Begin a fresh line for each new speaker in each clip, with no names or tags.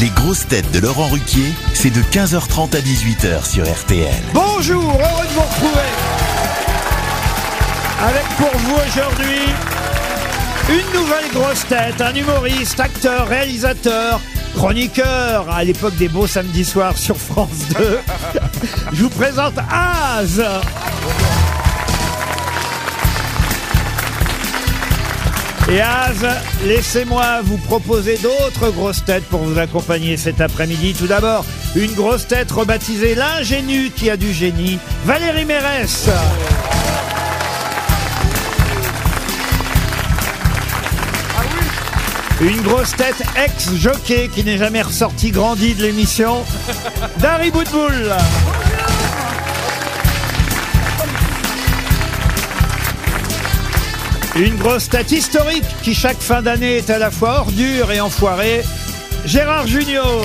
Les grosses têtes de Laurent Ruquier, c'est de 15h30 à 18h sur RTL.
Bonjour, heureux de vous retrouver. Avec pour vous aujourd'hui une nouvelle grosse tête, un humoriste, acteur, réalisateur, chroniqueur à l'époque des beaux samedis soirs sur France 2. Je vous présente Az. Et Az, laissez-moi vous proposer d'autres grosses têtes pour vous accompagner cet après-midi. Tout d'abord, une grosse tête rebaptisée l'ingénue qui a du génie, Valérie Mérès. Une grosse tête ex-jockey qui n'est jamais ressorti grandi de l'émission, Dari Boudboul. Une grosse tête historique qui chaque fin d'année est à la fois ordure et enfoirée, Gérard Junior.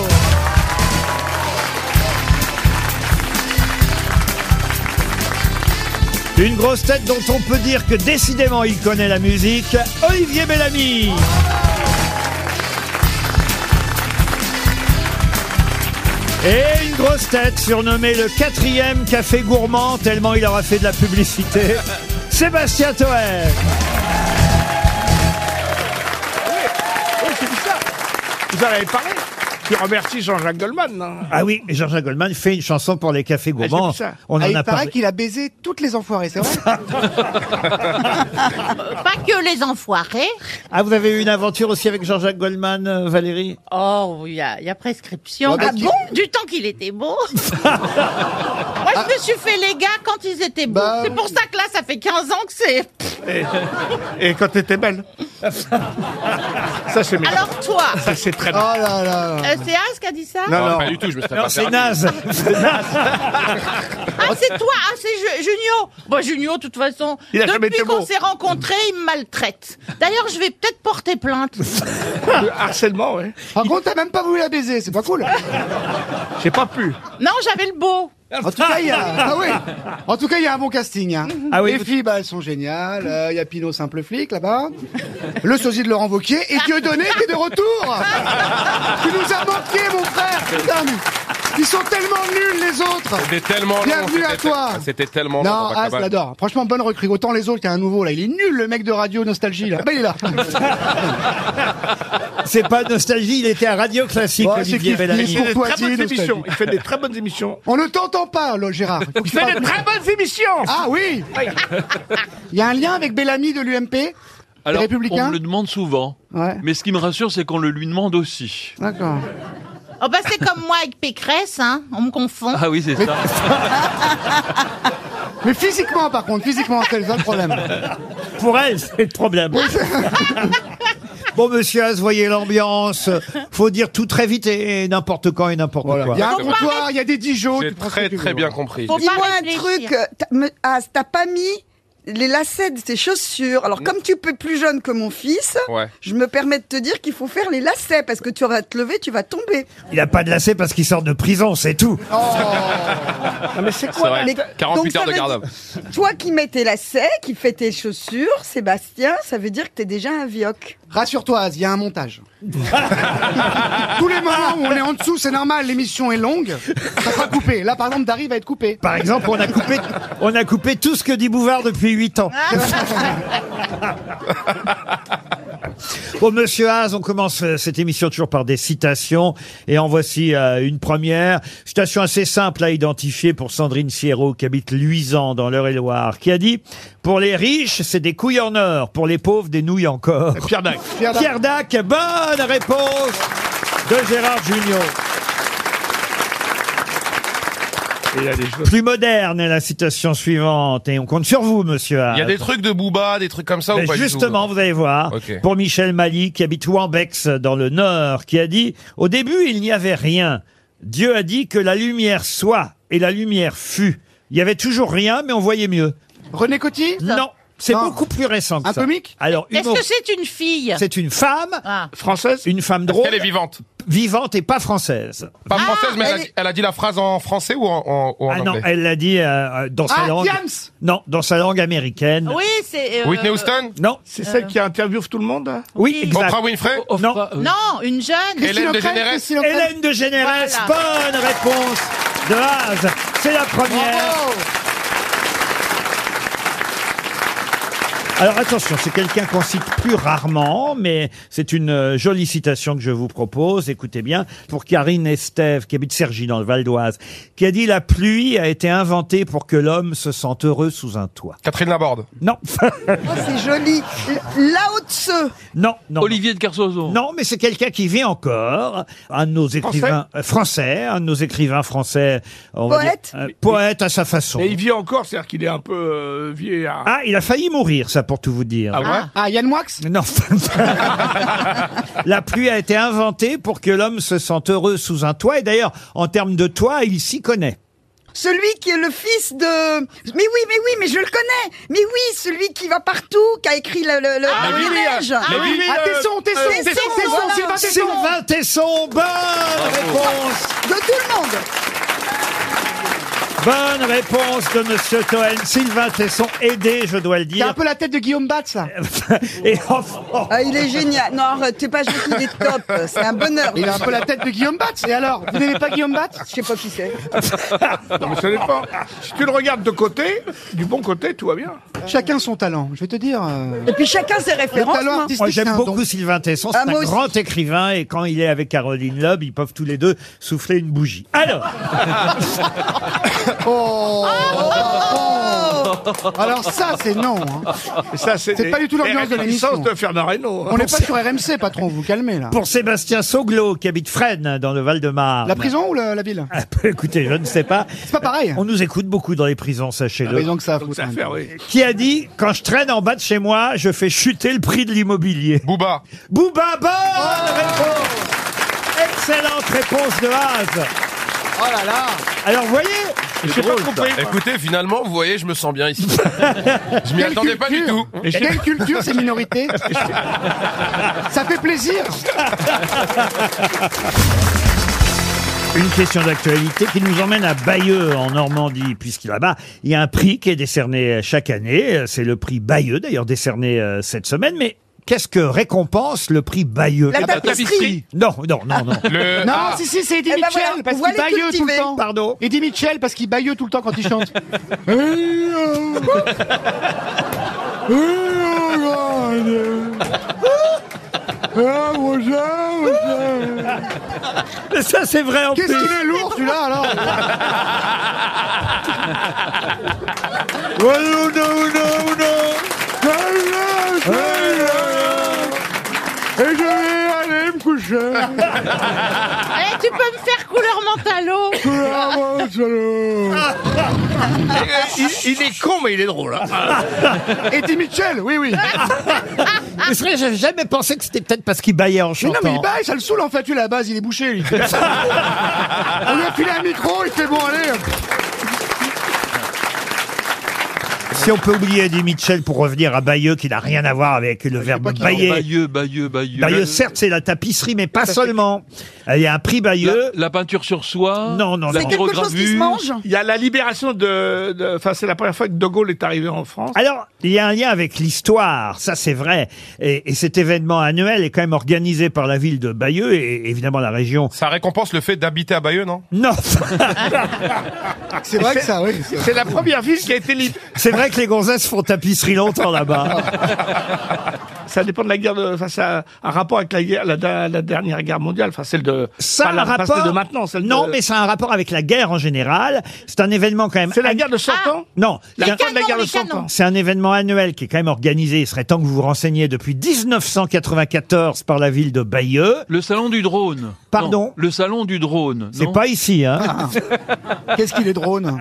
Une grosse tête dont on peut dire que décidément il connaît la musique, Olivier Bellamy. Et une grosse tête surnommée le quatrième café gourmand tellement il aura fait de la publicité, Sébastien Toer.
Oui, c'est bizarre. Vous en avez parlé. Tu remercies Jean-Jacques Goldman. non
Ah oui, et Jean-Jacques Goldman fait une chanson pour les cafés gourmands.
Ah, j'ai vu ça.
On
Ah,
en
il
a
paraît
parlé.
qu'il a baisé toutes les enfoirées, c'est vrai
Pas que les enfoirés.
Ah, vous avez eu une aventure aussi avec Jean-Jacques Goldman, euh, Valérie
Oh, il y a, il y a prescription.
Ah bon
Du temps qu'il était beau. Moi, je me suis fait les gars quand ils étaient beaux.
Ah. Bah,
c'est pour ça que là, ça fait 15 ans que c'est...
Et quand t'étais belle. ça, c'est méchant.
Alors toi,
Ça, c'est très
Oh
bien.
là là là.
euh, c'est As qui a dit ça
Non, non.
Pas du tout, je me serais
Non,
pas
c'est
servi.
naze.
Ah, c'est toi, ah, c'est Ju- Junio. Bon, Junio, de toute façon,
Il a jamais
depuis
été
qu'on
beau.
s'est rencontrés, il me maltraite. D'ailleurs, je vais peut-être porter plainte.
Le harcèlement, ouais.
Par contre, t'as même pas voulu la baiser, c'est pas cool
J'ai pas pu.
Non, j'avais le beau.
En tout cas, il y a, ah oui. En tout cas, il y a un bon casting. hein.
Ah oui,
Les
vous-
filles, bah, elles sont géniales. Euh, Il y a Pinot, simple flic, là-bas. Le sosie de Laurent Vauquier. Et Dieudonné qui est de retour Tu nous as manqué, mon frère Putain, mais Ils sont tellement nuls, les autres
C'était tellement long,
Bienvenue à
c'était-
toi.
C'était tellement long,
Non,
on va
ah,
pas-
je l'adore. Franchement, bonne recrue. Autant les autres qu'il y a un nouveau, là. Il est nul, le mec de Radio Nostalgie, là. Bah, il est là.
C'est pas nostalgie, il était à Radio Classique,
Ouais, Oh, c'est
Olivier
kiff-kiff.
Bellamy.
Il fait des
Pourquoi
très bonnes
dit-il,
émissions. Il fait des très bonnes émissions.
On ne t'entend pas, là, Gérard. Faut que
Il
tu parles
fait des très bonnes émissions.
Ah oui Il y a un lien avec Bellamy de l'UMP Les
Alors,
Républicains
on me le demande souvent.
Ouais.
Mais ce qui me rassure, c'est qu'on le lui demande aussi.
D'accord.
Oh, bah, c'est comme moi avec Pécresse, hein. On me confond.
Ah oui, c'est ça.
Mais physiquement, par contre, physiquement, c'est ça le problème.
Pour elle, c'est le problème. Bon, monsieur As, voyez l'ambiance. Faut dire tout très vite et et n'importe quand et n'importe
Voilà. Il y
quoi.
a un
Exactement.
comptoir, il y a des Dijon.
J'ai
tu prends ce
très
que tu
très
veux,
bien
voilà.
compris.
Faut pas
Dis-moi un
réfléchir.
truc, euh, t'as- me- ah, t'as pas mis les lacets de tes chaussures. Alors, comme tu peux plus jeune que mon fils,
Ouais.
je me permets de te dire qu'il faut faire les lacets parce que tu vas te lever, tu vas tomber.
Il a pas de lacet parce qu'il sort de prison, c'est tout.
Ah, mais c'est
C'est
quoi
vrai.
Mais-
48
donc ça
heures de
veut dire-
garde-robe.
Toi qui mets tes lacets, qui fais tes chaussures, Sébastien, ça veut dire que t'es déjà un vioc.
Rassure-toi, Az, il y a un montage. Tous les moments où on est en dessous, c'est normal, l'émission est longue, ça sera coupé. Là, par exemple, Dari va être coupé.
Par exemple, on a coupé, on a coupé tout ce que dit Bouvard depuis 8 ans. Bon, monsieur Haas, on commence euh, cette émission toujours par des citations. Et en voici euh, une première. Citation assez simple à identifier pour Sandrine Sierro, qui habite Luisan, dans l'Eure-et-Loire, qui a dit « Pour les riches, c'est des couilles en or. Pour les pauvres, des nouilles encore.
Pierre Dac. »
Pierre Dac.
Pierre Dac, bonne réponse de Gérard Junior.
Il a des choses.
Plus moderne est la citation suivante. Et on compte sur vous, monsieur Haas.
Il y a des trucs de Booba, des trucs comme ça ou
Ben,
pas du tout
justement, vous allez voir,
Ok.
pour Michel Mali, qui habite Wambex dans le Nord, qui a dit « Au début, il n'y avait rien. Dieu a dit que la lumière soit, et la lumière fut. Il y avait toujours rien, mais on voyait mieux.
René Coty »
Non, c'est
Non.
beaucoup plus récent que
Un
ça.
comique
Alors,
Est-ce
humour-
que c'est une fille
c'est une femme,
Ah.
Française
une femme
Est-ce
drôle.
qu'elle est vivante
vivante et pas française.
Pas française, mais elle,
elle
a,
est-
dit- elle a dit la phrase en français ou en, en- ou en
ah non,
anglais
elle l'a dit euh, euh, dans sa
Ah,
langue.
Diams
Non, dans sa langue américaine.
Oui, c'est. euh,
Whitney Houston
Non.
C'est celle qui interviewe tout le monde
Oui, exact.
Oprah Winfrey
Non.
euh, Non, une jeune.
Hélène
Christine
de
O'Crane,
Généresse.
Christine O'Crane.
Hélène de Généresse, bonne réponse de Haas. C'est la première.
Bravo
Alors attention, c'est quelqu'un qu'on cite plus rarement, mais c'est une euh, jolie citation que je vous propose. Écoutez bien, pour Karine Estève, qui habite Cergy dans le Val d'Oise, qui a dit La pluie a été inventée pour que l'homme se sente heureux sous un toit.
Catherine Laborde.
Non,
Oh, c'est joli. Lao Tseu.
non, non.
Olivier de Kersozo.
Non, mais c'est quelqu'un qui vit encore, un de nos écrivains euh, français, un de nos écrivains français, on va dire,
Poète
euh, poète à sa façon.
Et il vit encore, c'est-à-dire qu'il est un peu euh, vieillard.
Ah, il a failli mourir, ça pour tout vous dire.
Ah ouais
Ah, Yann Moix
Non. la pluie a été inventée pour que l'homme se sente heureux sous un toit. Et d'ailleurs, en termes de toit, il s'y connaît.
Celui qui est le fils de. Mais oui, mais oui, mais je le connais. Mais oui, celui qui va partout, qui a écrit le. le, le-
Ah,
le
oui,
Boule des
oui,
Neiges.
Ah,
oui, oui, euh,
Tesson, Tesson,
Tesson,
Tesson, Tesson,
voilà.
Sylvain Tesson
Sylvain Tesson, bonne réponse
De tout le monde.
Bonne réponse de Monsieur Toen. Sylvain Tesson, aidé, je dois le
T'as un
dire.
peu la tête de Guillaume Batz, là.
Et enfin-
Oh.
Ah, il est génial. Non, arrête, t'es pas gentil, il est top. C'est un bonheur.
Il a un peu la tête de Guillaume Batz, et alors Vous n'aimez pas Guillaume Batz
Je sais pas qui c'est.
Non, mais ça dépend. Si tu le regardes de côté, du bon côté, tout va bien.
Chacun son talent, je vais te dire. euh,
Et puis chacun ses
Le
références.
talent
hein.
artistique,
Moi,
c'est
j'aime
un
beaucoup
don.
Sylvain Tesson, c'est
Ah, moi
un
aussi.
grand écrivain et quand il est avec Caroline Loeb, ils peuvent tous les deux souffler une bougie. Alors,
Oh Alors ça, c'est non. hein.
Et ça, c'est
C'est
des-
pas du tout l'ambiance
des
de l'émission.
réticences de Fernand Reynaud. hein.
On n'est pas sur RMC, patron, vous calmez, là.
pour Sébastien Soglo, qui habite Fresnes, hein, dans le Val-de-Marne.
La prison ou la, la ville
Ah, bah, Écoutez, je ne sais pas.
C'est pas pareil.
On nous écoute beaucoup dans les prisons, sachez-le.
Ils ont que ça à
Donc,
foutre.
ça à faire, oui.
Qui a dit quand je traîne en bas de chez moi, je fais chuter le prix de l'immobilier.
Booba.
Bouba, bonne réponse. Excellente réponse de Haas.
Oh là là
Alors vous voyez,
J'ai pas compris.
Écoutez, finalement, vous voyez, je me sens bien ici. je m'y attendais pas du tout.
Et j'ai-
Quelle culture ces minorités Ça fait plaisir
Ah.
une question d'actualité qui nous emmène à Bayeux en Normandie, puisque là-bas, il y a un prix qui est décerné chaque année. C'est le prix Bayeux, d'ailleurs décerné euh, cette semaine. Mais qu'est-ce que récompense le prix Bayeux
Ah
La tapisserie.
Non, non, non, non.
bah, Le...
Non,
Ah,
si, si, c'est Eddie
Eh ben
Mitchell,
voilà,
parce
vous
qu'il
allez
bailleut tout le
cultiver.
temps.
Pardon.
Eddie Mitchell, parce qu'il bailleut tout le temps quand il chante. Eh, euh,
Mais ça, c'est vrai en
Qu'est-ce
plus.
qu'il est lourd, celui-là, alors
Voilà, voilà, voilà, voilà.
Et je vais aller me coucher.
Eh, tu peux me faire couleur mentalo
il, il est con, mais il est drôle. hein.
Eddie Mitchell, oui, oui.
Mais c'est vrai, j'avais jamais pensé que c'était peut-être parce qu'il baillait en
Mais non,
chantant.
mais il baille, ça le saoule en fait, lui, à la base, il est bouché, lui. On lui a filé un
Oh,
micro, il fait bon, allez.
Si on peut oublier Eddie Mitchell pour revenir à Bayeux, qui n'a rien à voir avec le verbe
qu'il
bailler.
Bayeux, Bayeux, Bayeux.
Bayeux, certes, c'est la tapisserie, mais pas seulement. Il y a un prix
La,
Bayeux.
la peinture sur soie.
Non, non,
la
non.
C'est quelque chose qui se
pyrogravure.
mange.
Il y a la libération de. de- Enfin, c'est la première fois que De Gaulle est arrivé en France.
Alors, il y a un lien avec l'histoire, ça c'est vrai. Et, et cet événement annuel est quand même organisé par la ville de Bayeux et évidemment la région.
Ça récompense le fait d'habiter à Bayeux, non
Non,
C'est vrai que ça, oui.
C'est la première ville qui a été libérée.
c'est vrai que les gonzesses font tapisserie longtemps là-bas.
Ça dépend de la guerre de. Enfin, ça a un rapport avec la, guerre, la, da- la dernière guerre mondiale. Enfin, celle de.
Ça
pas
a
la,
un
pas
rapport
celle de maintenant. Celle
Non,
de-
mais ça a un rapport avec la guerre en général. C'est un événement quand même.
C'est la guerre de 100 ans
Non,
La
c'est un-
fin de la
canons,
guerre de
Ah les
100
canons.
ans.
c'est un événement annuel qui est quand même organisé. Il serait temps que vous vous renseigniez depuis 1994 par la ville de Bayeux.
Le salon du drone.
Pardon
Non, le salon du drone.
C'est
non
pas ici,
Ah.
hein
Qu'est-ce qu'il est drone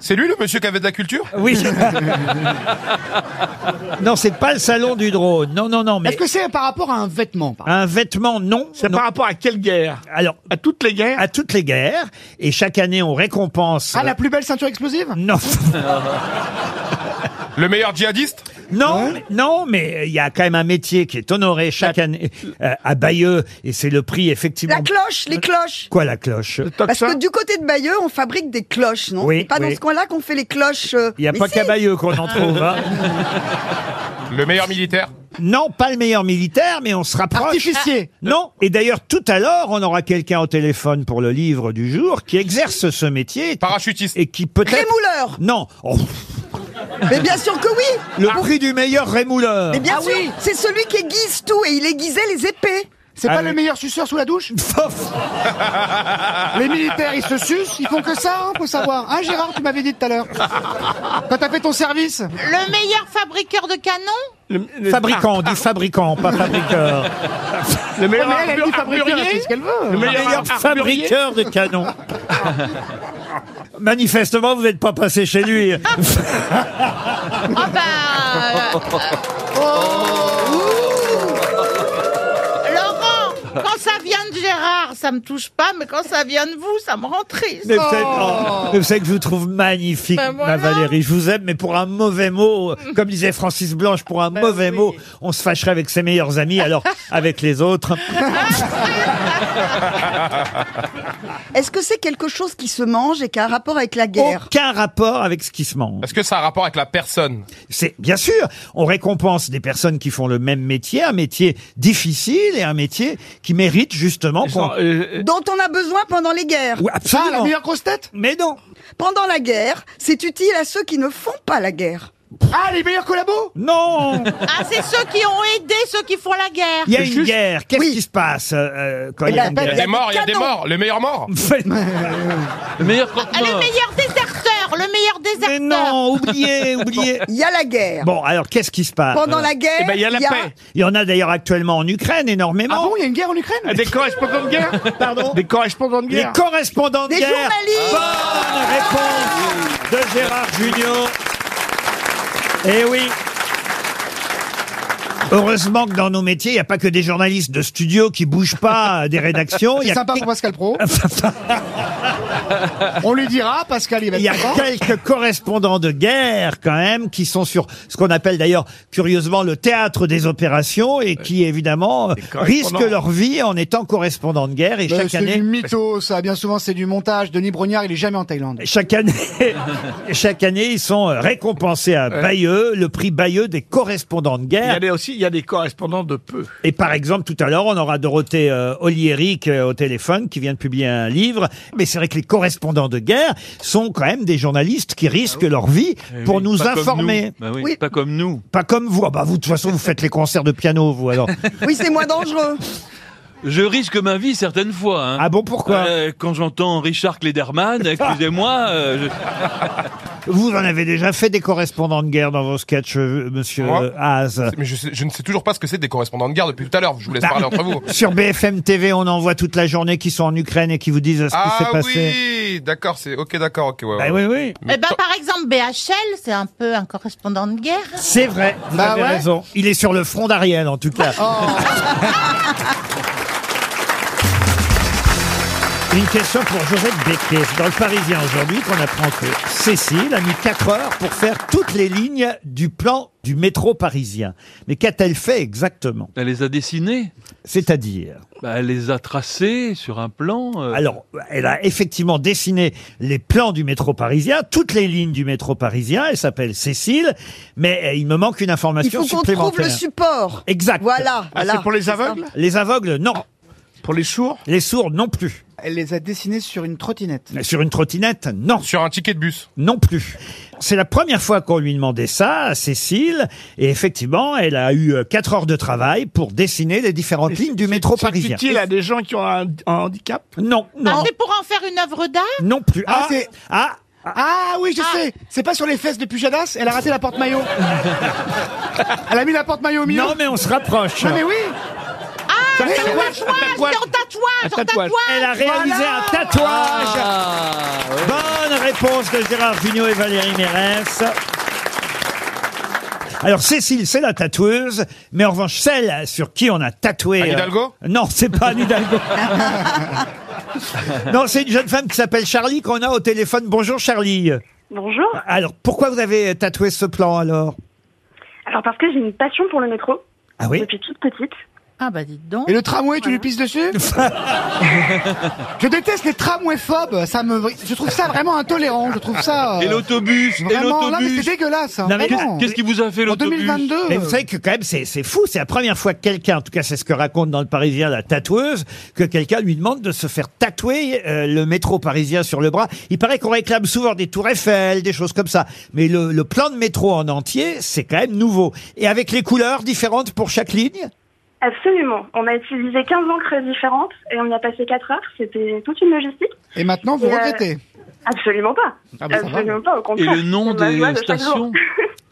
C'est lui le monsieur qui avait de la culture
Oui. non, c'est pas le salon du drone. Non, non, non, mais
Est-ce que c'est par rapport à un vêtement par
un vêtement, non.
C'est
non.
par rapport à quelle guerre
Alors,
À toutes les guerres
à toutes les guerres, et chaque année, on récompense...
Ah, la plus belle ceinture explosive
Non,
Le meilleur djihadiste
Non, mais- non, mais euh, il y a quand même un métier qui est honoré chaque année euh, à Bayeux, et c'est le prix effectivement.
La cloche, les cloches.
Quoi la cloche
Parce que du côté de Bayeux, on fabrique des cloches, non
Oui,
C'est pas
oui.
dans ce coin-là qu'on fait les cloches. euh,
Il n'y a
mais
pas
si.
qu'à Bayeux qu'on en trouve. hein.
Le meilleur militaire
Non, pas le meilleur militaire, mais on se rapproche. Ah,
Artificier.
Non, et d'ailleurs tout à l'heure, on aura quelqu'un au téléphone pour le livre du jour qui exerce ce métier
Parachutiste
et qui peut-être...
Rémouleur.
Non, Oh,
Mais bien sûr que oui.
le prix du meilleur rémouleur. Ah
Mais bien sûr, c'est celui qui aiguise tout et il aiguisait les épées.
C'est
Ah
pas
oui.
le meilleur suceur sous la douche
Ah.
Les militaires, ils se sucent, ils font que ça, hein, faut savoir. Hein, Gérard, tu m'avais dit tout à l'heure. Quand t'as fait ton service
Le meilleur fabriqueur de canons
Fabricant, on dit fabricant, pas fabriqueur.
Le meilleur
Oh, Mais elle, elle dit
armure-
fabriqueur,
armurier
elle fait ce qu'elle veut.
Le
Le
meilleur
meilleur
ar- armurier
fabriqueur de canons. Manifestement, vous n'êtes pas passé chez lui.
Ah ben... euh,
Oh.
euh, Laurent, quand ça vient de Gérard, ça me touche pas, mais quand ça vient de vous, ça me rend triste.
Mais vous, savez, oh, mais vous savez que je vous trouve magnifique,
Ben voilà.
ma Valérie. Je vous aime, mais pour un mauvais mot, comme disait Francis Blanche, pour un mauvais
oui.
mot, on se fâcherait avec ses meilleurs amis, alors avec les autres.
Est-ce que c'est quelque chose qui se mange et qui a un rapport avec la guerre
Aucun rapport avec ce qui se mange.
Est-ce que ça a un rapport avec la personne
C'est bien sûr, on récompense des personnes qui font le même métier, un métier difficile et un métier qui mérite justement qu'on.
Sans- euh,
Dont on a besoin pendant les guerres.
Oui,
Ça, Ah, la
absolument.
meilleure grosse tête
Mais non,
Pendant la guerre, c'est utile à ceux qui ne font pas la guerre.
Ah, les meilleurs collabos
non.
Ah, c'est ceux qui ont aidé ceux qui font la guerre.
Il y a une guerre. Qu'est-ce
Oui.
qui se passe euh, quand il y a
La
une
paix-
Il y a
Il y a
des morts, il y a
des
des
canons.
morts. Le meilleur mort
guerre
le meilleur croque
Ah, le meilleur déserteur, le meilleur
Mais
déserteur.
non, oubliez, oubliez.
Il y a la guerre.
Bon, alors qu'est-ce qui se passe
Pendant la guerre,
Eh ben, il y a la paix.
Il y en a d'ailleurs actuellement en Ukraine
Ah
énormément.
bon, il y a une guerre en Ukraine
Des correspondants de guerre
Pardon
Des correspondants de
Les
guerre
correspondants de
Des
guerre.
journalistes.
Bonne réponse de Gérard Junior. Eh oui. Heureusement que dans nos métiers, il n'y a pas que des journalistes de studio qui bougent pas euh, des rédactions. Il y
C'est
a
sympa pour Pascal Pro. On lui dira, Pascal, il va
Il y a
être content.
quelques correspondants de guerre quand même qui sont sur ce qu'on appelle d'ailleurs curieusement le théâtre des opérations et qui évidemment euh,
correspondants.
risquent leur vie en étant correspondants de guerre et
Euh,
chaque
C'est du
année
mytho, ça. Bien souvent, c'est du montage. Denis Brognard, il est jamais en Thaïlande.
chaque année, chaque année, ils sont euh, récompensés à Bayeux, le prix Bayeux des correspondants de
Il y a
guerre.
des- aussi, il y a des correspondants de peu.
Et par exemple, tout à l'heure, on aura Dorothée euh, Olieri qui est au téléphone, qui vient de publier un livre. Mais c'est vrai que les correspondants de guerre sont quand même des journalistes qui risquent leur vie
Eh
pour
oui,
nous
pas comme
informer.
nous. Bah oui,
Oui.
Pas comme nous.
Pas comme vous. Ah bah vous, de toute façon, vous faites les concerts de piano, vous, alors.
oui, c'est moins dangereux.
Je risque ma vie certaines fois. hein.
Ah bon, pourquoi
Euh, Quand j'entends Richard Klederman, excusez-moi, euh,
Vous en avez déjà fait des correspondants de guerre dans vos sketchs, euh, monsieur
Moi
euh, Haas.
Mais je, sais- je ne sais toujours pas ce que c'est des correspondants de guerre depuis tout à l'heure. Je
Bah,
vous laisse parler entre vous.
Sur BFM TV, on en voit toute la journée qui sont en Ukraine et qui vous disent ce qui s'est
Ah
passé.
oui D'accord, c'est... Ok, d'accord, ok, ouais, ouais.
Bah oui, oui.
Mais
Eh ben,
quand-
par exemple, BHL, c'est un peu un correspondant de guerre.
C'est vrai, vous
Bah
avez
ouais.
raison. Oh. Il est sur le front d'Ariel, en tout cas.
Ah,
Une question pour Josette Becquet. C'est Dans le Parisien aujourd'hui, qu'on apprend que Cécile a mis 4 heures pour faire toutes les lignes du plan du métro parisien. Mais qu'a-t-elle fait exactement
elle les a dessinés.
C'est-à-dire
Bah, elle les a tracés sur un plan. euh,
Alors, elle a effectivement dessiné les plans du métro parisien, toutes les lignes du métro parisien. Elle s'appelle Cécile, mais euh, il me manque une
Il
information
faut qu'on trouve le
supplémentaire.
support.
Exact.
Voilà,
Ah,
voilà.
c'est pour les aveugles
Les aveugles, non.
Pour les sourds
Les sourds, non plus.
Elle les a dessinés sur une trottinette.
Sur une trottinette, non.
Sur un ticket de bus.
Non plus. C'est la première fois qu'on lui demandait ça à Cécile, et effectivement, elle a eu 4 heures de travail pour dessiner les différentes lignes du métro
C'est
parisien.
utile à des gens qui ont un, un handicap
Non,
Ah,
non,
c'est pour en faire une œuvre d'art
non plus.
Ah,
Ah,
c'est-
ah,
Ah oui, je
Ah.
sais. C'est pas sur les fesses de Pujadas Elle a raté la porte-maillot. elle a mis la porte-maillot au milieu.
non, mais on se rapproche.
Non, mais oui.
Ah, c'est un
tatouage,
tatouage,
un tatouage.
c'est en tatouage,
Un tatouage.
en
Ah,
tatouage.
Elle a réalisé un tatouage. Bonne réponse de Gérard Junior et Valérie Mérès. Alors Cécile, c'est la tatoueuse, mais en revanche celle sur qui on a tatoué.
Anne
euh,
Hidalgo
Non, c'est pas Anne Hidalgo. non, c'est une jeune femme qui s'appelle Charlie qu'on a au téléphone. Bonjour Charlie.
Bonjour.
Alors pourquoi vous avez tatoué ce plan alors
Alors parce que j'ai une passion pour le métro
Ah oui
depuis toute petite.
Ah bah dites donc.
Et le tramway, tu lui pisses dessus Je déteste les tramways phobes. Ça me, je trouve ça vraiment intolérant. Je trouve ça. euh,
Et l'autobus, et
Vraiment, là, mais c'est
l'autobus.
dégueulasse. hein,
Non, mais
vraiment.
Qu'est-ce qui vous a fait
En
l'autobus
2022.
Mais vous savez que quand même, c'est c'est fou. C'est la première fois que quelqu'un, en tout cas, c'est ce que raconte dans le Parisien la tatoueuse, que quelqu'un lui demande de se faire tatouer euh, le métro parisien sur le bras. Il paraît qu'on réclame souvent des tours Eiffel, des choses comme ça. Mais le, le plan de métro en entier, c'est quand même nouveau. Et avec les couleurs différentes pour chaque ligne
Absolument. On a utilisé 15 encres différentes et on y a passé 4 heures. C'était toute une logistique.
Et maintenant, vous
Et, euh,
regrettez.
Absolument pas.
Ah bah, ça va.
Absolument pas, au
Et
contraire.
le nom
C'est ma joie
des
de chaque jour.
stations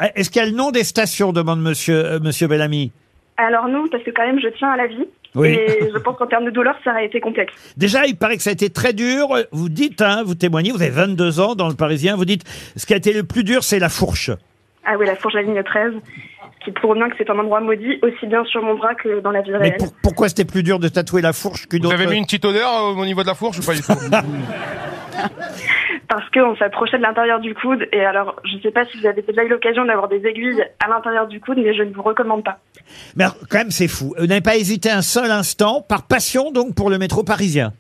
Euh, Est-ce qu'il y a le nom des stations demande monsieur, euh, monsieur Bellamy.
Alors non, parce que quand même, je tiens à la vie.
Oui.
Et je pense qu'en termes de douleur, ça aurait été complexe.
Déjà, il paraît que ça a été très dur. Vous dites, hein, vous témoignez, vous avez 22 ans dans le Parisien, vous dites, ce qui a été le plus dur, c'est la fourche.
Ah oui, la fourche à la ligne 13, qui prouve bien que c'est un endroit maudit, aussi bien sur mon bras que dans la vie
Mais
réelle.
pour- pourquoi c'était plus dur de tatouer la fourche qu'une
Vous
autre
avez mis une petite odeur euh, au niveau de la fourche ou pas du tout
Parce qu'on s'approchait de l'intérieur du coude. Et alors, je ne sais pas si vous avez déjà eu l'occasion d'avoir des aiguilles à l'intérieur du coude, mais je ne vous recommande pas.
Mais alors, quand même, c'est fou. Vous n'avez pas hésité un seul instant, par passion donc pour le métro parisien.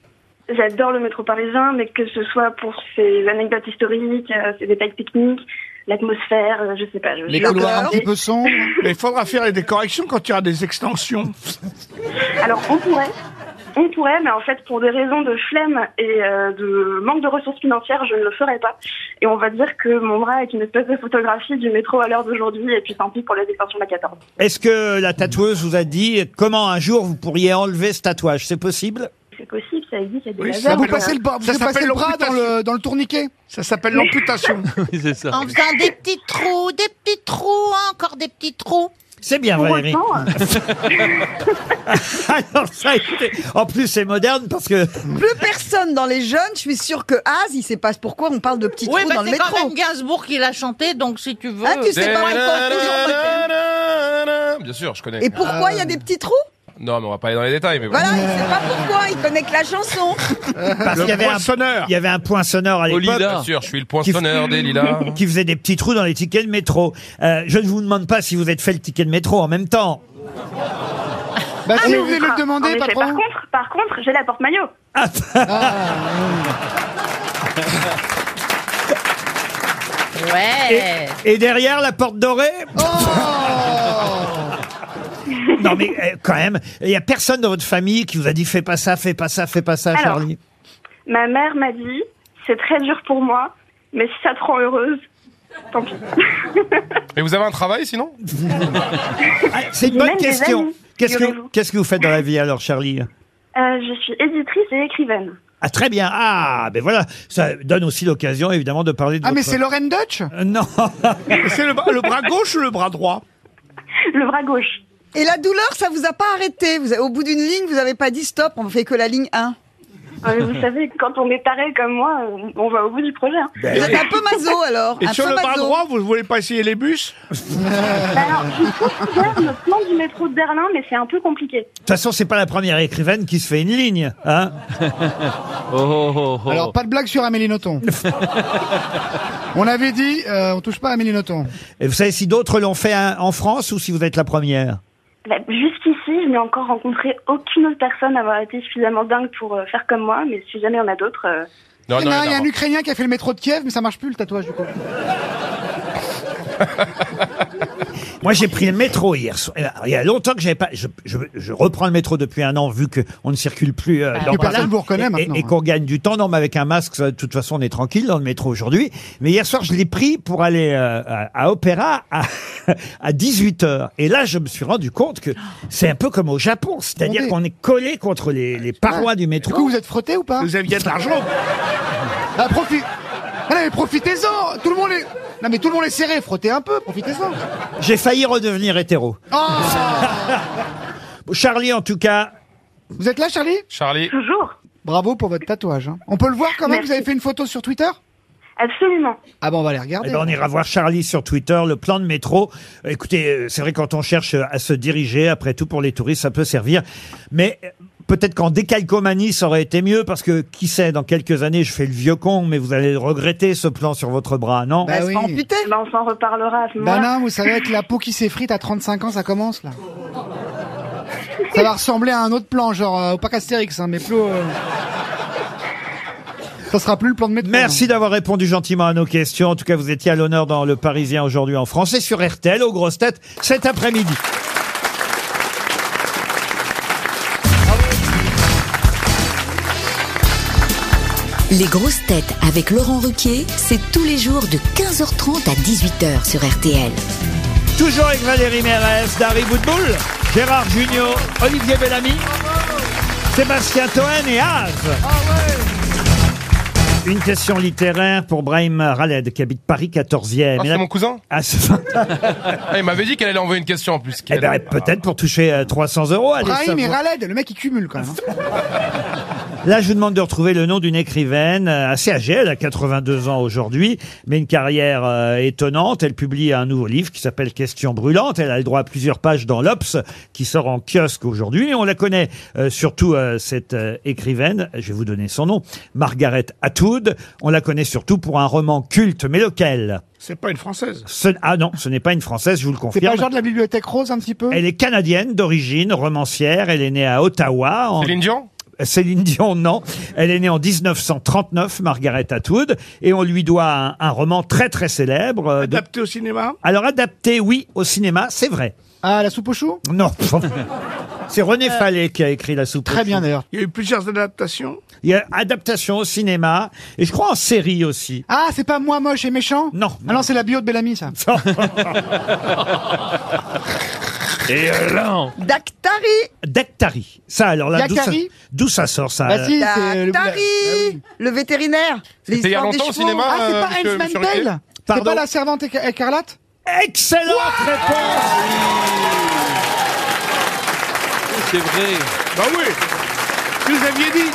J'adore le métro parisien, mais que ce soit pour ses anecdotes historiques, euh, ses détails techniques, l'atmosphère, euh, je sais pas. je-
Les
je-
couloirs un petit peu sombres.
Mais il faudra faire des corrections quand il y aura des extensions.
Alors, on pourrait. On pourrait, mais en fait, pour des raisons de flemme et euh, de manque de ressources financières, je ne le ferai pas. Et on va dire que mon bras est une espèce de photographie du métro à l'heure d'aujourd'hui, et puis tant pis pour les extensions de la 14.
Est-ce que la tatoueuse vous a dit comment un jour vous pourriez enlever ce tatouage C'est possible
C'est possible, ça existe, il y a des
Oui,
lasers,
ça
Là, vous
mais,
passez le, bras- vous
Ça
passez
s'appelle
le bras dans le, dans le tourniquet.
Ça s'appelle l'amputation.
C'est ça.
En faisant des petits trous, des petits trous, encore des petits trous.
C'est bien,
euh, pour
Valérie.
autant, euh,
Alors, ça a été- En plus, c'est moderne parce que
Plus personne dans les jeunes, je suis sûre que Az, il sait pas pourquoi on parle de petits
Oui,
trous
bah
dans le
c'est quand
métro.
même Gainsbourg qui l'a chanté, donc si tu veux.
Ah, tu sais pas pourquoi.
Bien sûr, je connais. Ah.
Et pourquoi il y a des petits trous
Non, mais on va pas aller dans les détails. Mais bon.
Voilà, il sait pas pourquoi, il connaît que la chanson.
parce qu'il y avait un
Poinçonneur.
il y avait un point sonore à l'époque.
Olida.
Bien sûr, je suis le poinçonneur des lilas.
qui faisait des petits trous dans les tickets de métro. Euh, je ne vous demande pas si vous êtes fait le ticket de métro en même temps.
Bah, si
mais
vous voulez le
ah, en
demander,
effet,
patron.
Par contre, par contre, j'ai la porte-maillot.
Ah.
Ouais.
Et derrière la porte dorée
Oh.
Oh.
Non mais euh, quand même, il y a personne dans votre famille qui vous a dit fais pas ça, fais pas ça, fais pas ça,
Alors.
Charlie.
Ma mère m'a dit, c'est très dur pour moi, mais si ça te rend heureuse, tant pis.
Mais vous avez un travail sinon
Ah, c'est une
euh, J'ai
bonne
même des
question.
amis,
Qu'est-ce que
figurez-vous.
qu'est-ce que vous faites dans la vie alors, Charlie
Euh, je suis éditrice et écrivaine.
Ah très bien. Ah ben voilà, ça donne aussi l'occasion évidemment de parler de
Ah, mais
votre-
c'est Lorraine Dutch
Euh, Non.
C'est le, bras- le bras gauche ou le bras droit
Le bras gauche.
Et la douleur, ça vous a pas arrêté. Vous, avez- au bout d'une ligne, vous avez pas dit stop, on fait que la ligne 1.
Ah, mais vous savez, quand on est taré comme moi, euh, on- on va au bout du projet. hein.
Vous êtes un peu maso alors.
Ben Et
un
sur
peu
le bras
maso.
droit, vous ne voulez pas essayer les bus
Bah Alors, je considère le plan du métro de Berlin, mais c'est un peu compliqué.
De toute façon, c'est pas la première écrivaine qui se fait une ligne, hein
Oh, oh, oh, oh.
Alors, pas de blague sur Amélie Nothomb. on avait dit, euh, on touche pas à Amélie Nothomb.
Et vous savez si d'autres l'ont fait hein, en France ou si vous êtes la première
Bah, Jusqu'ici, je n'ai encore rencontré aucune autre personne à avoir été suffisamment dingue pour euh, faire comme moi, mais si jamais il y en a d'autres, euh,
Ah
Non,
Il y en a un, il y a un
non.
Ukrainien qui a fait le métro de Kiev, mais ça marche plus le tatouage du coup.
Moi, j'ai pris le métro hier soir. Euh, Il y a longtemps que j'avais pas. Je, je- je reprends le métro depuis un an, vu que on ne circule plus. euh, dans
que Ah, personne
Paris.
vous reconnaît
Et- et-
maintenant,
Et,
hein.
qu'on gagne du temps. Non, mais avec un masque, ça, de toute façon, on est tranquille dans le métro aujourd'hui. Mais hier soir, je l'ai pris pour aller euh, à, à Opéra à, à 18 h Et là, je me suis rendu compte que c'est un peu comme au Japon, c'est-à-dire
Attendez. Ah,
qu'on est collé contre les, les parois
Du
du
coup,
métro.
vous êtes frotté ou pas
Vous aviez de l'argent
ah, profi... Ah, non, mais profitez-en Tout le monde est... Non mais tout le monde est serré, frottez un peu, profitez-en Oh
J'ai failli redevenir hétéro. Charlie, en tout cas,
Vous êtes là, Charlie
Charlie,
toujours.
Bravo pour votre tatouage. hein. On peut le voir quand même,
Merci.
vous avez fait une photo sur Twitter
Absolument.
Ah bon, on va les
Eh
regarder.
ben, on ira voir Charlie sur Twitter, le plan de métro. Écoutez, euh, c'est vrai quand on cherche euh, à se diriger, après tout pour les touristes, ça peut servir. Mais euh, Peut-être qu'en décalcomanie, ça aurait été mieux parce que qui sait, dans quelques années, je fais le vieux con, mais vous allez le regretter ce plan sur votre bras, non
Bah oui.
Ben, on s'en reparlera à ce
Bah
moment-là.
non, vous savez, avec la peau qui s'effrite à 35 ans, ça commence là. Ça va ressembler à un autre plan, genre euh, pas Astérix, hein, mais plus. euh, Ça sera plus le plan de hein. mes
Merci d'avoir répondu gentiment à nos questions. En tout cas, vous étiez à l'honneur dans Le Parisien aujourd'hui en France et sur RTL aux grosses têtes cet après-midi.
Les grosses têtes avec Laurent Ruquier, c'est tous les jours de 15h30 à 18h sur RTL.
Toujours avec Valérie Mérès, Dari Boudboul, Gérard Junior, Olivier Bellamy, Sébastien Toen et Az. Une question littéraire pour Brahim Raled qui habite Paris 14e.
Ah, c'est mon cousin
Ah, c'est-
Ah, il m'avait dit qu'elle allait envoyer une question en plus.
Eh ben, peut-être pour toucher euh, 300
Ah,
euros. allez
Brahim et
savoir.
Raled, le mec il cumule quand même. hein.
Là, je vous demande de retrouver le nom d'une écrivaine euh, assez âgée, elle a 82 ans aujourd'hui, mais une carrière euh, étonnante. Elle publie un nouveau livre qui s'appelle Questions brûlantes. Elle a le droit à plusieurs pages dans l'Obs, qui sort en kiosque aujourd'hui. Et on la connaît euh, surtout, euh, cette euh, écrivaine, je vais vous donner son nom, Margaret Atwood. On la connaît surtout pour un roman culte, mais lequel
C'est pas une française.
Ce- Ah non, ce n'est pas une Française, je vous le
C'est
confirme.
pas le genre de la bibliothèque rose un petit peu
Elle est canadienne d'origine, romancière. Elle est née à Ottawa. en-
Céline Dion
Céline Dion, non. Elle est née en 1939, Margaret Atwood, et on lui doit un, un roman très très célèbre. euh, de-
Adaptée au cinéma
Alors adapté, oui, au cinéma, c'est vrai.
Ah, la soupe aux choux Euh,
Non. C'est René Fallet qui a écrit La soupe. aux
Très bien
choux.
d'ailleurs.
Il y a eu plusieurs adaptations.
Il y a adaptation au cinéma, et je crois en série aussi.
Ah, c'est pas moi moche et méchant
Non.
Ah non, c'est la bio de Bellamy ça.
Et là,
Dactari,
euh, Dactari. Ça, alors là, d'où ça,
Dactari
d'où ça sort ça euh,
Bah si, c'est le.
Dactari, le vétérinaire. les
C'était il y a
histoires des
longtemps au
chevaux.
cinéma
Ah, c'est
euh,
pas
monsieur-
Helmsman
monsieur Riquet
Tale C'est
Pardon
pas la servante éca- écarlate
Excellente réponse
c'est vrai.
Bah oui Vous aviez dit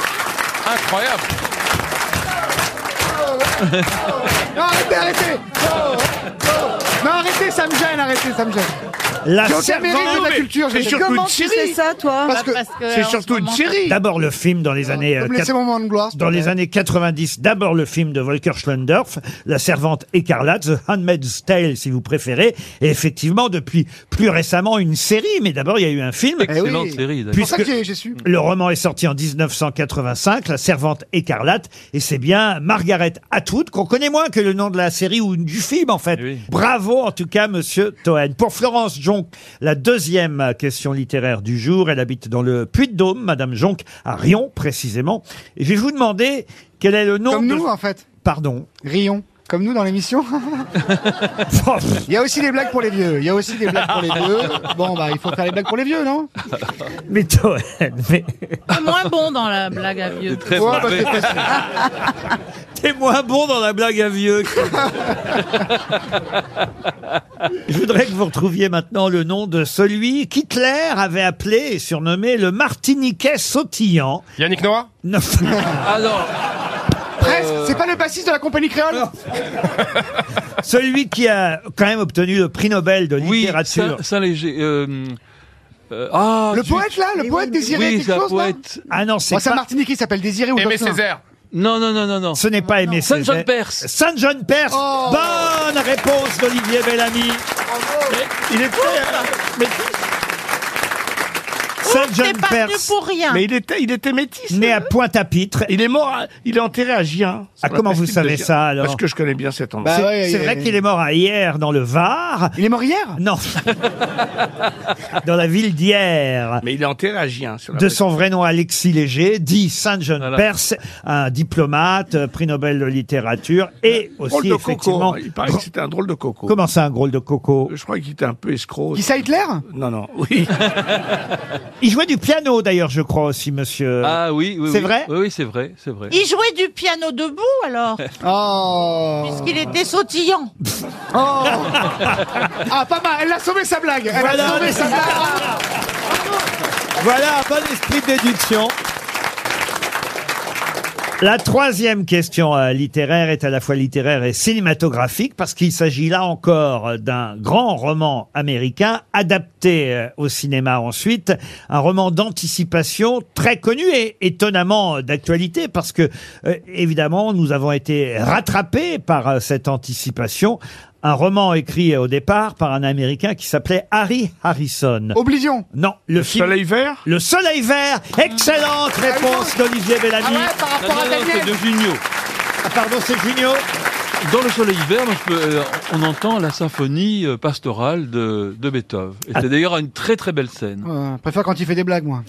Incroyable
Non, arrêtez, arrêtez Non, arrêtez, ça me gêne, arrêtez, ça me gêne.
La
J'ai aucun
servante-
mérite de la
mais
culture, j'ai
c'est surtout
Comment
une
tu
série.
sais ça, toi
Parce que,
Bah, Parce que,
C'est
en
surtout
ce
une
moment-
série.
D'abord le film dans les années euh,
comme laissez mon moment de gloire. s'il
Dans
te
les
plaît.
années 90, d'abord le film de Volker Schlendorf, La servante écarlate, The Handmaid's Tale si vous préférez, et effectivement depuis plus récemment une série, mais d'abord il y a eu un film.
Eh oui.
Excellente série.
C'est pour ça que
puisque-
j'ai j'ai su.
Mm. Le roman est sorti en 1985, La servante écarlate, et c'est bien Margaret Atwood qu'on connaît moins que le nom de la série ou du film en fait.
Eh oui.
Bravo en tout cas monsieur Toen. Pour Florence Jonc, la deuxième question littéraire du jour, elle habite dans le Puy-de-Dôme, madame Jonc à Rion précisément, et je vais vous demander quel est le nom
Comme
de-
nous, en fait.
Pardon.
Rions. Comme nous dans l'émission.
Oh, pff,
Il y a aussi des blagues pour les vieux. Il y a aussi des blagues pour les vieux. Bon, bah, il faut faire les blagues pour les vieux, non
mais Toen, mais
C'est moins bon dans la blague à vieux.
Très
Ouais, bah,
mauvais.
c'est facile.
t'es moins bon dans la blague à vieux. Je voudrais que vous retrouviez maintenant le nom de celui qu'Hitler avait appelé et surnommé le Martiniquais sautillant.
Yannick Noah
Non,
Ah non,
Presque. C'est pas le bassiste de la compagnie créole
celui qui a quand même obtenu le prix Nobel de
oui,
littérature.
Saint- Saint-Léger. euh, euh, ah,
Le
zut.
poète, là Le poète désiré
Oui,
quelque
c'est un
chose, là Oh,
poète.
Ah non, c'est
Bon, c'est un
pas-
Martiniquais qui s'appelle Désiré ou
Aimé
Jocelyn.
Césaire
Non, non, non, non, non.
Ce n'est pas aimé.
Saint John Perse.
Saint John Perse.
Oh.
Bonne réponse d'Olivier Bellamy. Il était. mais- Saint
T'es
John
pas venu
Perse.
pour rien.
Mais il était, il était euh. métis.
Né à Pointe-à-Pitre.
Il est mort, à- il est enterré à Gien.
Ah, comment vous savez ça, alors
Parce que je connais bien cet endroit.
Bah
C'est
ouais,
c'est
il-
vrai qu'il est mort à hier dans le Var.
Il est mort hier
Non. dans la ville d'hier.
Mais il est enterré à Gien. sur la
De
place.
son vrai nom Alexis Léger, dit Saint John
Voilà.
Perse, un diplomate, euh, prix Nobel de littérature et
Drôle
aussi
de coco. hein.
effectivement.
Il paraît que c'était un drôle de coco. Euh,
Comment ça, un drôle de coco
Je crois qu'il était un peu escroc.
Qui ça, Hitler
Non, non, oui.
Il jouait du piano d'ailleurs, je crois aussi, monsieur.
Ah oui, oui.
C'est
oui.
vrai
Oui, oui, c'est vrai, c'est vrai.
Il jouait du piano debout alors,
Oh
puisqu'il était sautillant.
Oh Ah, pas mal Elle a sauvé sa blague Elle
Voilà.
a sauvé sa blague
Voilà un bon esprit de déduction. La troisième question euh, littéraire est à la fois littéraire et cinématographique parce qu'il s'agit là encore euh, d'un grand roman américain adapté euh, au cinéma ensuite, un roman d'anticipation très connu et étonnamment euh, d'actualité parce que euh, évidemment nous avons été rattrapés par euh, cette anticipation. Un roman écrit euh, au départ par un Américain qui s'appelait Harry Harrison.
Oblivion.
Non, le, film-
Soleil vert
Le Soleil Vert. Excellente réponse d'Olivier Bellamy.
Ah ouais, par rapport à Daniel.
c'est de Junio.
Ah, Pardon, c'est Junio
Dans le soleil hiver, moi, je peux- euh, on entend la symphonie euh, pastorale de, de Beethoven. Et c'est d'ailleurs une très très belle scène.
Euh, je préfère quand il fait des blagues, moi.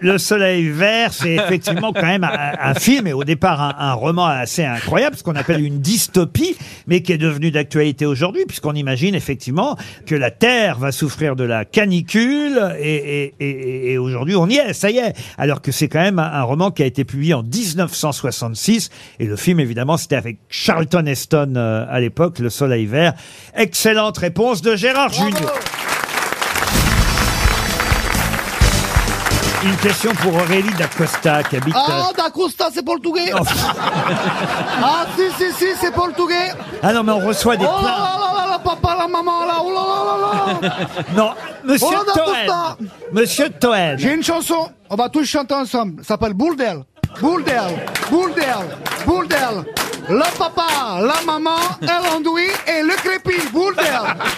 Le Soleil Vert, c'est effectivement quand même un, un film et au départ un, un roman assez incroyable, ce qu'on appelle une dystopie, mais qui est devenue d'actualité aujourd'hui, puisqu'on imagine effectivement que la Terre va souffrir de la canicule et, et- et- et aujourd'hui on y est, ça y est. Alors que c'est quand même un, un roman qui a été publié en 1966 et le film évidemment c'était avec Charlton Heston euh, à l'époque, Le Soleil Vert. Excellente réponse de Gérard Junior. Une question pour Aurélie Dacosta qui habite. euh,
Ah, da Costa, c'est portugais. ah, si, si, si, c'est portugais.
Ah non, mais on reçoit
Oh
des
là
plaintes.
là là là, papa, la maman, là, oh là là là là.
Non, monsieur
Oh, non,
Toen.
Costa.
Monsieur Toen.
J'ai une chanson, on va tous chanter ensemble. Ça s'appelle Bouldel. Bouldel, Bouldel, Bouldel. Le papa, la maman, elle andouille et le crépi. Bouldel,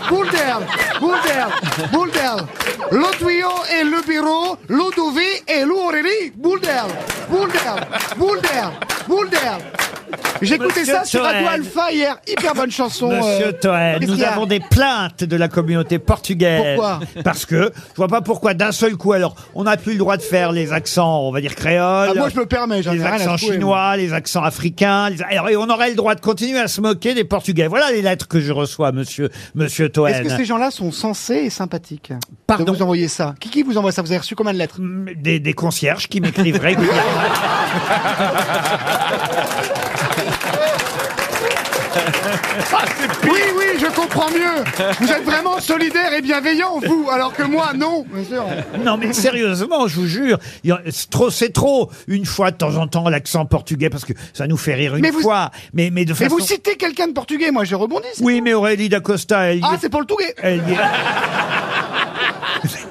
Bouldel, Bouldel, Bouldel. Le tuyau et le bureau, l'Oudouvi et l'Ourélie. Bouldel, Bouldel, Bouldel, Bouldel. J'écoutais
Monsieur
ça sur Radio
Toen.
Alpha hier. Hyper bonne chanson. euh,
Monsieur Toen,
qu'est-ce
nous
qu'il y a
avons des plaintes de la communauté portugaise.
Pourquoi
Parce que, je vois pas pourquoi, d'un seul coup, alors, on n'a plus le droit de faire les accents, on va dire créoles.
Ah, moi, je me permets, j'en ai
Les
rien à
accents
secouer,
chinois, les accents africains. les- alors, et on aurait le droit de continuer à se moquer des portugais. Voilà les lettres que je reçois, monsieur, monsieur Toen.
Est-ce que ces gens-là sont sensés et sympathiques
Pardon
de vous envoyer ça Qui qui vous envoie ça Vous avez reçu combien de lettres
des, des concierges qui m'écrivent régulièrement.
Oh.
Oui, oui, je comprends mieux. Vous êtes vraiment solidaire et bienveillant, vous, alors que moi, non. Bien sûr.
Non mais sérieusement, je vous jure, il y en- c'est trop, c'est trop. Une fois de temps en temps l'accent portugais parce que ça nous fait rire une
Mais vous-
fois. Mais mais de
Mais
façon.
vous citez quelqu'un de portugais, moi, je rebondis. c'est-
Oui, mais Aurélie Dacosta, elle y
Ah,
est.
c'est portugais.
Elle y est,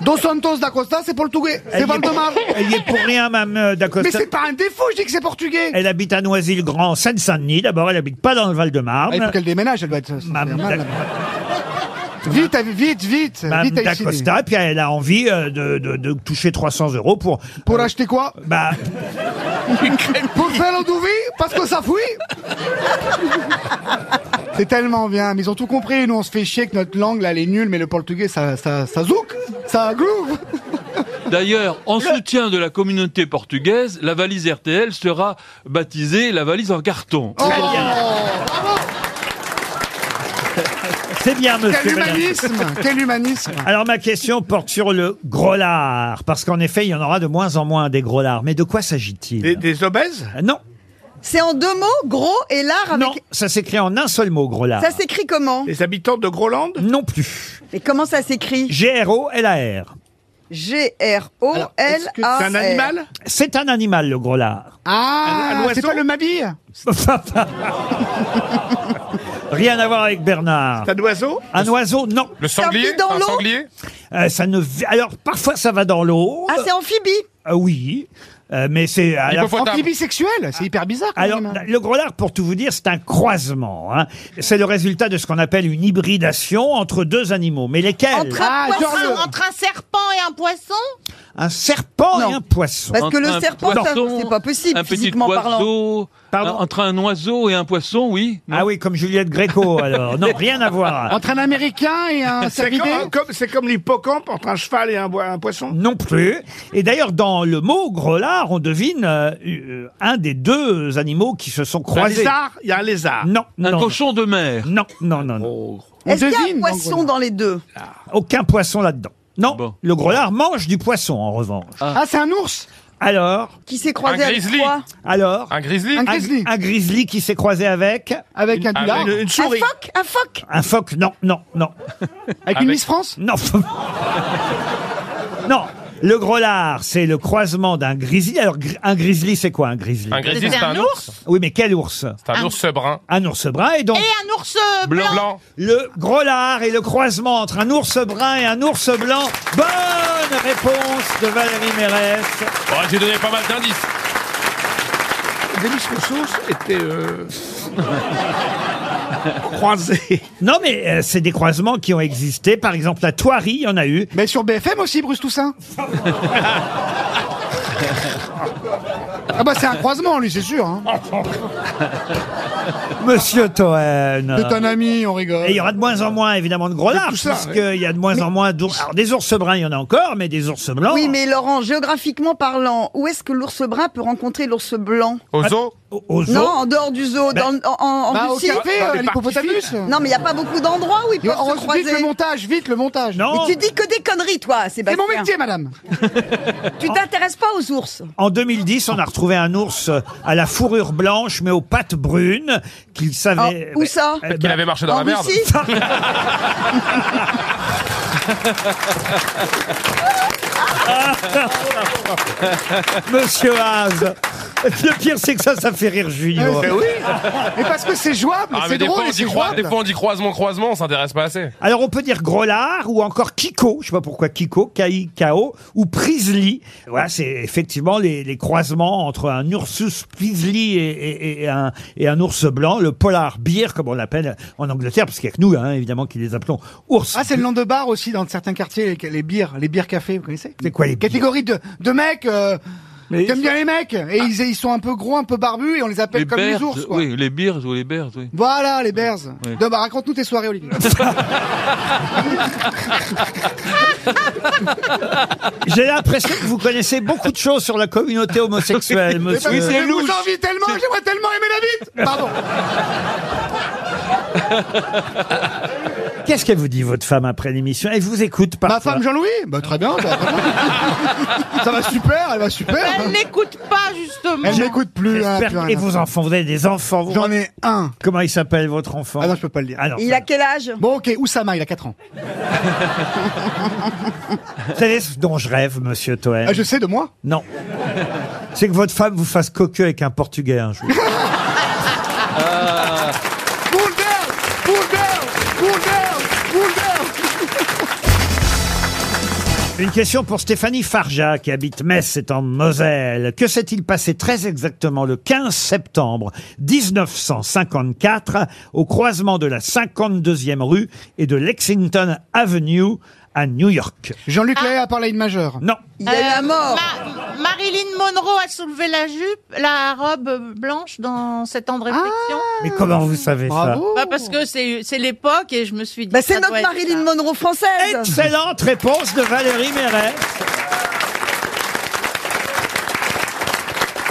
Dos Santos da Costa, c'est portugais.
elle y
C'est
est-
Valdemar.
elle y est pour rien, même
Mais
Dacosta.
c'est pas un défaut, je dis que c'est portugais.
Elle habite à Noisy-le-Grand, Seine-Saint-Denis. D'abord, elle habite pas dans
Ah,
le
il faut
Val-de-Marne.
qu'elle déménage, elle doit être.
Mme
mal.
Dac-
Vite, à- vite, vite,
Mme
vite à Issy.
Dacosta, puis elle a envie euh, de, de, de toucher 300 euros pour.
Pour acheter quoi
Bah,
Pour faire l'endouvi Parce que ça fouille C'est tellement bien, mais ils ont tout compris. Nous, on se fait chier que notre langue, là, elle est nulle, mais le portugais, ça, ça, ça zouk, ça groove.
D'ailleurs, en soutien de la communauté portugaise, la valise RTL sera baptisée la valise en carton.
Oh,
c'est bien,
quel
monsieur. madame.
humanisme Quel humanisme
Alors ma question porte sur le gros lard, parce qu'en effet, il y en aura de moins en moins des gros lards. Mais de quoi s'agit-il
Des, des obèses
Euh, Non,
C'est en deux mots, gros et lard avec.
non, ça s'écrit en un seul mot, gros lard.
Ça s'écrit comment
Des habitants de Groland
Non plus.
Mais comment ça s'écrit
G-R-O-L-A-R.
Alors, est-ce que
G-R-O-L-A.
C'est un animal
C'est un animal, le gros lard.
Un- un
Ah,
oiseau
c'est pas le mabille
Rien à voir avec Bernard.
C'est un oiseau
Un oiseau, non.
Le sanglier
pied dans
Un
l'eau
sanglier
Euh, ça ne. vi- Alors parfois ça va dans l'eau.
Ah, c'est amphibie
Euh, oui, Euh, mais c'est à la
Hippopotame.
Amphibisexuel C'est hyper bizarre, quand
Alors,
même. hein.
le gros lard, pour tout vous dire, c'est un croisement. hein. C'est le résultat de ce qu'on appelle une hybridation entre deux animaux. Mais lesquels
Entre
Ah,
un
genre
poisson.
le-
Entre un serpent et un poisson
Un serpent
Non.
et un poisson.
Parce que
Entre
le
un
serpent, ça-
poisson,
c'est pas possible,
Un petit
physiquement parlant.
oiseau,
Pardon
un- entre un oiseau et un poisson, oui.
Ah oui, comme Juliette Gréco, alors. Non, rien à voir.
Entre un américain et un
C'est
cervidé
comme, comme- c'est comme l'hippocampe entre un cheval et un, boi- un poisson
Non plus. Et d'ailleurs, dans le mot gros lard, on devine euh, euh, un des deux animaux qui se sont
Un
croisés.
lézard Il y a un lézard.
Non,
Un
non,
cochon de mer.
non, non, non, non.
On
Oh. Est-ce qu'il y a un
devine, en gros,
poisson
là.
dans les deux
Aucun poisson là-dedans. Non,
Bon.
le gros lard mange du poisson, en revanche.
Ah, c'est un ours
Alors,
Qui s'est croisé
Un
avec
grizzly.
quoi
alors,
Un grizzly
Un
un-
grizzly.
un grizzly qui s'est croisé avec
Avec un
avec
dollar
Une, une
Un
souris.
phoque Un phoque
Un phoque, non, non, non,
Avec une Miss France
non. non. Le grelard, c'est le croisement d'un grizzly. Alors, gr- un grizzly, c'est quoi un grizzly
Un grizzly, c'est un C'est un ours
Oui, mais quel ours
C'est un ours brun.
Un ours brun et donc...
Et un ours euh, blanc.
Le grelard et le croisement entre un ours brun et un ours blanc. Bonne réponse de Valérie Mérès.
Oh, J'ai donné pas mal d'indices.
Denis Roussos était euh, croisé.
Non, mais euh, c'est des croisements qui ont existé. Par exemple, la Toirie, il y en a eu.
Mais sur BFM aussi, Bruce Toussaint. ah bah c'est un croisement, lui, c'est sûr. hein.
Monsieur Toen.
C'est un ami, on rigole.
Et il y aura de moins en moins, évidemment, de grelards,
Mais tout ça,
puisqu'il y a de moins en moins d'ours. Alors, des ours bruns, il y en a encore, mais des ours blancs.
Oui, mais Laurent, géographiquement parlant, où est-ce que l'ours brun peut rencontrer l'ours blanc
Au zoo
Ah, Au- Au zoo.
Non, en dehors du zoo,
Ben-
dans, en, en
Bah, au
Russie.
café,
Dans
euh,
les
l'hippopotamus.
Non, mais il n'y a pas beaucoup d'endroits où ils
Et
peuvent
on-
se
on- Vite
croiser.
le montage, vite le montage.
Non.
Mais tu dis que des conneries, toi,
C'est
Sébastien.
mon métier, madame.
Tu t'intéresses pas aux ours.
En 2010, on a retrouvé un ours à la fourrure blanche, mais aux pattes brunes, qu'il savait.
Ah, où ça
Eh
Qu'il
ben,
avait marché dans
en
la merde.
Russie
Monsieur Haas. Le pire, c'est que ça, ça fait rire Junior.
oui. Mais parce que c'est jouable,
Ah, mais
c'est
des fois,
drôle
on
et
dit
c'est
croise,
jouable.
des fois, on dit croisement, croisement, on s'intéresse pas assez.
Alors, on peut dire grelard ou encore Kiko, je sais pas pourquoi Kiko, K-I-K-O, ou Prisli. Voilà, c'est effectivement les, les croisements entre un Ursus Prisli et, et- et un, et un ours blanc, le polar bear, comme on l'appelle en Angleterre, parce qu'il y a que nous, hein, évidemment, qui les appelons ours.
Ah, c'est le nom de bar aussi dans certains quartiers, les, les bières, les bières cafés, vous connaissez
C'est quoi les bières
Catégorie de, de mecs euh,
Mais-
qui aiment bien les mecs. Et
Ah.
ils, ils sont un peu gros, un peu barbus, et on les appelle
Les
comme
bears,
les ours, quoi.
oui, les bears ou les bears, oui.
Voilà, les bears.
Oui.
Donc, bah, raconte-nous tes soirées, Olivier.
J'ai l'impression que vous connaissez beaucoup de choses sur la communauté homosexuelle,
Mais parce
monsieur.
que Eh ben, je vous envie tellement, j'aimerais tellement aimer
Ah.
la bite Pardon.
Qu'est-ce qu'elle vous dit, votre femme, après l'émission Elle vous écoute pas.
Ma femme Jean-Louis Bah, très bien. ça va très bien. ça va super, elle va super.
Elle n'écoute pas, justement.
Elle m'écoute plus. hein, plus rien
Et
à
vos
faire.
enfants, vous avez des enfants. vous-
J'en ai un.
Comment il s'appelle, votre enfant
Ah non, je peux pas le dire.
Alors,
Il a quel âge
Bon, ok, Oussama, il a 4 ans.
vous savez ce dont je rêve, monsieur Toen
Ah, je sais de moi.
Non. C'est que votre femme vous fasse coqueux avec un Portugais un jour.
Ah.
Cool down, cool down, cool down, cool down.
Une question pour Stéphanie Farja, qui habite Metz, c'est en Moselle. Que s'est-il passé très exactement le 15 septembre 1954 au croisement de la 52e rue et de Lexington Avenue à New York
Jean-Luc Lahaye a parlé une majeure.
Non.
Il y a eu
Euh,
la mort.
Ma- Marilyn Monroe a soulevé la jupe, la robe blanche dans sept ans de
Ah.
réflexion.
Mais comment vous savez
Bravo.
Bah, parce que c'est c'est l'époque et je me suis dit.
Bah, c'est
ça
notre
doit être
Marilyn
ça.
Monroe
ça
française.
Excellente réponse de Valérie Mérès.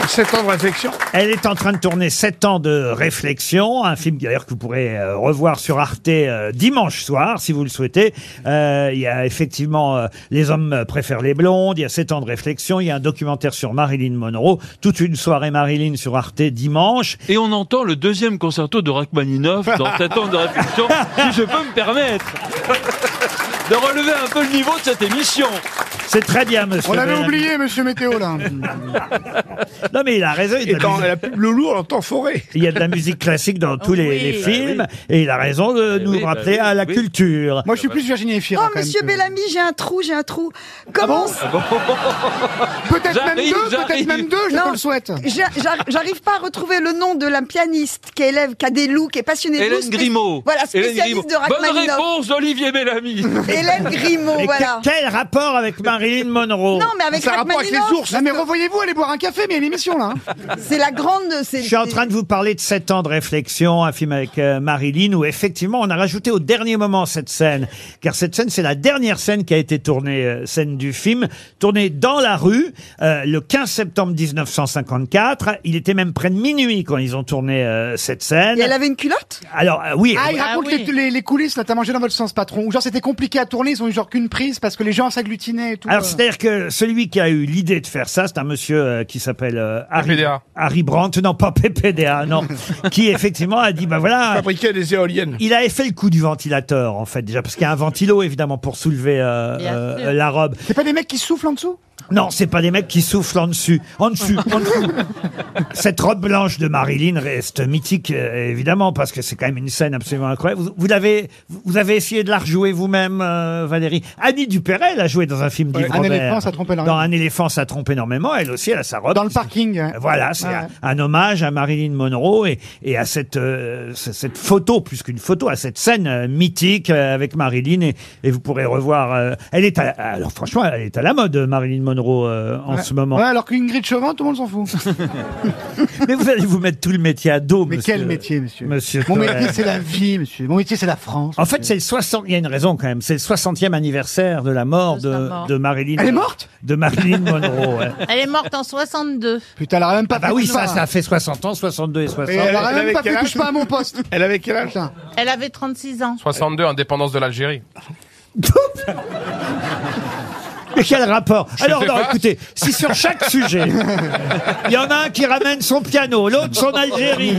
7 ans de réflexion.
Elle est en train de tourner 7 ans de réflexion, un film d'ailleurs que vous pourrez euh, revoir sur Arte euh, dimanche soir si vous le souhaitez. Euh, Il y a effectivement euh, Les hommes préfèrent les blondes, il y a 7 ans de réflexion, il y a un documentaire sur Marilyn Monroe, toute une soirée Marilyn sur Arte dimanche.
Et on entend le deuxième concerto de Rachmaninoff dans cette ans de réflexion, si je peux me permettre de relever un peu le niveau de cette émission.
C'est très bien monsieur.
On l'avait
Bellamy.
oublié, monsieur Météo, là.
Non mais il a raison, il y
Et
a de la
dans
musique,
la pub Le Loup, on l'entend forêt.
il y a de la musique classique dans tous les,
oui.
les
Bah
films et il a raison de
Eh
nous
oui, bah
rappeler
oui,
à la
oui.
culture.
Moi, je suis plus Virginie Efira.
Oh,
quand même,
monsieur
que- Ah
Bellamy, j'ai un trou, j'ai un trou. Comment
bon Peut-être même
Ah J'arrive,
deux, peut-être
j'arrive.
même deux, je
Non.
te le souhaite.
J'ai- j'ar- J'arrive pas à retrouver le nom de la pianiste qui élève, qui a des loups, qui est passionnée de
Hélène
loups.
Grimaud.
Voilà,
Hélène
spécialiste de
Bonne
Rachmaninoff.
réponse d'Olivier Bellamy.
Hélène Grimaud,
Et
voilà.
quel rapport avec Marilyn Monroe
Non, mais avec
Ça a rapport avec les
Rachmaninoff,
ours.
Non, mais revoyez-vous, allez boire un café, mais il y a une émission, là. hein.
c'est la grande. c'est-
Je suis en train de vous parler de 7 ans de réflexion, un film avec euh, Marilyn, où effectivement on a rajouté au dernier moment cette scène. Car cette scène, c'est la dernière scène qui a été tournée, euh, scène du film, tournée dans la rue euh, le 15 septembre 1954. Il était même près de minuit quand ils ont tourné euh, cette
Et
scène.
elle avait une culotte
Alors euh, oui,
Ah, il
Ah
raconte
oui.
les, les- les coulisses, notamment, j'ai dans votre sens, patron. Ou genre, c'était compliqué à tourné, ils ont eu genre qu'une prise parce que les gens s'agglutinaient et tout.
Alors,
euh.
c'est-à-dire que celui qui a eu l'idée de faire ça, c'est un monsieur euh, qui s'appelle euh, Harry,
PPDA.
Harry Brandt, non pas PPDA, non, qui effectivement a dit, bah voilà,
Fabriquer des éoliennes.
il avait fait le coup du ventilateur, en fait, déjà, parce qu'il y a un ventilo, évidemment, pour soulever euh,
Bien
euh,
sûr.
la robe.
C'est pas des mecs qui soufflent en dessous
Non, c'est pas des mecs qui soufflent en dessus. En dessus, en dessous. Cette robe blanche de Marilyn reste mythique, euh, évidemment, parce que c'est quand même une scène absolument incroyable. Vous, vous l'avez, vous avez essayé de la rejouer vous-même, euh, Valérie. Annie Duperel a joué dans un film
Ouais.
d'Yves
Un
Robert.
éléphant, ça trompe énormément.
Dans Un éléphant, ça trompe énormément. Elle aussi, elle a sa robe.
Dans le parking. ouais.
Voilà, c'est
Ouais,
un,
ouais.
un hommage à Marilyn Monroe et, et à cette, euh, c- cette photo, plus qu'une photo, à cette scène euh, mythique euh, avec Marilyn. Et, et vous pourrez revoir. euh, elle est à, alors franchement, elle est à la mode, Marilyn Monroe, euh, en
Ouais.
ce moment.
Ouais, alors qu'Ingrid Chauvin, tout le monde s'en fout.
Mais vous allez vous mettre tout le métier à dos,
Mais
monsieur.
quel métier, monsieur
Monsieur
Mon
Toen.
métier, c'est la vie, monsieur. Mon métier, c'est la France.
En fait, c'est le 60. Il y a une raison quand même. C'est le 60e anniversaire de la mort de,
mort.
de Marilyn.
Elle est morte
De Marilyn Monroe. ouais.
Elle est morte en 62.
Putain, elle a même pas
Ah bah
fait
oui,
touche
ça,
pas.
ça a fait 60 ans, 62 et 60.
Et elle a
Elle avait
même pas
quel
fait
âge
touche pas à mon poste.
Elle avait quel âge
Putain.
Elle avait 36 ans.
62, indépendance de l'Algérie.
Mais quel rapport Alors,
sais
non,
pas.
écoutez, si sur chaque sujet, il y en a un qui ramène son piano, l'autre son Algérie,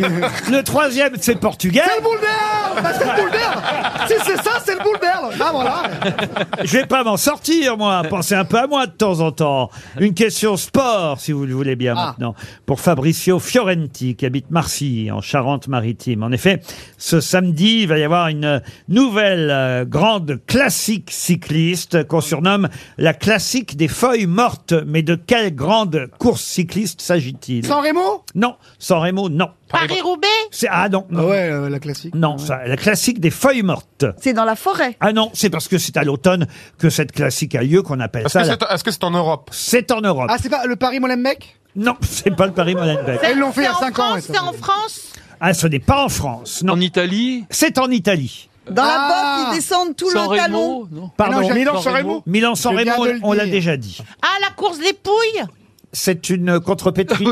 le troisième c'est portugais,
C'est le boule d'air Bah, C'est le boule d'air Si c'est ça, c'est le boule d'air Ah voilà
je vais pas m'en sortir, moi. Pensez un peu à moi de temps en temps. Une question sport, si vous le voulez bien
Ah.
maintenant, pour Fabricio Fiorenti, qui habite Marcy, en Charente-Maritime. En effet, ce samedi, il va y avoir une nouvelle euh, grande classique cycliste qu'on surnomme la classique des feuilles mortes. Mais de quelle grande course cycliste s'agit-il
Sans Remo
Non, San Remo, non.
Paris-Roubaix
C'est ah non,
Ah
non,
ouais, euh, la classique.
non, ça, la classique des feuilles mortes.
C'est dans la forêt.
Ah non, c'est parce que c'est à l'automne que cette classique a lieu qu'on appelle
Est-ce
ça.
que
la-
c'est est-ce que c'est en Europe
C'est en Europe.
Ah, c'est pas le Paris-Molenbeek
Non, c'est pas le Paris Molenbeek.
C'est-
Ils l'ont fait il y a
c'est en
cinq ans,
France,
ouais, ça.
C'est en France
Ah, ce n'est pas en France. Non,
En Italie
c'est en Italie.
Dans
Ah.
la botte, ils descendent tout
San
le talon.
Remo Non.
Pardon.
non, j'ai-
Milan
San
San
Remo.
Remo
Milan San
Je viens
Remo,
de le
on l'a
dire.
déjà dit.
Ah, la course des pouilles
C'est une contrepétrie.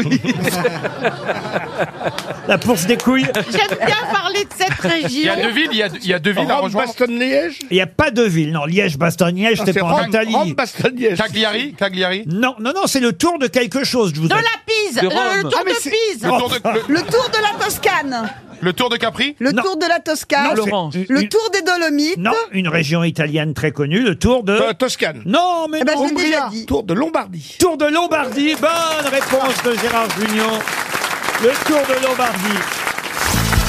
La course des couilles.
J'aime bien parler de cette
Il y
région.
a deux villes, il y a, il y a deux villes à
Rome,
rejoindre.
Bastogne, Liège Ah,
Il n'y a pas de ville. Non, Liège, Bastogne, Liège, c'est
C'est
pas en
Rome,
Italie.
Rome, Bastogne, Liège.
Cagliari, Cagliari.
Non, non, non, c'est le tour de quelque chose. Je vous
De
ai-
la Pise
De
Le, le
Rome.
tour
Ah, mais c'est-
de Pise
Le tour de, le-
Le tour de la Toscane.
le tour de Capri.
Le
Non.
tour de la Toscane.
Non, c'est-
Laurence.
Le tour des Dolomites.
Non, une région italienne très connue, le tour de.
Euh, Toscane.
Non, mais
Eh ben,
non.
je l'ai déjà
Umbria.
dit.
Tour de Lombardie.
Tour de Lombardie, bonne réponse de Gérard Junior. Le Tour de Lombardie.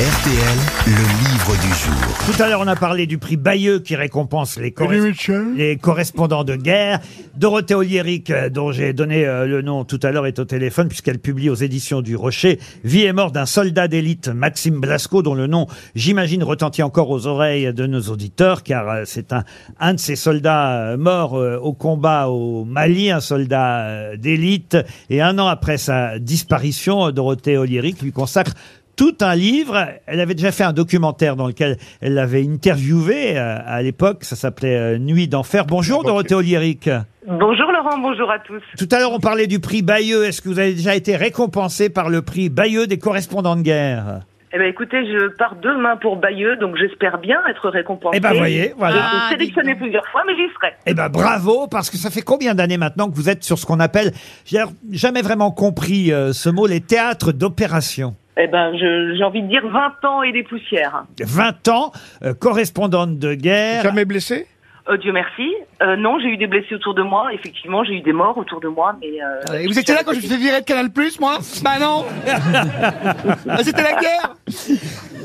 RTL, le livre du jour.
Tout à l'heure, on a parlé du prix Bayeux qui récompense les, corres-
Elie Mitchell.
les correspondants de guerre. Dorothée Oliéric, euh, dont j'ai donné euh, le nom tout à l'heure, est au téléphone puisqu'elle publie aux éditions du Rocher Vie et mort d'un soldat d'élite, Maxime Blasco, dont le nom, j'imagine, retentit encore aux oreilles de nos auditeurs, car euh, c'est un, un de ces soldats euh, morts euh, au combat au Mali, un soldat euh, d'élite. Et un an après sa disparition, euh, Dorothée Oliéric lui consacre tout un livre. Elle avait déjà fait un documentaire dans lequel elle l'avait interviewé euh, à l'époque. Ça s'appelait euh, Nuit d'enfer. Bonjour Dorothée Oliéric.
Bonjour Laurent, bonjour à tous.
Tout à l'heure, on parlait du prix Bayeux. Est-ce que vous avez déjà été récompensé par le prix Bayeux des correspondants de guerre
Eh ben écoutez, je pars demain pour Bayeux, donc j'espère bien être récompensé.
Eh ben, voyez, voilà.
Ah,
J'ai été sélectionnée plusieurs fois, mais j'y serai.
Eh ben bravo, parce que ça fait combien d'années maintenant que vous êtes sur ce qu'on appelle, j'ai jamais vraiment compris euh, ce mot, les théâtres d'opération
Eh ben, je- j'ai envie de dire 20 ans et des poussières.
20 ans, euh, correspondante de guerre.
Jamais blessé
Euh, Dieu merci. Euh, non, j'ai eu des blessés autour de moi. Effectivement, j'ai eu des morts autour de moi, mais. euh,
Et vous étiez là quand je me suis fait virer de Canal Plus, moi Bah non Ah, C'était la guerre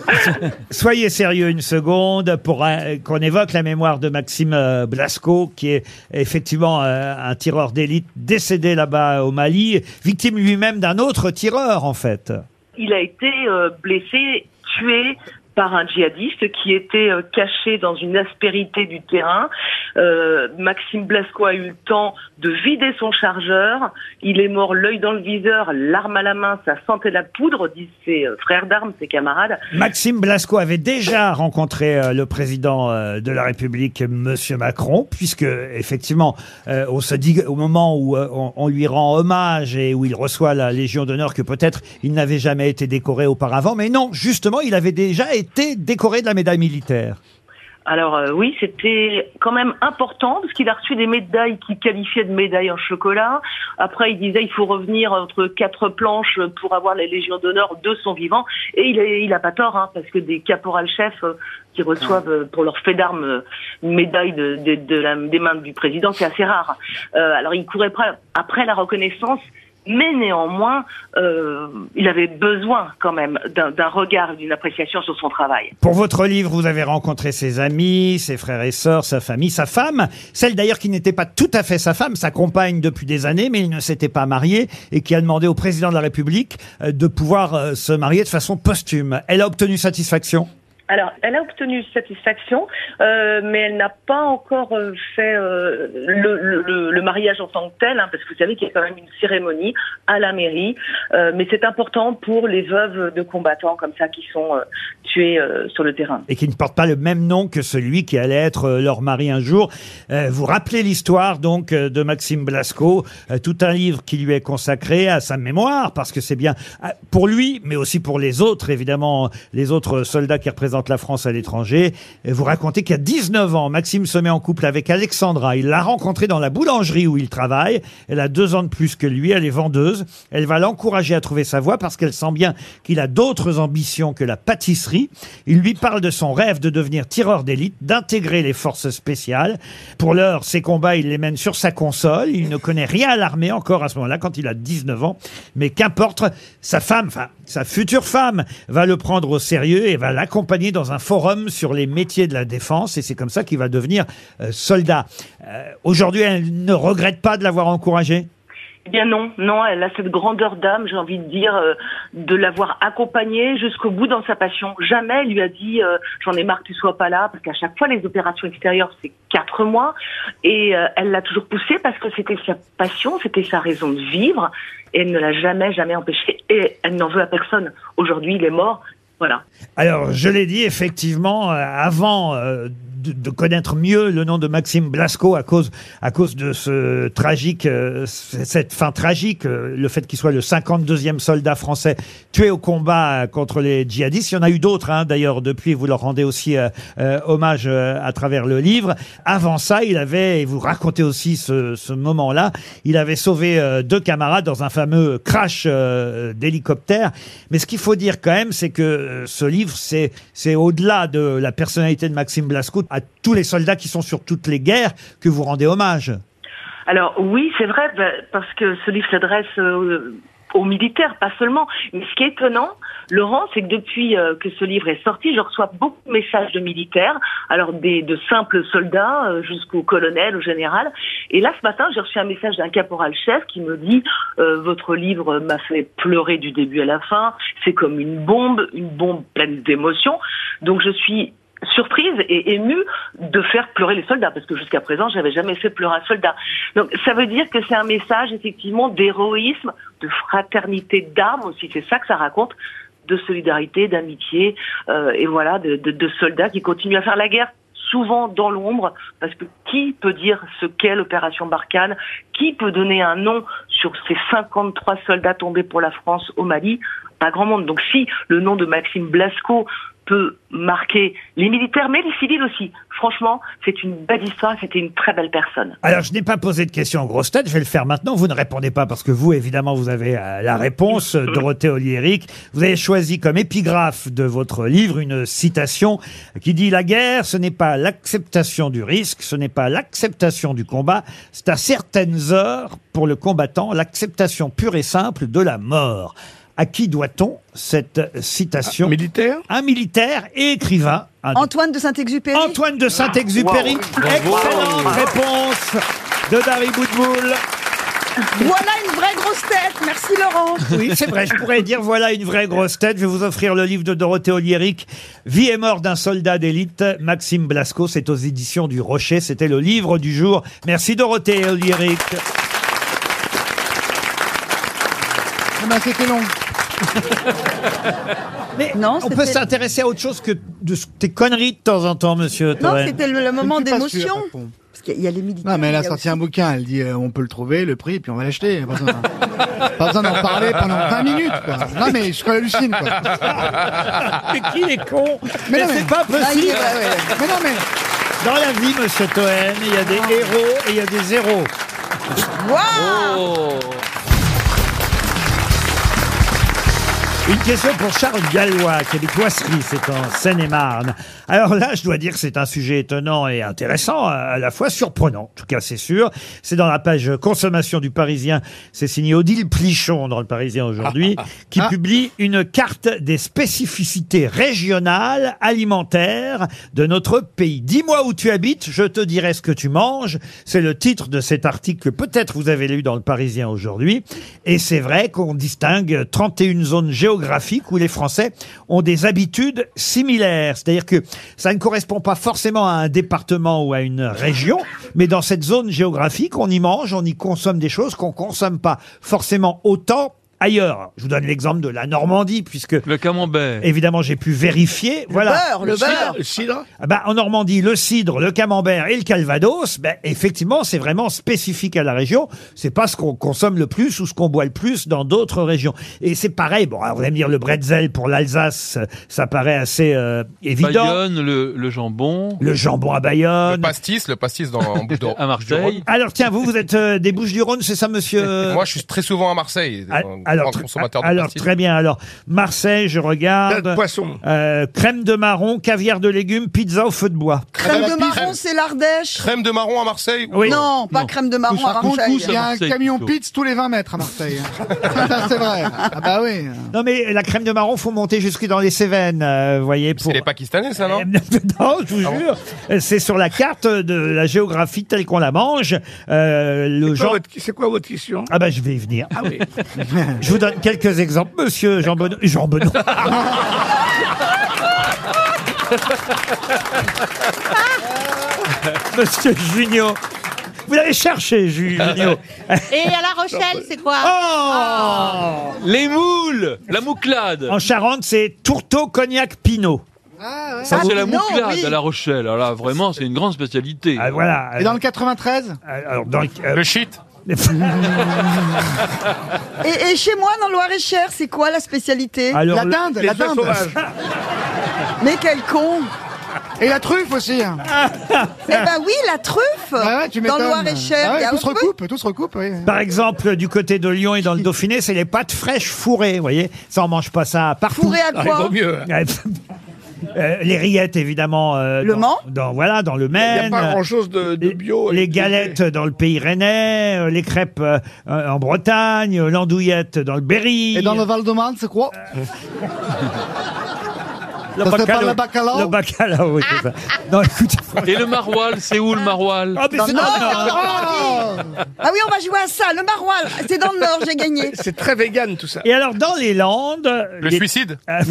Soyez sérieux une seconde pour euh, qu'on évoque la mémoire de Maxime euh, Blasco, qui est effectivement euh, un tireur d'élite décédé là-bas au Mali, victime lui-même d'un autre tireur en fait.
Il a été euh, blessé, tué par un djihadiste qui était euh, caché dans une aspérité du terrain. Euh, Maxime Blasco a eu le temps de vider son chargeur. Il est mort l'œil dans le viseur, l'arme à la main, ça sentait la poudre, disent ses euh, frères d'armes, ses camarades.
Maxime Blasco avait déjà rencontré euh, le président euh, de la République, Monsieur Macron, puisque effectivement, euh, on se dit au moment où euh, on, on lui rend hommage et où il reçoit la Légion d'honneur que peut-être il n'avait jamais été décoré auparavant, mais non, justement, il avait déjà été décoré de la médaille militaire.
Alors euh, oui, c'était quand même important parce qu'il a reçu des médailles qu'il qualifiait de médailles en chocolat. Après, il disait il faut revenir entre quatre planches pour avoir la Légion d'honneur de son vivant. Et il est- il a pas tort hein, parce que des caporals-chefs euh, qui reçoivent euh, pour leur fait d'armes euh, une médaille de, de- de la- des mains du président, c'est assez rare. Euh, alors il courait pas- après la reconnaissance. Mais néanmoins, euh, il avait besoin quand même d'un d'un regard, d'une appréciation sur son travail.
Pour votre livre, vous avez rencontré ses amis, ses frères et sœurs, sa famille, sa femme, celle d'ailleurs qui n'était pas tout à fait sa femme, sa compagne depuis des années, mais il ne s'était pas marié et qui a demandé au président de la République euh, de pouvoir euh, se marier de façon posthume. Elle a obtenu satisfaction
Alors, elle a obtenu satisfaction, euh, mais elle n'a pas encore euh, fait euh, le, le- le- le mariage en tant que tel, hein, parce que vous savez qu'il y a quand même une cérémonie à la mairie. euh, mais c'est important pour les veuves de combattants comme ça qui sont euh, tués euh, sur le terrain.
et qui ne porte pas le même nom que celui qui allait être euh, leur mari un jour. Euh, vous rappelez l'histoire donc euh, de Maxime Blasco, euh, tout un livre qui lui est consacré à sa mémoire parce que c'est bien euh, pour lui, mais aussi pour les autres évidemment, les autres soldats qui représentent la France à l'étranger. Et Vous racontez qu'il y a 19 ans, Maxime se met en couple avec Alexandra. Il l'a rencontrée dans la boulangerie où il travaille. Elle a deux ans de plus que lui. Elle est vendeuse. Elle va l'encourager à trouver sa voie parce qu'elle sent bien qu'il a d'autres ambitions que la pâtisserie. Il lui parle de son rêve de devenir tireur d'élite, d'intégrer les forces spéciales. Pour l'heure, ses combats, il les mène sur sa console. Il ne connaît rien à l'armée encore à ce moment-là quand il a 19 ans. Mais qu'importe, sa femme, enfin, sa future femme va le prendre au sérieux et va l'accompagner dans un forum sur les métiers de la défense. Et c'est comme ça qu'il va devenir euh, soldat. Euh, Aujourd'hui, elle ne regrette pas de l'avoir encouragé.
Eh bien non, non, elle a cette grandeur d'âme, j'ai envie de dire, euh, de l'avoir accompagnée jusqu'au bout dans sa passion. Jamais elle lui a dit euh, j'en ai marre que tu sois pas là, parce qu'à chaque fois les opérations extérieures c'est quatre mois, et euh, elle l'a toujours poussée parce que c'était sa passion, c'était sa raison de vivre, et elle ne l'a jamais, jamais empêchée, et elle n'en veut à personne. Aujourd'hui il est mort, voilà.
Alors, je l'ai dit, effectivement, euh, avant euh, de, de connaître mieux le nom de Maxime Blasco à cause, à cause de ce tragique, euh, c- cette fin tragique, euh, le fait qu'il soit le 52e soldat français tué au combat euh, contre les djihadistes. Il y en a eu d'autres, hein, d'ailleurs, depuis, vous leur rendez aussi euh, euh, hommage euh, à travers le livre. Avant ça, il avait, et vous racontez aussi ce, ce moment-là, il avait sauvé euh, deux camarades dans un fameux crash euh, d'hélicoptère. Mais ce qu'il faut dire quand même, c'est que euh, ce livre, c'est c'est au-delà de la personnalité de Maxime Blasco, à tous les soldats qui sont sur toutes les guerres, que vous rendez hommage.
Alors oui, c'est vrai, bah, parce que ce livre s'adresse euh, aux militaires, pas seulement. Mais ce qui est étonnant, Laurent, c'est que depuis euh, que ce livre est sorti, je reçois beaucoup de messages de militaires, alors des, de simples soldats euh, jusqu'au colonel, au général. Et là, ce matin, j'ai reçu un message d'un caporal-chef qui me dit euh, Votre livre m'a fait pleurer du début à la fin. C'est comme une bombe, une bombe pleine d'émotions. » Donc je suis surprise et émue de faire pleurer les soldats parce que jusqu'à présent j'avais jamais fait pleurer un soldat donc ça veut dire que c'est un message effectivement d'héroïsme de fraternité d'âme aussi c'est ça que ça raconte de solidarité d'amitié euh, et voilà de, de- de soldats qui continuent à faire la guerre souvent dans l'ombre parce que qui peut dire ce qu'est l'opération Barkhane qui peut donner un nom sur ces 53 soldats tombés pour la France au Mali pas grand monde donc si le nom de Maxime Blasco peut marquer les militaires, mais les civils aussi. Franchement, c'est une belle histoire, c'était une très belle personne.
Alors, je n'ai pas posé de question en grosse tête, je vais le faire maintenant. Vous ne répondez pas parce que vous, évidemment, vous avez euh, la réponse, euh, Dorothée Oliéric. Vous avez choisi comme épigraphe de votre livre une citation qui dit « La guerre, ce n'est pas l'acceptation du risque, ce n'est pas l'acceptation du combat, c'est à certaines heures, pour le combattant, l'acceptation pure et simple de la mort. » À qui doit-on cette citation Un
militaire
Un militaire et écrivain. Un
Antoine de Saint-Exupéry.
Antoine de Saint-Exupéry. Excellente réponse de Dari Boudboul.
Voilà une vraie grosse tête. Merci Laurent.
Oui, c'est vrai, je pourrais dire voilà une vraie grosse tête. Je vais vous offrir le livre de Dorothée Oliéric, Vie et mort d'un soldat d'élite, Maxime Blasco. C'est aux éditions du Rocher. C'était le livre du jour. Merci Dorothée Oliéric.
Ah ben, c'était long.
non,
On peut
c'était-
s'intéresser à autre chose que de ce- tes conneries de temps en temps, monsieur
Non,
Toen.
c'était le, le moment
Je ne suis pas sûr,
d'émotion.
par contre.
Parce qu'il y a les militaires.
Non, mais elle
il
a
y a
sorti un bouquin. Elle dit euh, on peut le trouver, le prix, et puis on va l'acheter. Pas besoin d'en- Pas besoin d'en parler pendant 20 minutes. Quoi. Non, mais je hallucine. Quoi.
Mais qui est con
Mais
Mais,
non, mais-
c'est pas
Ah, il
possible
est- ouais, ouais. Mais non, mais.
Dans la vie, monsieur Toen, il y a des héros et il y a des zéros. Oh. Une question pour Charles Gallois, qui habite Boisserie, c'est en Seine-et-Marne. Alors là, je dois dire que c'est un sujet étonnant et intéressant, à la fois surprenant, en tout cas c'est sûr. C'est dans la page Consommation du Parisien, c'est signé Odile Plichon dans le Parisien aujourd'hui, qui publie une carte des spécificités régionales alimentaires de notre pays. Dis-moi où tu habites, je te dirai ce que tu manges. C'est le titre de cet article que peut-être vous avez lu dans le Parisien aujourd'hui. Et c'est vrai qu'on distingue 31 zones géographiques où les Français ont des habitudes similaires. C'est-à-dire que ça ne correspond pas forcément à un département ou à une région, mais dans cette zone géographique, on y mange, on y consomme des choses qu'on consomme pas forcément autant ailleurs. Je vous donne l'exemple de la Normandie, puisque
Le camembert.
évidemment j'ai pu vérifier. voilà.
cidre.
Ah bah, en Normandie, le cidre, le camembert et le calvados, ben, effectivement, c'est vraiment spécifique à la région. C'est pas ce qu'on consomme le plus ou ce qu'on boit le plus dans d'autres régions. Et c'est pareil. Bon, alors, vous allez me dire le bretzel pour l'Alsace, euh, ça paraît assez euh, évident.
Bayonne, le, le jambon.
Le jambon à Bayonne.
Le pastis, le pastis dans, en bouche
À Marseille.
Alors tiens, vous, vous êtes euh, des Bouches-du-Rhône, c'est ça, monsieur euh,
Moi, je suis très souvent à Marseille,
Ah,
un
alors, tr-
grand consommateur de
alors,
pastis.
très bien. Alors, Marseille, je regarde.
Date poisson.
Euh, crème de marron, caviar de légumes, pizza au feu de bois.
Crème de marron,
crème.
c'est l'Ardèche.
Crème de marron à Marseille
Oui.
Non, pas crème de marron à Marseille.
Il y a un
Marseille,
camion
plutôt.
pizza tous les 20 mètres à Marseille. Ça, c'est vrai. Ah bah oui.
Non mais la crème de marron, faut monter jusque dans les Cévennes, euh, vous voyez. Pour...
C'est les Pakistanais, ça, non
non, je vous
Ah bon
jure, c'est sur la carte de la géographie telle qu'on la mange. euh, le genre.
C'est quoi votre question
Ah bah je vais y venir.
Ah oui.
Je vous donne quelques exemples, Monsieur Jean Benoît. Jean Benoît. Monsieur Junio. Vous l'avez cherché, Ju- Junio.
Et à La Rochelle, c'est quoi Ah.
Oh
Les moules. La mouclade.
en Charente, c'est tourteau, cognac, pinot.
Ça,
Ah,
c'est la
non,
mouclade
oui.
à La Rochelle. Alors là, vraiment, c'est une grande spécialité.
Ah, voilà.
Et dans le 93
Alors, dans le- euh,
Le shit
Et, et chez moi, dans le Loir-et-Cher, c'est quoi la spécialité
alors,
La
le-
dinde,
Les
la
œufs
dinde.
sauvages.
Mais quel con
Et la truffe aussi. Ah
Eh ben oui, la truffe
ouais, tu
Dans
m'étonnes.
le Loir-et-Cher,
Ah
il
ouais,
y a
tout
un
se
peu-
recoupe, tout se recoupe, oui.
Par exemple, du côté de Lyon et dans le Dauphiné, c'est les pâtes fraîches fourrées, vous voyez. Ça, on mange pas ça partout.
fourré à
Ah, il vaut
quoi
mieux. hein.
Ouais. Euh, les rillettes, évidemment. euh,
Le
dans-
Mans
dans, Voilà, dans le
Il n'y a
Maine.
pas grand-chose de, de bio.
les galettes dans le pays rennais, euh, les crêpes euh, euh, en Bretagne, euh, l'andouillette dans le Berry.
Et dans le Val-de-Marne, c'est quoi
le
Ça s'appelle
bacalao.
le bacalao
Le bacalao, oui, c'est ça. Non, écoute.
Et le maroilles, c'est où le maroilles
Ah, mais c'est
Non,
pas-
c'est en
Ah
Ah oui, on va jouer à ça, le maroilles. C'est dans le Nord, j'ai gagné.
C'est très vegan tout ça.
Et alors, dans les Landes.
Le
les- Ah,
suicide
Euh,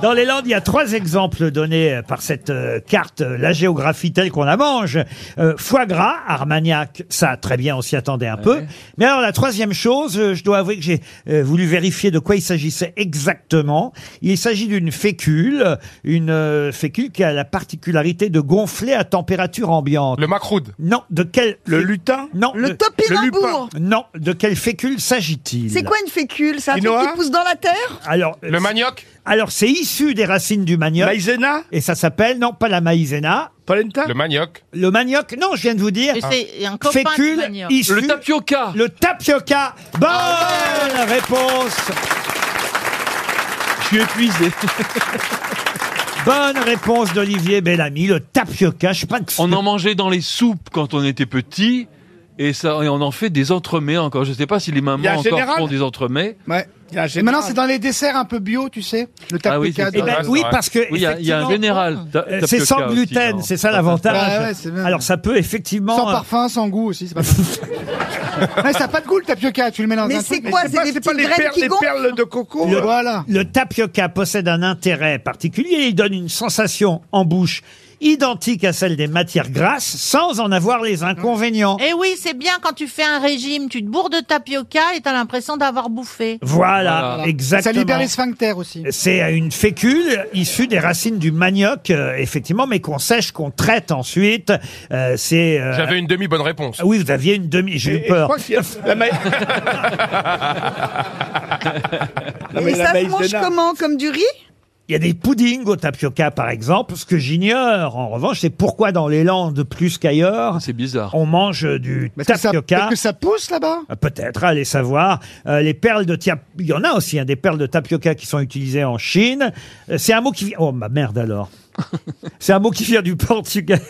Dans les Landes, il y a trois exemples donnés euh, par cette euh, carte, euh, la géographie telle qu'on la mange. Euh, foie gras, Armagnac, ça très bien, on s'y attendait un peu. Mais alors la troisième chose, euh, je dois avouer que j'ai euh, voulu vérifier de quoi il s'agissait exactement. Il s'agit d'une fécule, une euh, fécule qui a la particularité de gonfler à température ambiante.
Le macroude
Non, de quel
Le lutin
non,
Le
de-
topinambour
non, de quelle fécule s'agit-il
C'est quoi une fécule C'est un truc
Quinoa
qui pousse dans la terre
Alors, euh,
Le manioc
alors c'est issu des racines du manioc.
Maïzena
Et ça s'appelle, non pas la maïzena,
Polenta
Le manioc
le manioc, non, je viens de vous dire, Ah.
Et c'est- Il y a un copain qui
fécule,
manioc.
issu,
Le tapioca.
le tapioca. Bonne réponse,
Je suis épuisé.
bonne réponse d'Olivier Bellamy, le tapioca, je sais pas de
On en mangeait dans les soupes quand on était petit. Et, ça, et on en fait des entremets encore. Je ne sais pas si les
Il y a un
mamans encore
général
font des entremets.
Ouais. Et maintenant, c'est dans les desserts un peu bio, tu sais. Le
Ah oui,
tapioca.
c'est
Eh
dans-
ben,
Ouais, c'est
oui,
vrai.
parce que
Oui, il y a- il y, a un
effectivement,
général. ta-
euh, c'est
tapioca
sans
aussi, Ah,
gluten,
dans-
c'est ça
dans-
l'avantage.
Ouais, ouais, c'est bien.
Alors ça peut effectivement.
Sans
euh,
parfum, sans goût aussi, c'est pas mal. Mais ça n'a pas de goût le tapioca, tu le mets dans
Mais
un
c'est
truc.
quoi C'est
pas,
des
c'est pas
petites
les
graines
perles,
qui
les
gonflent
perles de coco
Le-
euh,
Voilà.
Le tapioca possède un intérêt particulier, il donne une sensation en bouche identique à celle des matières grasses sans en avoir les inconvénients.
Et Eh oui, c'est bien quand tu fais un régime, tu te bourres de tapioca et t'as l'impression d'avoir bouffé.
Voilà, exactement.
Ça libère les sphincters aussi.
C'est une fécule issue des racines du manioc, euh, effectivement, mais qu'on sèche, qu'on traite ensuite. Euh, c'est. euh,
J'avais une demi-bonne réponse.
Ah Oui, vous aviez une demi. J'ai eu
Et- et
peur.
je crois qu'il y a- la ma-
Ah,
Et ça se mange comment Comme du riz
Il y a des puddings au tapioca, par exemple. Ce que j'ignore, en revanche, c'est pourquoi dans les Landes, plus qu'ailleurs,
c'est bizarre.
On mange du tapioca.
Peut-être que ça pousse là-bas
Ah, Peut-être, allez savoir. Euh, les perles de tapioca, il y en a aussi, hein, des perles de tapioca qui sont utilisées en Chine. Euh, c'est un mot qui vient... Oh, ma merde alors. c'est un mot qui vient du portugais.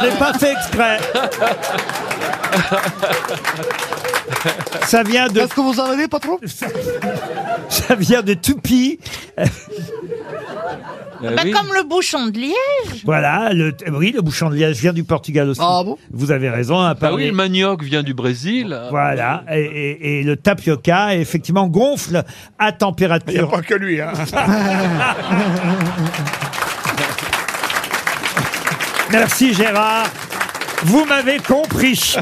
Je l'ai pas fait exprès. Ça vient de...
Est-ce que vous en avez pas trop
Ça vient de tupi.
Euh,
Bah, Comme le bouchon de Liège.
Voilà, le, oui, le bouchon de liège vient du Portugal aussi.
Ah bon
Vous avez raison, à
Bah oui,
parler.
le manioc vient du Brésil.
Voilà, et, et- et le tapioca effectivement gonfle à température.
Il n'y a pas que lui. Hein.
Merci Gérard. Vous m'avez compris.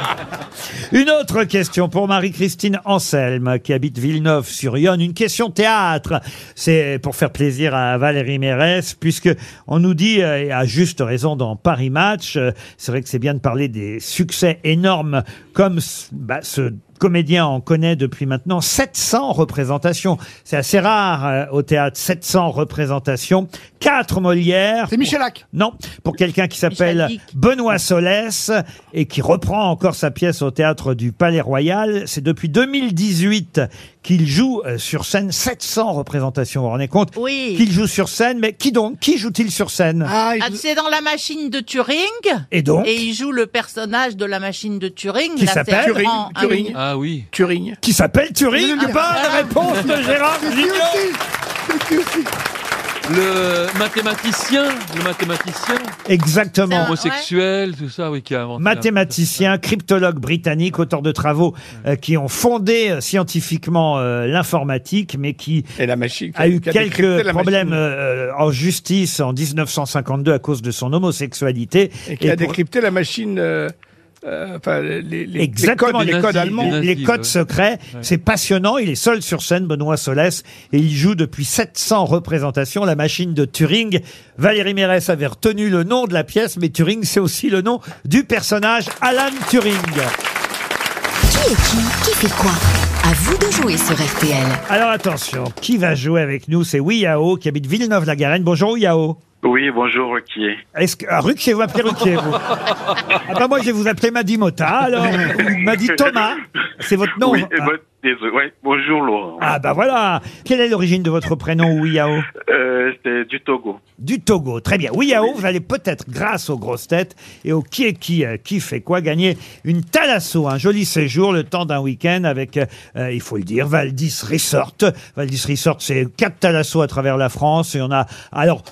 une autre question pour Marie-Christine Anselme qui habite Villeneuve-sur-Yonne. Une question théâtre. C'est pour faire plaisir à Valérie Mérès puisque on nous dit, euh, et à juste raison dans Paris Match, euh, c'est vrai que c'est bien de parler des succès énormes comme ce- bah, ce comédien en connaît depuis maintenant 700 représentations. C'est assez rare euh, au théâtre, 700 représentations. Quatre Molières. C'est
Michelac.
non, pour quelqu'un qui s'appelle
Dick.
Benoît Solès et qui reprend encore sa pièce au théâtre du Palais Royal, c'est depuis 2018 qu'il joue euh, sur scène 700 représentations, vous vous rendez compte
Oui.
Qu'il joue sur scène, mais qui donc Qui joue-t-il sur scène
Ah, il-
Ah, c'est dans la machine de Turing.
Et donc
Et il joue le personnage de la machine de Turing.
Qui
Là, c'est
s'appelle
un grand- un-
Ah oui.
Turing.
Qui s'appelle Turing
Il-
Bonne réponse de Gérard
C'est qui
Junior.
aussi C'est qui aussi
Le mathématicien, le mathématicien
Exactement.
C'est un-
homosexuel, tout ça, oui, qui a inventé.
mathématicien, cryptologue britannique, auteur de travaux euh, qui ont fondé euh, scientifiquement euh, l'informatique, mais qui
Et la machine.
a eu
qui décrypté
quelques
la
problèmes
machine.
euh, en justice en 1952 à cause de son homosexualité.
Et qui a
Et pour-
décrypté la machine. euh, euh, Enfin, les, les- les
Exactement,
codes, les
les
codes
nazis,
allemands.
les-
les
Nazi,
codes
ouais.
secrets, c'est passionnant. Il est seul sur scène, Benoît Solès, et il joue depuis 700 représentations la machine de Turing. Valérie Mérès avait retenu le nom de la pièce, mais Turing, c'est aussi le nom du personnage Alan Turing.
Qui est qui Qui fait quoi À vous de jouer sur RTL.
Alors attention, qui va jouer avec nous C'est Yao qui habite Villeneuve-la-Garenne. Bonjour Yao.
Oui, bonjour, Ruquier.
Est-ce que ah, Ruquier, vous appelez Ruquier, vous Ah bah moi je vais vous appeler Madi Mota, alors ou Madi Thomas, c'est votre nom
oui,
hein
eh ben, désolé. Ouais, bonjour, Laurent.
Ah bah voilà. Quelle est l'origine de votre prénom Yao
Euh, c'est du Togo.
Du Togo. Très bien. Oui, Yao, vous allez peut-être, grâce aux grosses têtes et au qui est qui, euh, qui fait quoi, gagner une Thalasso, un joli séjour le temps d'un week-end avec, euh, il faut le dire, Valdis Resort. Valdis Resort, c'est quatre Thalasso à travers la France et on a, alors,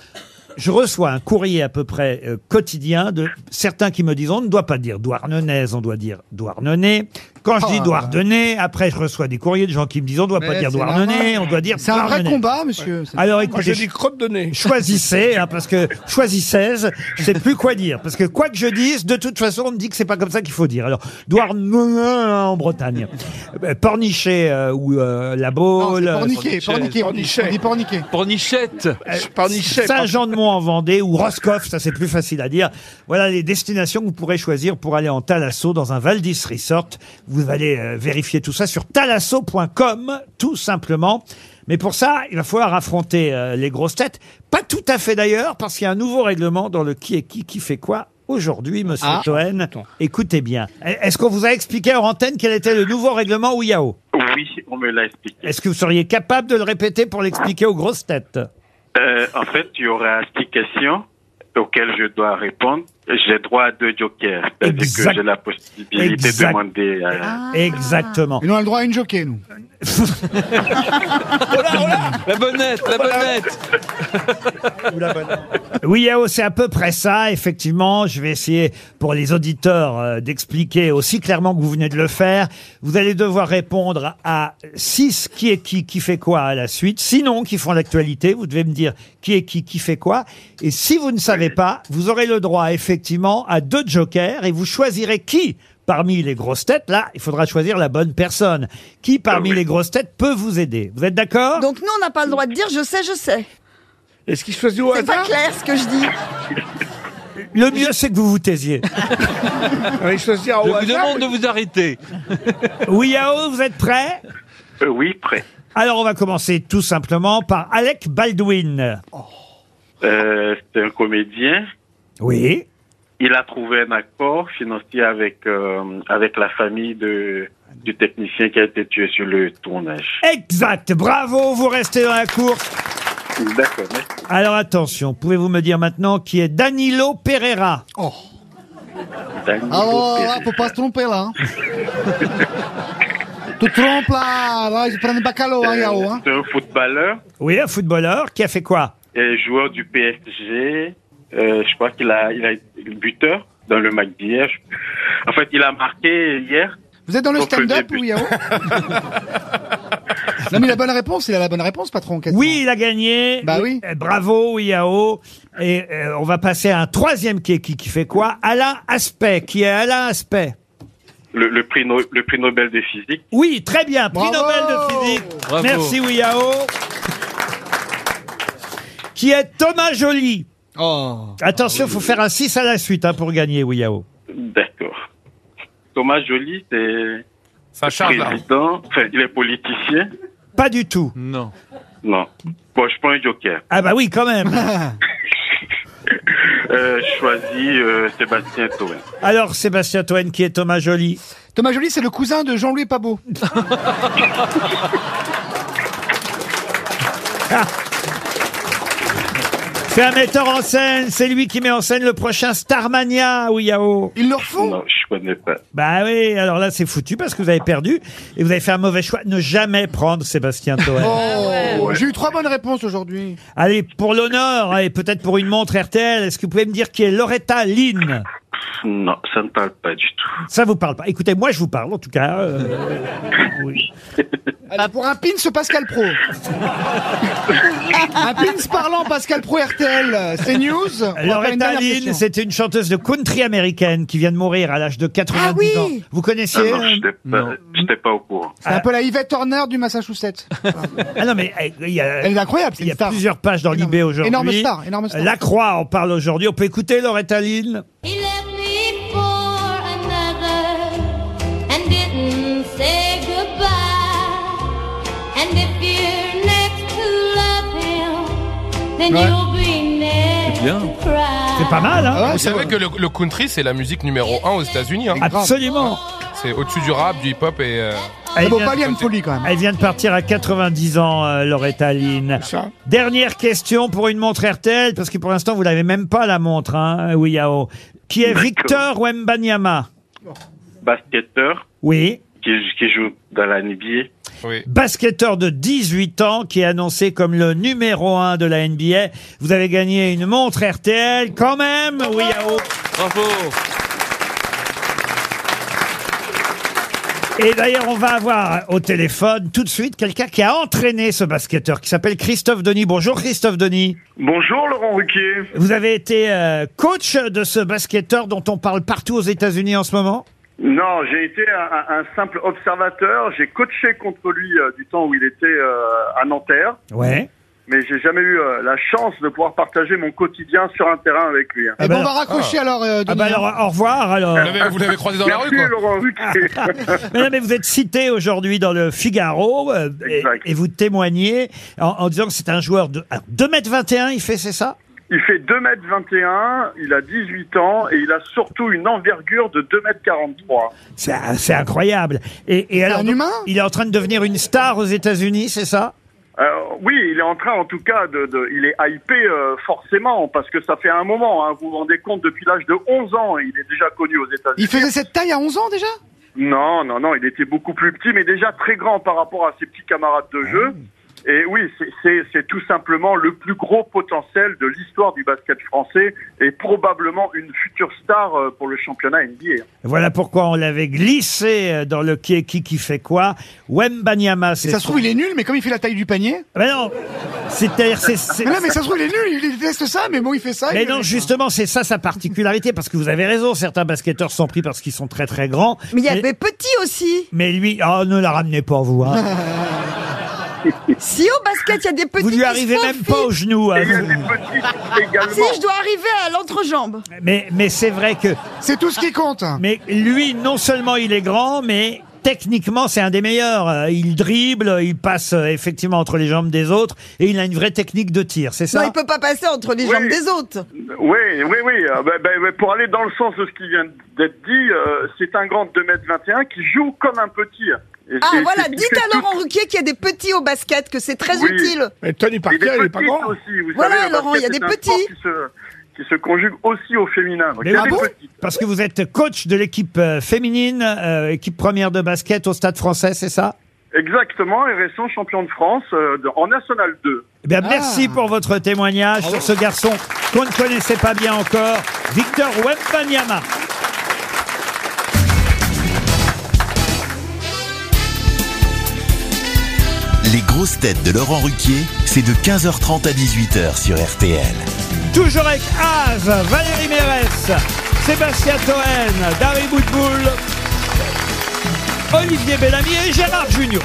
je reçois un courrier à peu près euh, quotidien de certains qui me disent on ne doit pas dire Douarnenez, on doit dire Douarnenez. Quand je dis
Ah.
Douarnenez, après je reçois des courriers de gens qui me disent on ne doit pas
Mais
dire
c'est
Douarnenez,
normal.
on doit dire
C'est un vrai
Douarnenez.
combat, monsieur.
Alors
Moi, je
écoutez,
dis crotte de nez.
choisissez, hein, parce que choisissez, je sais plus quoi dire. Parce que quoi que je dise, de toute façon, on me dit que c'est pas comme ça qu'il faut dire. Alors, Douarnenez en Bretagne, Euh, Pornichet euh, ou euh, La
Non,
Baule,
c'est Porniquet,
Pornichet,
porniquet, on dit. On dit porniquet. Euh,
Pornichette.
Pornichet.
Saint-Jean-de-Mont en Vendée ou Roscoff, ça c'est plus facile à dire. Voilà les destinations que vous pourrez choisir pour aller en Thalasso dans un Valdis Resort. Vous allez euh, vérifier tout ça sur thalasso.com tout simplement. Mais pour ça, il va falloir affronter euh, les grosses têtes. Pas tout à fait d'ailleurs, parce qu'il y a un nouveau règlement dans le qui est qui, qui fait quoi. Aujourd'hui, monsieur
Ah.
Toen, écoutez bien. E, Est-ce qu'on vous a expliqué en antenne quel était le nouveau règlement Ouyao
Oui, on me l'a expliqué.
Est-ce que vous seriez capable de le répéter pour l'expliquer aux grosses têtes
Euh, en fait, il y aura six questions auxquelles je dois répondre. J'ai droit à deux jokers, c'est-à-dire que
Exact.
j'ai la possibilité
Exact.
de demander. à-
Exactement.
Nous, on a le droit à une jockey, nous. Oh
La bonnette, la bonnette.
Oui, Yao, c'est à peu près ça, effectivement. Je vais essayer pour les auditeurs euh, d'expliquer aussi clairement que vous venez de le faire. Vous allez devoir répondre à 6 qui est qui, qui fait quoi à la suite. Sinon, qui font l'actualité, vous devez me dire qui est qui, qui fait quoi. Et si vous ne savez pas, vous aurez le droit, effectivement, à deux jokers et vous choisirez qui parmi les grosses têtes. Là, il faudra choisir la bonne personne. Qui parmi les grosses têtes peut vous aider Vous êtes d'accord
Donc nous, on n'a pas le droit de dire je sais, je sais.
Est-ce qu'il choisit au
C'est pas
hasard
clair ce que je dis.
Le mieux, c'est que vous vous taisiez.
Il choisit au
Je vous
hasard
demande de vous arrêter.
Oui, Yao, vous êtes prêts
Euh, oui, prêt.
Alors, on va commencer tout simplement par Alec Baldwin.
Euh, c'est un comédien.
Oui.
Il a trouvé un accord financier avec, euh, avec la famille de, du technicien qui a été tué sur le tournage.
Exact. Bravo, vous restez dans la course.
D'accord, merci.
Alors, attention, pouvez-vous me dire maintenant qui est Danilo Pereira
Oh.
Danilo
Alors,
Pérez.
là, Ah, oh, faut pas se tromper, là. hein. tu te trompes, là. Là, ils prennent le bacalo, hein, Yao. Hein.
C'est un footballeur
Oui, un footballeur qui a fait quoi
et joueur du PSG. Euh, je crois qu'il a, il a été buteur dans le match d'hier. Je- En fait, il a marqué hier.
Vous êtes dans le
Sauf le
stand-up
début.
ou Yao Non, mais la bonne réponse, il a la bonne réponse, patron. quasiment.
Oui, il a gagné.
Bah oui.
Eh, Bravo, Yao. Et euh, on va passer à un troisième qui est qui, qui fait quoi Alain Aspect. Qui est Alain Aspect
Le, le prix No- le prix Nobel de physique.
Oui, très bien. Prix
Bravo
Nobel de physique.
Bravo.
Merci, Yao. Qui est Thomas Joly.
Oh.
Attention, faut faire un 6 à la suite hein, pour gagner, Yao.
D'accord. Thomas Joly, c'est
Ça charge là.
président. Enfin, il est politicien.
Pas du tout.
Non.
Non. Bon, je prends un joker.
Ah bah oui, quand même.
Euh, je choisis euh, Sébastien Touré.
Alors, Sébastien Toen, qui est Thomas Joly
Thomas Joly, c'est le cousin de Jean-Louis Pabot.
C'est un metteur en scène. C'est lui qui met en scène le prochain Starmania, Yao.
Ils le refont.
Non, je connais pas.
Bah oui, alors là, c'est foutu parce que vous avez perdu et vous avez fait un mauvais choix. Ne jamais prendre Sébastien Toen. Ah
Oh, j'ai eu trois bonnes réponses aujourd'hui.
Allez, pour l'honneur et peut-être pour une montre RTL, est-ce que vous pouvez me dire qui est Loretta Lynn
Non, ça ne parle pas du tout.
Ça vous parle pas. Écoutez, moi, je vous parle, en tout cas. euh, oui.
Allez, pour un pins Pascal Pro. un pins parlant Pascal Pro RTL. C'est news. On va faire une
Loretta
dernière
Lynn,
question.
c'était une chanteuse de country américaine qui vient de mourir à l'âge de 90
Ah oui
ans. Vous
Ah
connaissiez
non,
euh,
je n'étais pas, j'étais pas au courant.
C'est un peu la Yvette Horner du Massachusetts.
Ah non, mais euh, il y a,
Elle est incroyable, c'est
il y
une
a
star.
plusieurs pages dans
Énorme.
l'IB aujourd'hui.
Énorme star, énorme star.
La Croix en parle aujourd'hui. On peut écouter Loretta Lynn
He left me for another and didn't say goodbye. And if you're next to love him, then
Ouais.
you'll be next
bien.
to cry.
C'est pas mal, hein
Ah ouais,
Vous
c'est
savez
vrai.
que le, le country, c'est la musique numéro 1 aux États-Unis. hein.
grave.
Absolument. Eh
C'est au-dessus du rap, du hip-hop et. euh,
Elle
Ça vaut
vient-
Ah, pas Liane Folie quand même.
Elle vient de partir à 90 ans, euh, Loretta Lynn.
Ça.
Dernière question pour une montre RTL, parce que pour l'instant, vous l'avez même pas, la montre, hein, oui, Yao. Qui est
D'accord.
Victor Wembanyama
Basketteur
Oui.
qui, qui joue dans la NBA.
oui.
Basketteur de 18 ans qui est annoncé comme le numéro 1 de la NBA. Vous avez gagné une montre RTL quand même, oui, Yao.
Bravo.
Et d'ailleurs, on va avoir au téléphone tout de suite quelqu'un qui a entraîné ce basketteur qui s'appelle Christophe Denis. Bonjour Christophe Denis.
Bonjour Laurent Ruquier.
Vous avez été euh, coach de ce basketteur dont on parle partout aux États-Unis en ce moment.
Non, j'ai été un, un- un simple observateur. J'ai coaché contre lui euh, du temps où il était euh, à Nanterre,
Ouais.
mais j'ai jamais eu euh, la chance de pouvoir partager mon quotidien sur un terrain avec lui. hein.
Ah
Et
bah
bon, Eh ben, on va raccrocher alors. euh,
Ah
Denis.
bah alors au revoir alors.
Vous l'avez- Vous l'avez croisé dans la
Merci
rue, quoi.
Laurent Ruquier.
Mais, non, mais vous êtes cité aujourd'hui dans le Figaro euh, et,
Exact.
et vous témoignez en, en disant que c'est un joueur de alors, 2m21, il fait c'est ça
il fait 2m21, il a 18 ans et il a surtout une envergure de 2m43.
C'est c'est incroyable. Et, et alors
un
donc,
humain
il est en train de devenir une star aux États-Unis, c'est ça
Euh, oui, il est en train, en tout cas, de, de- il est hypé euh, forcément parce que ça fait un moment. hein, vous vous rendez compte, depuis l'âge de 11 ans, il est déjà connu aux États-Unis.
Il faisait cette taille à 11 ans déjà
Non, non, non, il était beaucoup plus petit, mais déjà très grand par rapport à ses petits camarades de jeu. Et oui, c'est- c'est c'est tout simplement le plus gros potentiel de l'histoire du basket français et probablement une future star euh, pour le championnat NBA.
Voilà pourquoi on l'avait glissé euh, dans le qui est qui qui fait quoi. Wembanyama,
Et
c'est
ça se trouve, il est nul, mais comme il fait la taille du panier.
Mais non C'est-à-dire, c'est- c'est-
Mais non, mais ça se trouve, il est nul, il déteste ça, mais bon, il fait ça.
Mais
il-
non, justement, c'est ça sa particularité, parce que vous avez raison, certains basketteurs sont pris parce qu'ils sont très très grands. Mais il y avait
petit aussi.
Mais lui, oh, ne la ramenez pas, vous. hein.
Si au basket, il y a des petits.
vous
qui
lui
se
arrivez même
faufilent.
pas aux genoux. hein, vous.
Si je dois arriver à l'entrejambe.
Mais, mais c'est vrai que.
C'est tout ce qui compte.
Mais lui, non seulement il est grand, mais techniquement, c'est un des meilleurs. Euh, Il dribble, il passe euh, effectivement entre les jambes des autres et il a une vraie technique de tir, c'est ça
Non, il peut pas passer entre les
Oui.
jambes des autres.
Oui, oui, oui. euh, ben, ben, ben, pour aller dans le sens de ce qui vient d'être dit, euh, c'est un grand de 2m21 qui joue comme un petit. Et
Ah
c'est-
voilà,
c'est-
dites à Laurent Ruquier qu'il y a des petits au basket, que c'est très
Oui.
utile.
Mais Tony Parker, il est pas
petits
grand. aussi, vous
Voilà
savez, le
Laurent, il y a des
basket, c'est un
petits.
sport Qui se, qui se conjugue aussi au féminin. Donc, il y a
ah
des
bon
petits.
Parce que vous êtes coach de l'équipe euh, féminine, euh, équipe première de basket au Stade français, c'est ça
Exactement, et récent champion de France euh, de- en National 2.
Eh bien,
Ah.
Merci pour votre témoignage sur ce garçon qu'on ne connaissait pas bien encore, Victor Wembanyama.
Les grosses têtes de Laurent Ruquier, c'est de 15h30 à 18h sur RTL.
Toujours avec Az, Valérie Mérès, Sébastien Toen, Dari Boutboul, Olivier Bellamy et Gérard Junior.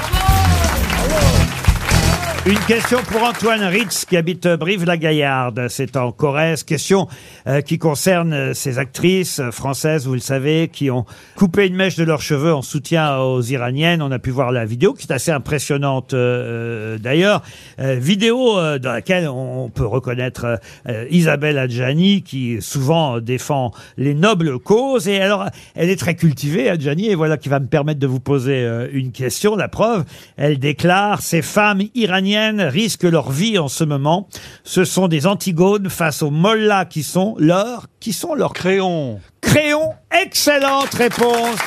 Une question pour Antoine Ritz qui habite Brive-la-Gaillarde, c'est en Corrèze. Question euh, qui concerne euh, ces actrices euh, françaises, vous le savez, qui ont coupé une mèche de leurs cheveux en soutien aux Iraniennes. On a pu voir la vidéo qui est assez impressionnante euh, euh, d'ailleurs. Euh, vidéo euh, dans laquelle on peut reconnaître euh, euh, Isabelle Adjani qui souvent euh, défend les nobles causes. Et alors, elle est très cultivée, Adjani, et voilà qui va me permettre de vous poser euh, une question. La preuve, elle déclare Ces femmes iraniennes risquent leur vie en ce moment. Ce sont des antigones face aux mollahs qui sont leurs. Qui sont leurs Créons. Créons. Excellente réponse.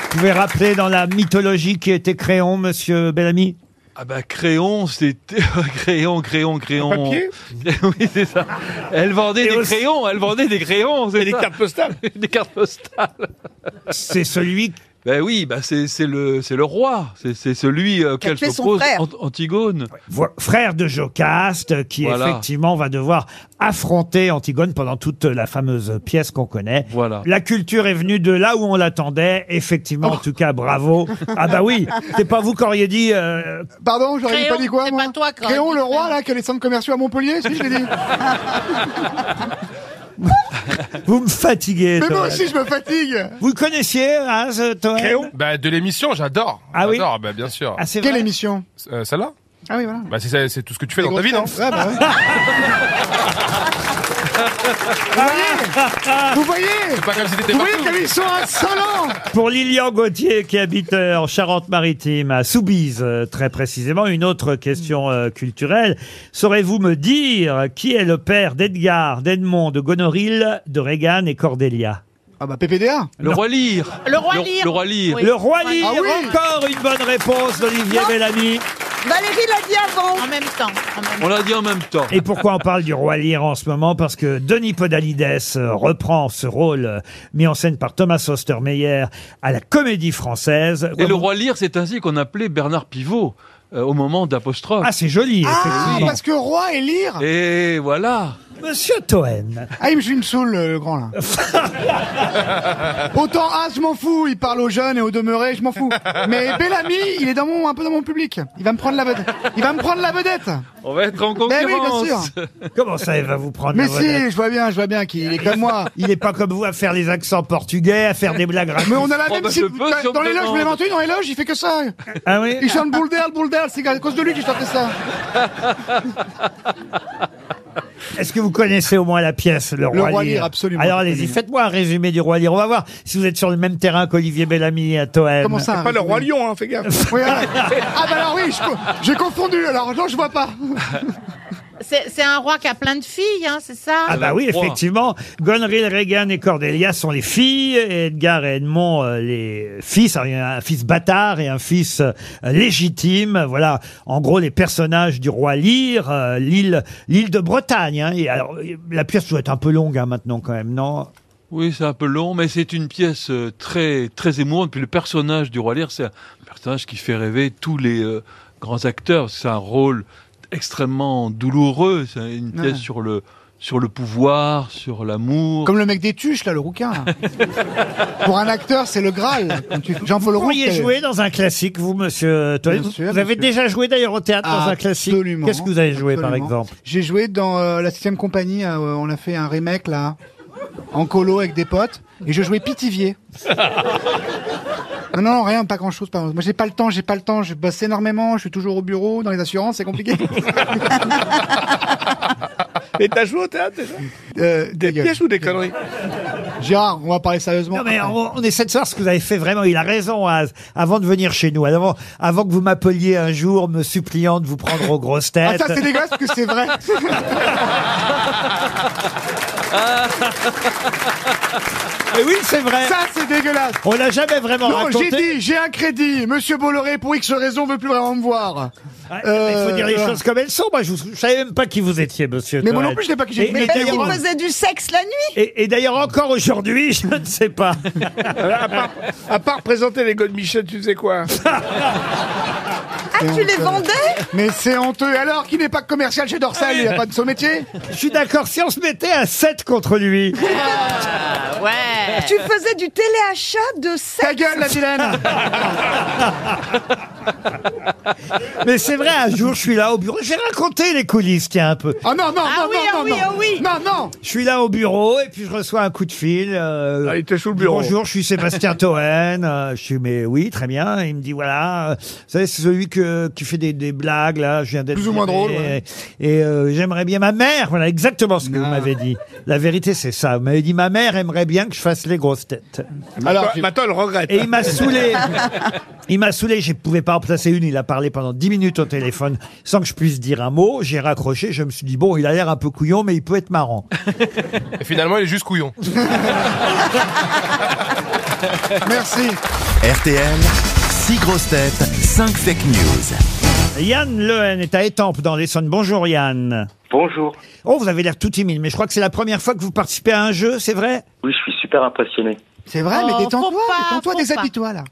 Vous pouvez rappeler dans la mythologie qui était Créon, monsieur Bellamy
Ah bah crayon, c'était crayon, crayon, crayon.
papier
Oui, c'est ça. Elle vendait des crayons, elle vendait des crayons. Et des cartes
postales.
des cartes postales.
C'est celui.
Ben oui, bah c'est c'est le c'est le roi, c'est c'est celui euh, qu'elle
tué son
propose
frère.
Ant- Antigone.
Vo- frère de Jocaste, qui
Voilà.
effectivement va devoir affronter Antigone pendant toute la fameuse pièce qu'on connaît.
Voilà. Oh.
La culture est venue de là où on l'attendait. Effectivement, en tout cas, bravo. Ah bah oui, c'est pas vous qui auriez dit... euh,
Pardon, j'aurais
Créon,
pas dit quoi moi Créon, le roi, là, qui a les centres commerciaux à Montpellier, si je l'ai dit.
vous me fatiguez.
mais moi
Thomas.
aussi, je me fatigue.
Vous le connaissiez, hein, ce Thomas
Bah, de l'émission, j'adore. Ah oui bah, bien sûr.
Ah, c'est
Quelle émission
Euh, Celle-là
Ah oui, voilà.
Bah, c'est ça- c'est tout ce que tu fais
Les
dans ta vie, non
grosses têtes. Ouais, bah ouais. Vous voyez Vous voyez
C'est pas comme si t'étais
Vous voyez
partout.
comme ils sont insolents
Pour Lilian Gauthier qui habite euh, en Charente-Maritime, à Soubise euh, très précisément, une autre question euh, culturelle. Saurez-vous me dire qui est le père d'Edgar, d'Edmond, de Gonoril, de Regan et Cordélia
Ah bah PPDA
Le roi lire.
Le roi
lire. Le roi lire.
Le roi Lear,
Ah oui.
encore une bonne réponse d'Olivier Bellamy.
Valérie l'a dit avant.
En même temps. en même
On l'a dit en même temps.
Et pourquoi on parle du roi Lear en ce moment Parce que Denis Podalides euh, reprend ce rôle euh, mis en scène par Thomas Ostermeyer à la Comédie Française.
Et le roi lire, c'est ainsi qu'on appelait Bernard Pivot euh, au moment d'apostrophe.
Ah, c'est joli.
Ah,
effectivement.
parce que roi et lire
Et voilà.
Monsieur Toen.
Ah, il me joue une saoule, le grand, là. Autant, ah, je m'en fous, il parle aux jeunes et aux demeurés, je m'en fous. Mais Bellamy, il est dans mon, un peu dans mon public. Il va me prendre la vedette. Il va me prendre la vedette.
On va être en
Ben oui, bien
concurrence.
sûr.
Comment ça, il va vous prendre
Mais
la vedette
si, je vois bien, je vois bien qu'il est comme moi.
Il n'est pas comme vous à faire les accents portugais, à faire des blagues racistes.
Ah, Mais on a
Oh,
la
Oh, bah,
bah,
même cible.
on
Dans
me
les loges, je vous l'ai
demande.
inventé, dans les loges, il fait que ça.
Ah oui
Il chante Boulder, Boulder, c'est à cause de lui que je chantais ça.
Est-ce que vous connaissez au moins la pièce, Le Roi,
Roi Lear, absolument,
Alors
je
allez-y,
connais.
faites-moi un résumé du Roi Lire. On va voir si vous êtes sur le même terrain qu'Olivier Bellamy à Toem.
Comment ça
Pas le roi lion, hein, fais gaffe.
Oui, ah, ah, bah alors oui, je co- j'ai confondu, alors non, je vois pas.
C'est c'est un roi qui a plein de filles, hein, c'est ça
Ah bah oui, effectivement. Goneril, Regan et Cordelia sont les filles, et Edgar et Edmond euh, les fils. Alors, il y a un fils bâtard et un fils euh, légitime. Voilà, en gros, les personnages du roi Lear, euh, l'île l'île de Bretagne. hein. Et alors, la pièce doit être un peu longue hein, maintenant quand même, non
Oui, c'est un peu long, mais c'est une pièce euh, très très émouvante. Puis le personnage du roi Lear, c'est un personnage qui fait rêver tous les euh, grands acteurs. C'est un rôle extrêmement douloureux. C'est une
Ouais.
pièce sur le sur le pouvoir, sur l'amour.
Comme le mec des tuches, là, le rouquin. là. Pour un acteur, c'est le Graal. Quand tu- Jean-Paul
Vous pourriez jouer dans un classique, vous, monsieur Toel.
Bien
Vous,
sûr,
vous
bien
avez
sûr.
déjà joué d'ailleurs au théâtre dans un classique.
Absolument.
Qu'est-ce que vous avez joué, par
Absolument.
exemple
J'ai joué dans euh, la 7 compagnie, euh, on a fait un remake là, en colo avec des potes, et je jouais Pitivier. Non, non, rien, pas grand chose. Moi, j'ai pas le temps, j'ai pas le temps, je bosse énormément, je suis toujours au bureau, dans les assurances, c'est compliqué.
Et t'as joué au théâtre déjà
Euh,
Des pièges ou des conneries
Gérard, on va parler sérieusement.
Non, mais on, on essaie de savoir ce que vous avez fait vraiment. Il a raison, Az, avant de venir chez nous, avant, avant que vous m'appeliez un jour me suppliant de vous prendre aux grosses
Ah,
têtes.
ça, c'est dégueulasse parce que c'est vrai.
Mais oui, c'est vrai.
Ça, c'est dégueulasse.
On l'a jamais vraiment
Non,
raconté.
j'ai dit, j'ai un crédit. Monsieur Bolloré, pour X raison, veut plus vraiment me voir.
Ah, mais Il faut dire les
Euh,
choses comme elles sont. Moi, je, vous- je savais même pas qui vous étiez, monsieur.
Mais moi
Tourelle.
non plus, je n'ai pas qui j'ai-
Et-
Mais
et
parce
d'ailleurs-
qu'il
faisait du sexe la nuit.
Et, et d'ailleurs, encore aujourd'hui, je ne sais pas.
Euh,
à, part, à part présenter les God Michel, tu faisais quoi
Ah, tu les vendais
Mais c'est honteux. Alors, qui n'est pas commercial chez Dorsal, il n'a pas de son métier
Je suis d'accord, si on se mettait à 7 contre lui.
Ah,
Ouais.
Tu faisais du téléachat de sexe.
Ta gueule, la vilaine
Mais c'est vrai, un jour, je suis là au bureau. J'ai raconté les coulisses, tiens, un peu.
Oh non, non,
Ah
non,
oui,
non,
ah
non,
oui,
non.
ah oui.
Non, non
Je suis là au bureau et puis je reçois un coup de fil. euh,
Ah, il était sous le bureau.
Bonjour, je suis Sébastien Toen. Euh, je suis, mais oui, très bien. Il me dit, voilà, euh, vous savez, c'est celui que, qui fait des, des blagues, là, je viens d'être...
Plus ou moins
nommé,
drôle, ouais.
Et euh, j'aimerais bien ma mère, voilà exactement ce que
Ah.
vous m'avez dit. La vérité, c'est ça. Vous m'avez dit, ma mère aimerait bien que je fasse les grosses têtes.
Alors,
Bah, Maintenant, elle regrette.
Et il m'a saoulé. Il m'a saoulé. Je pouvais pas en placer une. Il a parlé pendant 10 minutes au téléphone sans que je puisse dire un mot. J'ai raccroché. Je me suis dit, bon, il a l'air un peu couillon, mais il peut être marrant.
Et finalement, il est juste couillon.
merci.
RTL, 6 grosses têtes, 5 fake news.
Yann Lehen est à Étampes dans l'Essonne. Bonjour Yann.
Bonjour.
Oh, vous avez l'air tout timide, mais je crois que c'est la première fois que vous participez à un jeu, c'est vrai
Oui, je suis super impressionné.
C'est vrai,
Oh,
mais détends-toi,
faut pas,
détends-toi,
faut
déshabille-toi, là.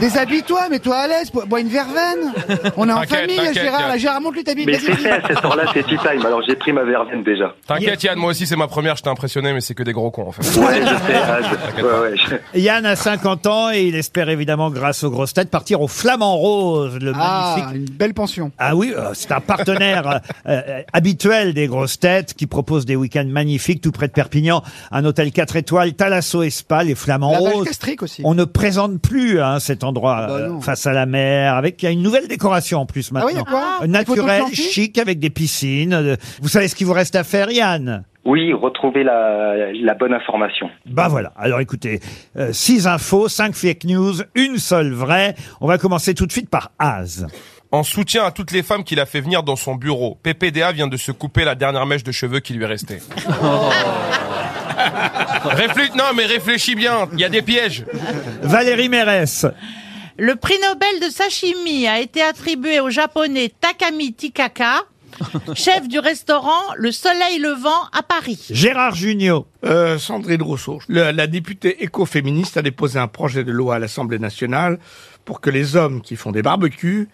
déshabille-toi, mets-toi à l'aise, bois bois une verveine. On est en
T'inquiète,
famille,
t'inquiète,
Gérard, là,
Yann.
Gérard, monte lui ta bille,
Mais
vas-y,
c'est fait, à
vas-y.
cette heure-là, c'est tea time. Alors j'ai pris ma verveine déjà.
T'inquiète, Yann, moi aussi, c'est ma première, je t'ai impressionné, mais c'est que des gros cons, en fait.
Ouais, je sais, Az. Ouais, ouais.
Yann a 50 ans et il espère évidemment, grâce aux grosses têtes, partir au Flamand Rose, le
Ah,
magnifique.
une belle pension.
Ah oui, euh, c'est un partenaire euh, euh, habituel des grosses têtes qui propose des week-ends magnifiques tout près de Perpignan, un hôtel 4 étoiles, Thalasso et Spa, les Flamands
La vache
Roses.
castrique aussi.
On ne présente plus hein, cet endroit
bah
euh,
non.
face à la mer, avec il y a une nouvelle décoration en plus
Ah
maintenant.
oui, d'accord.
Euh, naturel, chic, avec des piscines. euh, Vous savez ce qu'il vous reste à faire, Yann
Oui, retrouver la, la bonne information.
bah voilà. Alors écoutez, 6 infos, 5 fake news, une seule vraie. On va commencer tout de suite par Az.
En soutien à toutes les femmes qu'il a fait venir dans son bureau, PPDA vient de se couper la dernière mèche de cheveux qui lui est restée. Réfléch- non, mais réfléchis bien, il y a des pièges.
Valérie Mérès,
Le prix Nobel de sashimi a été attribué au japonais Takami Tikaka, chef du restaurant Le Soleil Levant à Paris.
Gérard Junior,
Euh, Sandrine Rousseau, le- la députée écoféministe a déposé un projet de loi à l'Assemblée nationale pour que les hommes qui font des barbecues,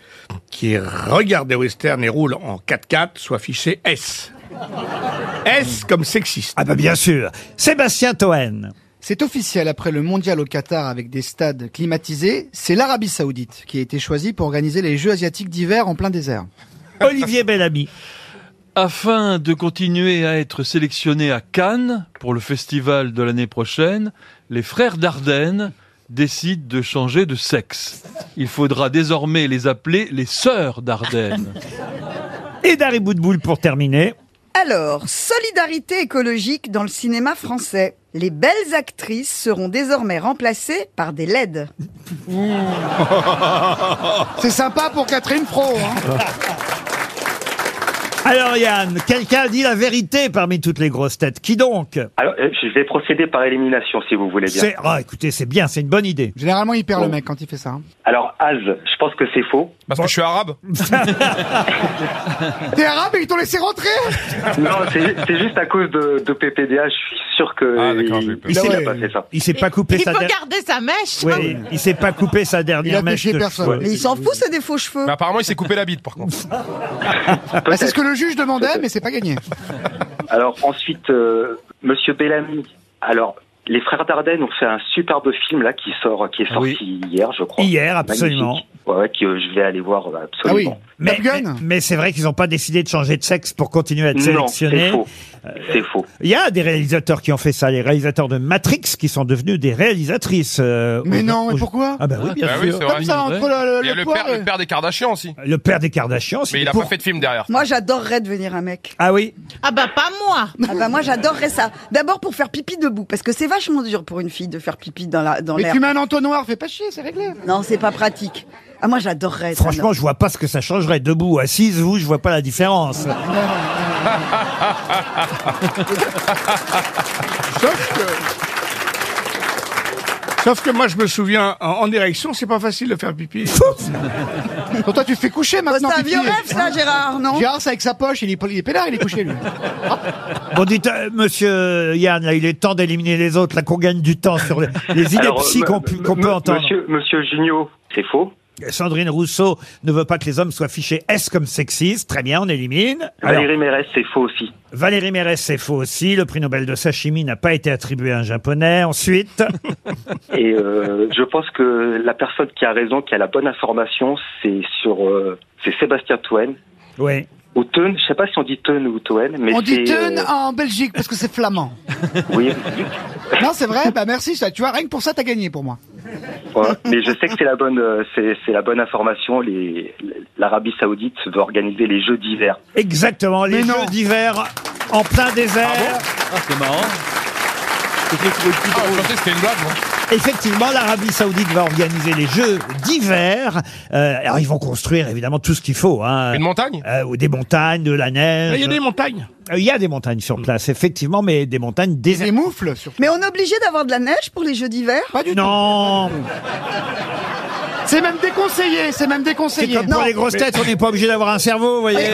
qui regardent des westerns et roulent en 4x4, soient fichés S. S comme sexiste.
Ah bah bien sûr. Sébastien Toen.
C'est officiel après le mondial au Qatar avec des stades climatisés. C'est l'Arabie Saoudite qui a été choisie pour organiser les Jeux Asiatiques d'hiver en plein désert.
Olivier Bellamy.
Afin de continuer à être sélectionné à Cannes pour le festival de l'année prochaine, les frères Dardenne décident de changer de sexe. Il faudra désormais les appeler les sœurs Dardenne.
Et Dari Boudboul pour terminer.
Alors, solidarité écologique dans le cinéma français. Les belles actrices seront désormais remplacées par des E LED.
C'est sympa pour Catherine hein. Pro.
Alors Yann, quelqu'un a dit la vérité parmi toutes les grosses têtes. Qui donc
Alors, euh, je vais procéder par élimination, si vous voulez bien.
C'est ah, écoutez, c'est bien, c'est une bonne idée.
Généralement, il perd le mec quand il fait ça. hein.
Alors, Az, je pense que c'est faux.
Parce que je suis arabe
T'es arabe et ils t'ont laissé rentrer
Non, c'est c'est juste à cause de, de PPDA, je suis sûr que
Ah,
il, il
eu
a
peur.
pas fait ça.
Il s'est pas coupé
Il
sa
faut
dernière.
garder sa mèche.
Ah
Oui, il s'est pas coupé sa dernière mèche. de cheveux.
Mais il s'en fout, c'est des faux cheveux.
Mais apparemment, il s'est coupé la bite, Bah, par contre.
Ah
Bah, C'est ce que le juge demandait, mais c'est pas gagné.
Alors ensuite, euh, Monsieur Bellamy. Alors, les frères Dardenne ont fait un superbe film là qui sort, qui est sorti hier, je crois.
Ah Hier, absolument. Ah
Magnifique. Ouais, ouais, que je vais aller voir euh, absolument.
Mais, mais- mais c'est vrai qu'ils n'ont pas décidé de changer de sexe pour continuer à être Euh,
non,
sélectionnés.
c'est faux. C'est faux.
Il y a des réalisateurs qui ont fait ça, les réalisateurs de Matrix qui sont devenus des réalisatrices. euh,
Mais
au-
non,
au-
mais pourquoi
Ah bah oui, bien
Bah oui,
sûr.
c'est vrai. Il y
le
a le
poire
père,
et-
le père des Kardashians aussi.
Le père des Kardashians. c'est
Mais il a
pour-
pas fait de film derrière.
Moi, j'adorerais devenir un mec.
Ah oui.
Ah bah pas moi. Ah bah moi, j'adorerais ça. D'abord pour faire pipi debout, parce que c'est vachement dur pour une fille de faire pipi dans la dans
Mais
l'air.
tu mets un entonnoir, fais pas chier, c'est réglé.
Non, c'est pas pratique. Ah moi, j'adorerais. ça,
Franchement,
non.
je vois pas ce que ça changerait. Debout, assise, vous, je vois pas la différence.
Sauf que... Sauf que moi, je me souviens, en, en érection, c'est pas facile de faire pipi.
Pour toi, tu fais coucher maintenant.
Oh, c'est un
pipi.
vieux rêve, ça, Gérard, non
Gérard, c'est avec sa poche, il est, il est pédard, il est couché, lui.
Bon, dites, euh, monsieur Yann, là, il est temps d'éliminer les autres, là, qu'on gagne du temps sur les, les idées
Alors,
psy
euh,
qu'on
me-
pu- qu'on
me-
peut entendre.
Monsieur, monsieur Junio, c'est faux.
Sandrine Rousseau ne veut pas que les hommes soient fichés S comme sexistes. Très bien, on élimine. Alors,
Valérie Mérès, c'est faux aussi.
Valérie Mérès, c'est faux aussi. Le prix Nobel de sashimi n'a pas été attribué à un japonais. Ensuite,
Et euh, je pense que la personne qui a raison, qui a la bonne information, c'est sur euh, c'est Sébastien Toen.
Oui.
Ou Teun, je sais pas si on dit Teun ou Toen, mais
On dit ah.
c'est,
teun
euh,
en Belgique parce que c'est flamand.
oui.
Non, c'est vrai, bah merci, ça, tu vois, rien que pour ça, t'as gagné pour moi.
Ouais, mais je sais que c'est la bonne, euh, c'est c'est la bonne information. Les l'Arabie Saoudite veut organiser les Jeux d'hiver.
exactement, les
Mais non.
jeux d'hiver en plein désert.
Ah, c'est marrant.
Ah, je pensais que c'était une blague, moi.
Effectivement, l'Arabie Saoudite va organiser les Jeux d'hiver. Euh, alors, ils vont construire évidemment tout ce qu'il faut. Hein.
Une montagne
Euh, ou des montagnes, de la neige.
Il y a des montagnes.
Euh, Il y a des montagnes sur place, effectivement, mais des montagnes
Des
désertes.
moufles, surtout.
Mais on est obligé d'avoir de la neige pour les jeux d'hiver
Pas du tout.
Non,
C'est même déconseillé, c'est même
c'est
déconseillé.
comme pour les grosses
mais-
têtes, on n'est pas obligé d'avoir un cerveau, vous voyez.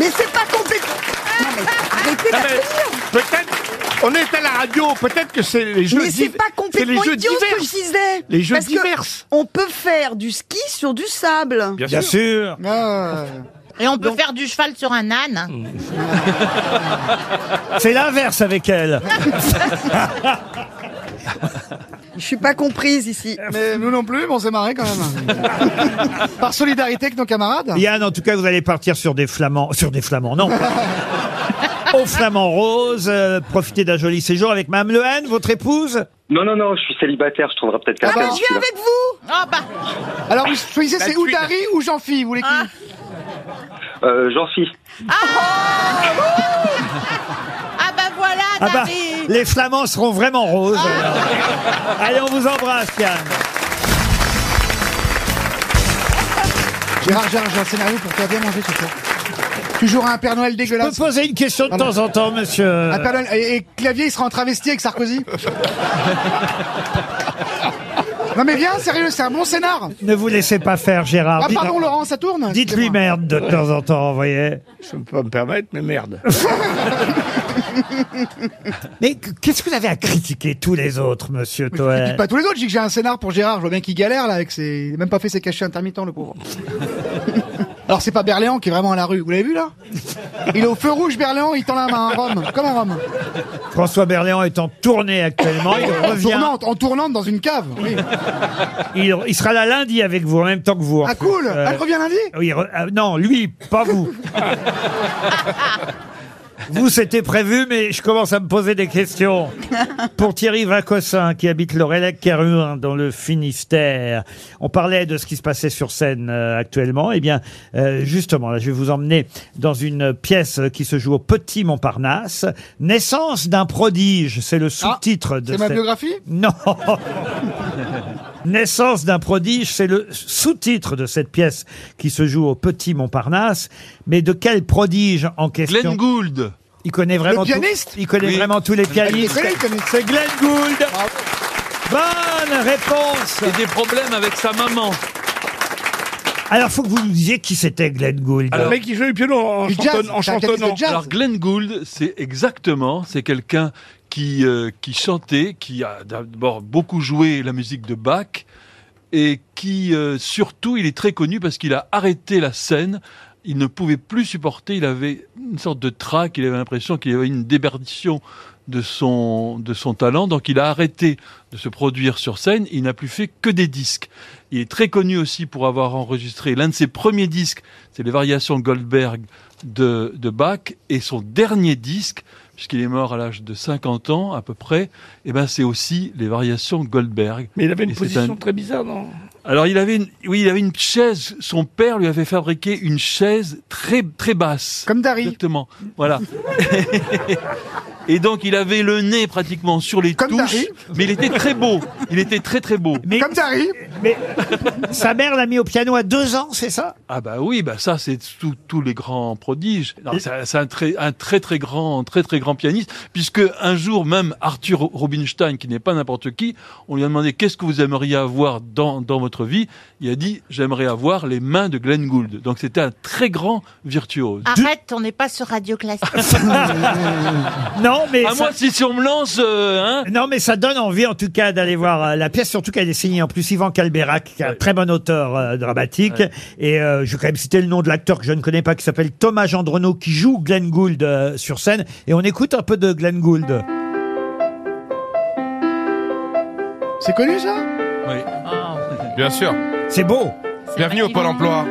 Mais c'est pas compétent. Non, mais arrêtez
Ah, mais
d'applaudir.
Peut-être, on est à la radio, peut-être que c'est les jeux
Mais c'est
div-
pas
c'est les
complètement
jeux
idiot ce que
divers.
je disais.
Les jeux
Parce que
divers.
On peut faire du ski sur du sable.
Bien,
Bien
sûr.
sûr.
Euh,
Ah.
Et on peut faire du cheval sur un âne.
C'est l'inverse avec elle.
Ah
Je suis pas comprise ici.
Euh, Mais nous non plus, mais on s'est marré quand même. Par solidarité avec nos camarades.
Ah,
Yann, en tout cas, vous allez partir sur des flamands, sur des flamands, non. Au flamand rose, euh, profiter d'un joli séjour avec Mme Lehen, votre épouse.
Non, non, non, je suis célibataire. Je trouverai peut-être
bah,
Ah
quelqu'un.
mais je
d'ici
vais
là.
avec vous.
Oh bah,
Alors, vous choisissez,
La
c'est
tuile.
Oudari ou Jean-Phi, vous voulez qui
Euh, J'en suis.
ah bah voilà,
Ah bah,
Dari.
les flamands seront vraiment roses. alors. allez, on vous embrasse, Yann.
Gérard, Gérard, j'ai un scénario pour toi, viens manger ce soir. Tu joueras un Père Noël
Je peux
dégueulasse.
poser une question de temps en temps, monsieur.
Un Père Noël- Ah, et, et Clavier, il sera en travesti avec Sarkozy. non mais viens, sérieux, c'est un bon scénar.
Ne vous laissez pas faire, Gérard.
Ah
Dites-
pardon, Laurent, ça tourne
Dites-lui
Excusez-moi.
merde de temps en temps, vous voyez.
Je peux pas me permettre, mais merde.
Mais qu- qu'est-ce que vous avez à critiquer tous les autres, monsieur
Je
Toen
dis pas tous les autres, je dis que j'ai un scénar pour Gérard, je vois bien qu'il galère là avec ses... Il a même pas fait ses cachets intermittents le pauvre. Alors c'est pas Berléand qui est vraiment à la rue, vous l'avez vu là Il est au feu rouge Berléand, il tend la main à Rome, comme à Rome.
François Berléand est en tournée actuellement. Oh, Il
En
revient.
tournante, en tournante dans une cave. oui.
Il, il sera là lundi avec vous, en même temps que vous. en
Ah
fait.
cool,
Euh,
ah, il revient lundi
oui, re- ah, non, lui, pas vous. Vous, c'était prévu, mais je commence à me poser des questions. Pour Thierry Vacossin, qui habite lorelec Caruin dans le Finistère, on parlait de ce qui se passait sur scène euh, actuellement. Eh bien, euh, justement, là, je vais vous emmener dans une pièce qui se joue au Petit Montparnasse. Naissance d'un prodige, c'est le sous-titre
Ah,
de
c'est ma
cette-
biographie
Non Naissance d'un prodige, c'est le sous-titre de cette pièce qui se joue au Petit Montparnasse. Mais de quel prodige en question
Glenn Gould.
Il connaît vraiment
Le pianiste
tout- Il connaît
Oui.
vraiment tous les
Je le connais,
pianistes.
je le
C'est Glenn Gould. Bonne réponse.
Et des problèmes avec sa maman.
Alors, faut que vous nous disiez qui c'était Glenn Gould.
Alors-
qui joue du piano en, chantonne- en chantonnant.
Alors Glenn Gould, c'est exactement, c'est quelqu'un qui, euh, qui chantait, qui a d'abord beaucoup joué la musique de Bach et qui euh, surtout, il est très connu parce qu'il a arrêté la scène. Il ne pouvait plus supporter, il avait une sorte de trac, il avait l'impression qu'il y avait une déperdition de son, de son talent, donc il a arrêté de se produire sur scène, il n'a plus fait que des disques. Il est très connu aussi pour avoir enregistré l'un de ses premiers disques, c'est les variations Goldberg de, de Bach, et son dernier disque, puisqu'il est mort à l'âge de 50 ans à peu près, et ben c'est aussi les variations Goldberg.
Mais il avait une
Et c'est
position
un-
très bizarre, non
alors il avait une, oui, il avait une chaise. Son père lui avait fabriqué une chaise très très basse.
Comme Dari.
Exactement. Voilà. Et donc il avait le nez pratiquement sur les touches,
Dari.
mais il était très beau. Il était très très beau.
Comme Dari
Mais sa mère l'a mis au piano à deux ans, c'est ça
Ah bah oui, bah ça c'est tout- tous les grands prodiges. Non, C'est un- c'est un très, un très très grand, très très grand pianiste, puisque un jour même Arthur Rubinstein, qui n'est pas n'importe qui, on lui a demandé qu'est-ce que vous aimeriez avoir dans, dans votre vie. Il a dit j'aimerais avoir les mains de Glenn Gould. Donc c'était un très grand virtuose.
Arrête, on n'est pas sur Radio Classique.
Non, mais.
À moi, si, on me lance. euh, hein.
Non, mais ça donne envie, en tout cas, d'aller voir euh, la pièce, surtout qu'elle est signée en plus Yvan Calberac, qui est un très bon auteur euh, dramatique.
Ouais.
Et euh, je vais quand même citer le nom de l'acteur que je ne connais pas, qui s'appelle Thomas Gendronneau, qui joue Glenn Gould euh, sur scène. Et on écoute un peu de Glenn Gould.
C'est connu ça
Oui.
Ah. Bien sûr.
C'est beau.
Bienvenue au Pôle emploi.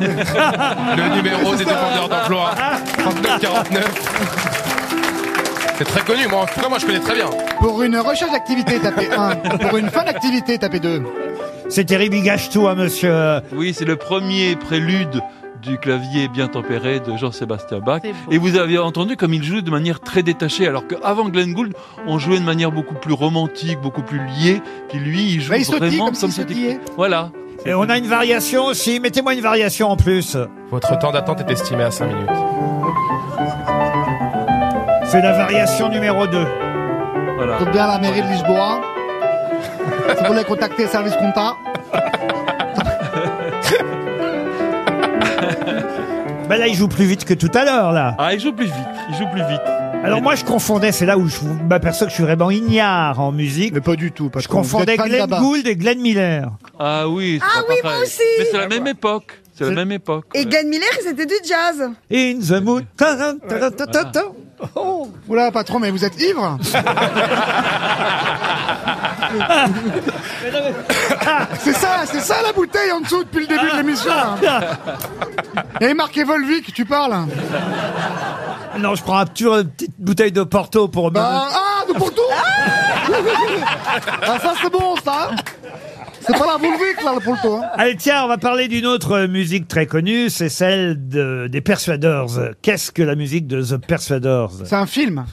Le numéro des défendeurs d'emploi. 39-49. C'est très connu, moi en tout cas, moi je connais très bien.
Pour une recherche d'activité, tapez 1. Pour une fin d'activité, tapez 2.
C'est terrible, il gâche tout, hein, monsieur. euh,
Oui, c'est le premier prélude du clavier bien tempéré de Jean-Sébastien Bach. Et vous avez entendu comme il joue de manière très détachée, alors qu'avant Glenn Gould, on jouait de manière beaucoup plus romantique, beaucoup plus liée. Puis lui, il joue
Bah, il sautille
vraiment
comme s'il
c'était-
sautillait.
Voilà.
Et on a une variation aussi. Mettez-moi une variation en plus.
Votre temps d'attente est estimé à 5 minutes.
C'est la variation numéro 2.
Voilà.
Faut bien la mairie de Lisboa. Si vous voulez contacter Service Compta.
Ben là, il joue plus vite que tout à l'heure, là.
Ah, il joue plus vite. Il joue plus vite.
Alors moi, je confondais, c'est là où je m'aperçois que je suis vraiment ignard en musique. Mais
pas du tout.
je confondais Glenn Gould et Glenn Miller.
Ah oui. c'est
Ah
pas
oui,
pareil.
moi aussi.
Mais c'est la même époque. C'est la même époque.
Et Glenn Miller, c'était du jazz.
In the mood.
Oh, oula, patron, mais vous êtes ivre
Ah,
C'est ça, c'est ça la bouteille en dessous depuis le début de l'émission. là. Et marqué Volvic, tu parles
Non, je prends un petit- une petite bouteille de Porto pour...
Bah, ah, de pour tout Ah, ça c'est bon, ça C'est pas la Volvic, là, le Porto. hein.
Allez, tiens, on va parler d'une autre musique très connue, c'est celle de- des Persuaders. Qu'est-ce que la musique de The Persuaders
C'est un film.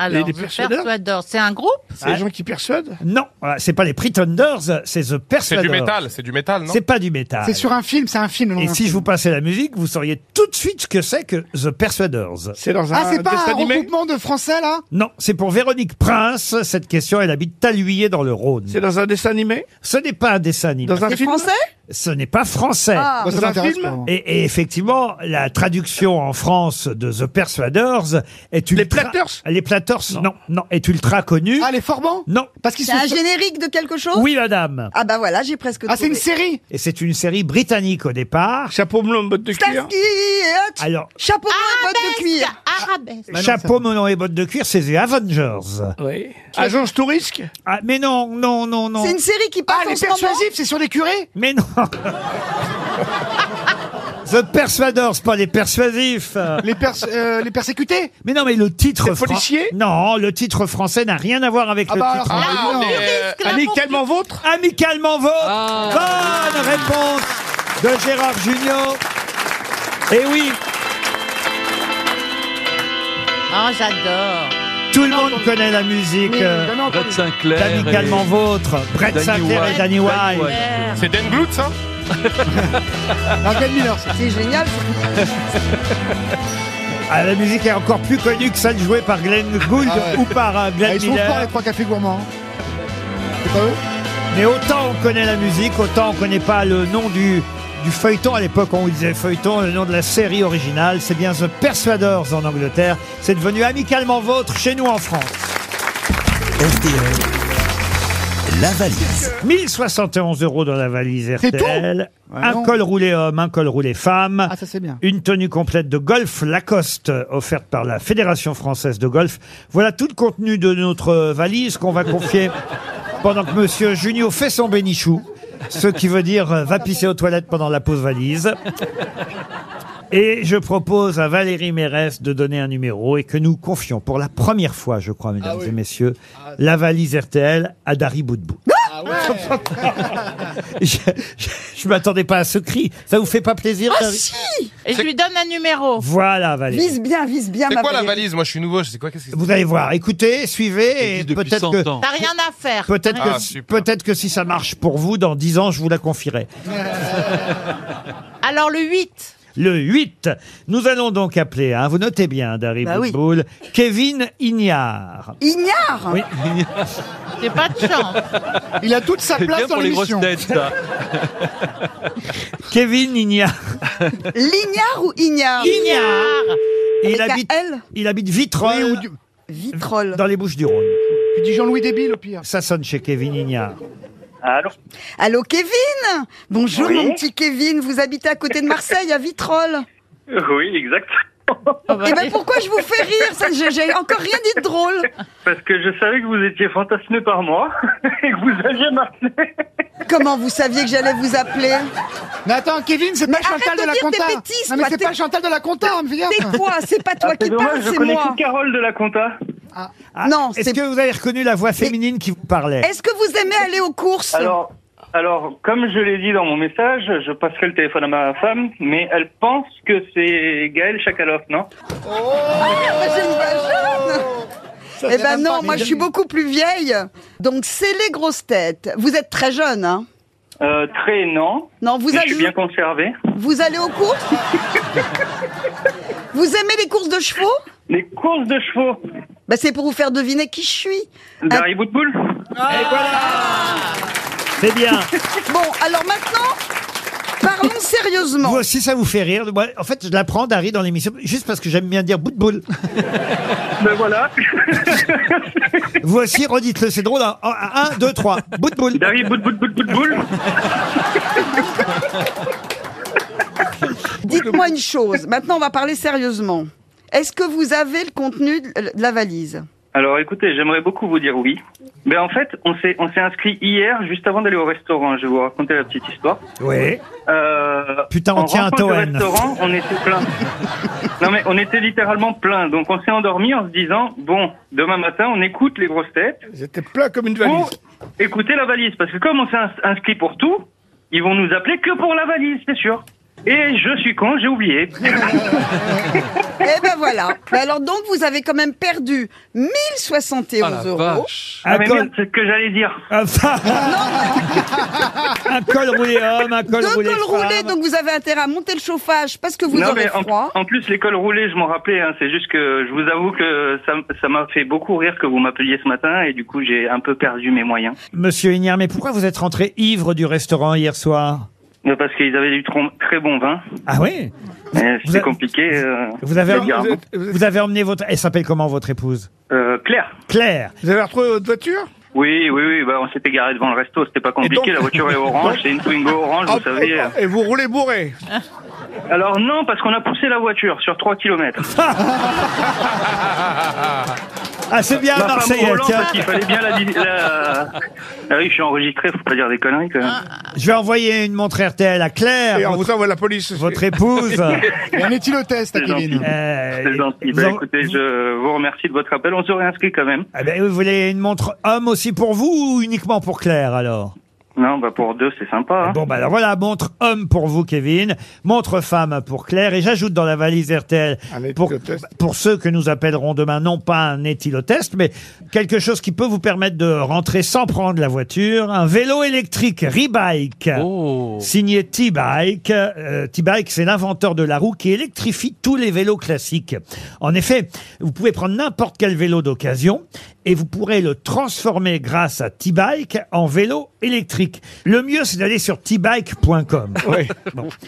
Alors,
Les
The
Persuadeurs
Persuadeurs, c'est un groupe
C'est les gens
qui persuadent
Non, euh, c'est pas les Pretenders, c'est The
C'est
Persuaders.
du métal, c'est du métal, non
C'est pas du métal.
C'est sur un film, c'est un film. le nom
Ah. Et
d'un
si
film.
je vous passais la musique, vous sauriez tout de suite ce que c'est que The Persuaders.
C'est dans
Ah, c'est pas un regroupement de Français, là
Non, c'est pour Véronique Prince. Cette question, elle habite Taluyer dans le Rhône. C'est
dans un dessin animé
Ce n'est pas un dessin animé.
Dans un C'est film français
Ce n'est pas français.
Ah.
Dans Ça un m'intéresse film pas, moi.
et, et effectivement, la traduction en France de The Persuaders est ultra... Les Plateurs Les Plateurs, non. non, est ultra connue.
Ah, les Forbans
Non.
Parce qu'ils
C'est
sont...
un générique de quelque chose
Oui, madame.
Ah bah voilà, j'ai presque
Ah, c'est une
trouvé.
série
Et c'est une série britannique au départ.
Chapeau melon, botte de cuir.
Starsky et Hutch,
Alors, Bah
chapeau blanc et bottes de cuir.
Arabesque.
Bah
Chapeau, melon et bottes de cuir, c'est The Avengers.
Oui. Agence Tourisque
Ah, mais non, non, non, non.
C'est une série qui passe
Ah,
en
les
ce moment
persuasifs, c'est sur les curés
Mais non. The Persuaders, c'est pas les persuasifs.
Les, pers- euh, les persécutés
Mais non, mais le titre
Les policiers
Non, le titre français n'a rien à voir avec
Ah
le
bah
titre.
alors, Ah, évidemment. mais, euh, Amicalement
vôtre Amicalement vôtre Bonne réponse de Gérard Junior. Eh oui,
Oh, j'adore.
tout le monde connaît la musique.
Mais,
euh,
non, non,
Brett Sinclair.
D'Amicalement
et-
vôtre. Brett
Danny
Sinclair et
White.
Danny White.
C'est Dan Bluth, ça
C'est génial.
Ah, la musique est encore plus connue que celle jouée par Glenn Gould
Ah ouais.
ou par euh,
Ah,
Glenn
Ils sont
Miller.
forts les trois cafés gourmands. hein. C'est pas eux
Mais autant on connaît la musique, autant on connaît pas le nom du, du feuilleton. À l'époque, on disait feuilleton, le nom de la série originale. C'est bien The Persuaders en Angleterre. C'est devenu amicalement vôtre chez nous en France.
La valise.
1071 euros dans la valise
C'est tout
RTL.
Ouais,
un
non.
col roulé homme, un col roulé femme.
Ah, ça c'est bien.
Une tenue complète de golf Lacoste euh, offerte par la Fédération française de golf. Voilà tout le contenu de notre euh, valise qu'on va confier pendant que Monsieur Junio fait son bénichou. Ce qui veut dire euh, va pisser aux toilettes pendant la pause valise. Et je propose à Valérie Mérès de donner un numéro et que nous confions pour la première fois, je crois, mesdames et messieurs, la valise RTL à Dari Boudbou. je je- je m'attendais pas à ce cri. Ça vous fait pas plaisir
Ah
Dari
si Et je lui donne un numéro.
Voilà, Valérie.
Vise bien, vise bien.
C'est
ma
quoi la
Valérie.
valise Moi, je suis nouveau. C'est quoi Qu'est-ce que c'est
Vous allez voir, écoutez, suivez et
existe depuis
peut-être
100
que
ans.
T'as rien à faire.
peut-être
Ah,
que peut-être que si ça marche pour vous dans 10 ans, je vous la confierai.
Alors le 8.
Le 8, nous allons donc appeler, hein, vous notez bien, Dari
Bah oui.
Boudboul, Kevin Ignard.
Ignare
Oui.
J'ai pas de chance.
Hein. Il a toute sa
C'est bien
place dans
pour les grosses
l'émission.
têtes, ça.
Kevin Ignard.
Lignard ou
Ah.
ignare
Ignard. Il
Avec un
habite,
L
il habite Vitrolles,
Oui, ou du-
Vitrolles.
dans les Bouches-du-Rhône.
Tu dis Jean-Louis Débile au pire. Ah,
Ça sonne chez Kevin Ignard.
Alors,
Allô Kevin Bonjour
Oui.
mon petit Kevin, vous habitez à côté de Marseille, à Vitrolles.
Oui, exact.
Et ben pourquoi je vous fais rire Ça, j'ai- J'ai encore rien dit de drôle.
Parce que je savais que vous étiez fantasmé par moi et que vous aviez marqué.
Comment vous saviez que j'allais vous appeler
Mais attends, Kevin, c'est pas
Mais arrête
Chantal
de
de la
dire
Compta.
tes bêtises,
Non, mais
quoi,
c'est
t'es-
pas Chantal de la Compta, me
C'est quoi C'est pas toi qui parles,
Ah, je
c'est
connais
moi.
que Carole de la Compta.
Ah,
Non,
Est-ce
c'est-
que vous avez reconnu la voix féminine qui vous parlait
Est-ce que vous aimez aller aux courses
Alors, alors, comme je l'ai dit dans mon message, je passerai le téléphone à ma femme, mais elle pense que c'est Gaël Chakalov, non
Ah, j'ai une voix jeune. Eh ben non, moi je suis beaucoup plus vieille. Donc c'est les grosses têtes. Vous êtes très jeune, hein
euh, Très non.
Non, vous
mais je
allez,
suis bien conservé.
vous allez aux courses Vous aimez les courses de chevaux
Les courses de chevaux
Bah, c'est pour vous faire deviner qui je suis. Euh,
Dari Boutboul
C'est bien.
Bon, alors maintenant, parlons
Vous
sérieusement.
aussi, ça vous fait rire. Moi, en fait, je l'apprends, Dari, dans l'émission, juste parce que j'aime bien dire bout de boule.
Ben voilà,
vous aussi, redites-le, c'est drôle. hein. 1, 2, 3, bout de boule.
Dari Boutboul Boutboul
Dites-moi une chose. Maintenant, on va parler sérieusement. Est-ce que vous avez le contenu de euh, de la valise
Alors écoutez, j'aimerais beaucoup vous dire oui. Mais en fait, on s'est on s'est inscrit hier, juste avant d'aller au restaurant. Je vais vous raconter la petite histoire.
Oui.
Euh,
Putain, on
en
tient un
rentrant du
Toen.
restaurant, on était plein. non mais on était littéralement plein. Donc on s'est endormi en se disant bon, demain matin, on écoute les grosses têtes
J'étais plein comme une
pour
valise.
écouter la valise parce que comme on s'est ins- inscrit pour tout, ils vont nous appeler que pour la valise, c'est sûr. Et je suis con, j'ai oublié.
Ah
Eh ben voilà. Bah alors donc, vous avez quand même perdu 1071
Ah la
euros.
vache.
Ah
Un
mais
col,
merde, c'est ce que j'allais dire.
Ah,
un col roulé homme, un col
Deux
roulé
cols roulés,
femme.
donc vous avez intérêt à monter le chauffage parce que vous aurez
en,
froid.
en plus, l'école roulée, je m'en rappelais. hein. c'est juste que je vous avoue que ça ça m'a fait beaucoup rire que vous m'appeliez ce matin et du coup, j'ai un peu perdu mes moyens.
Monsieur Ignard, mais pourquoi vous êtes rentré ivre du restaurant hier soir
Mais Parce qu'ils avaient du tron- très bon vin.
Ah oui
Et
Vous a-
C'était compliqué. euh,
Vous avez,
de dire,
Vous, êtes- vous êtes-
vous avez emmené votre... Elle s'appelle comment votre épouse
euh, Claire.
Claire.
vous avez retrouvé votre voiture
Oui, oui, oui. Bah, on s'était garé devant le resto. C'était pas compliqué.
donc-
La voiture est orange. C'est une Twingo orange, vous
Ah,
savez.
Et vous roulez bourré.
Alors non, parce qu'on a poussé la voiture sur 3 kilomètres.
Ah, c'est bien
Ma femme
un Marseillais,
Roland,
tiens.
parce qu'il fallait bien la, di- la- Ah oui, je suis enregistré, faut pas dire des conneries quand même.
Je vais envoyer une montre RTL à Claire.
Et on
vous envoie la police. Votre épouse. Euh,
Et un
éthylotest
C'est gentil. C'est gentil. Ben, écoutez, je vous remercie de votre appel. On se réinscrit quand même.
Eh ben, vous voulez une montre homme aussi pour vous ou uniquement pour Claire alors
Non, bah pour deux, c'est sympa. hein.
Bon, bah alors voilà, montre homme pour vous, Kevin, montre femme pour Claire, et j'ajoute dans la valise RTL, pour, pour ceux que nous appellerons demain, non pas un éthylotest, mais quelque chose qui peut vous permettre de rentrer sans prendre la voiture, un vélo électrique Rebike,
Oh.
Oh.
signé T-Bike. Euh, T-Bike, c'est l'inventeur de la roue qui électrifie tous les vélos classiques. En effet, vous pouvez prendre n'importe quel vélo d'occasion, et vous pourrez le transformer grâce à T-Bike en vélo électrique. Le mieux, c'est d'aller sur t-bike.com. Oui.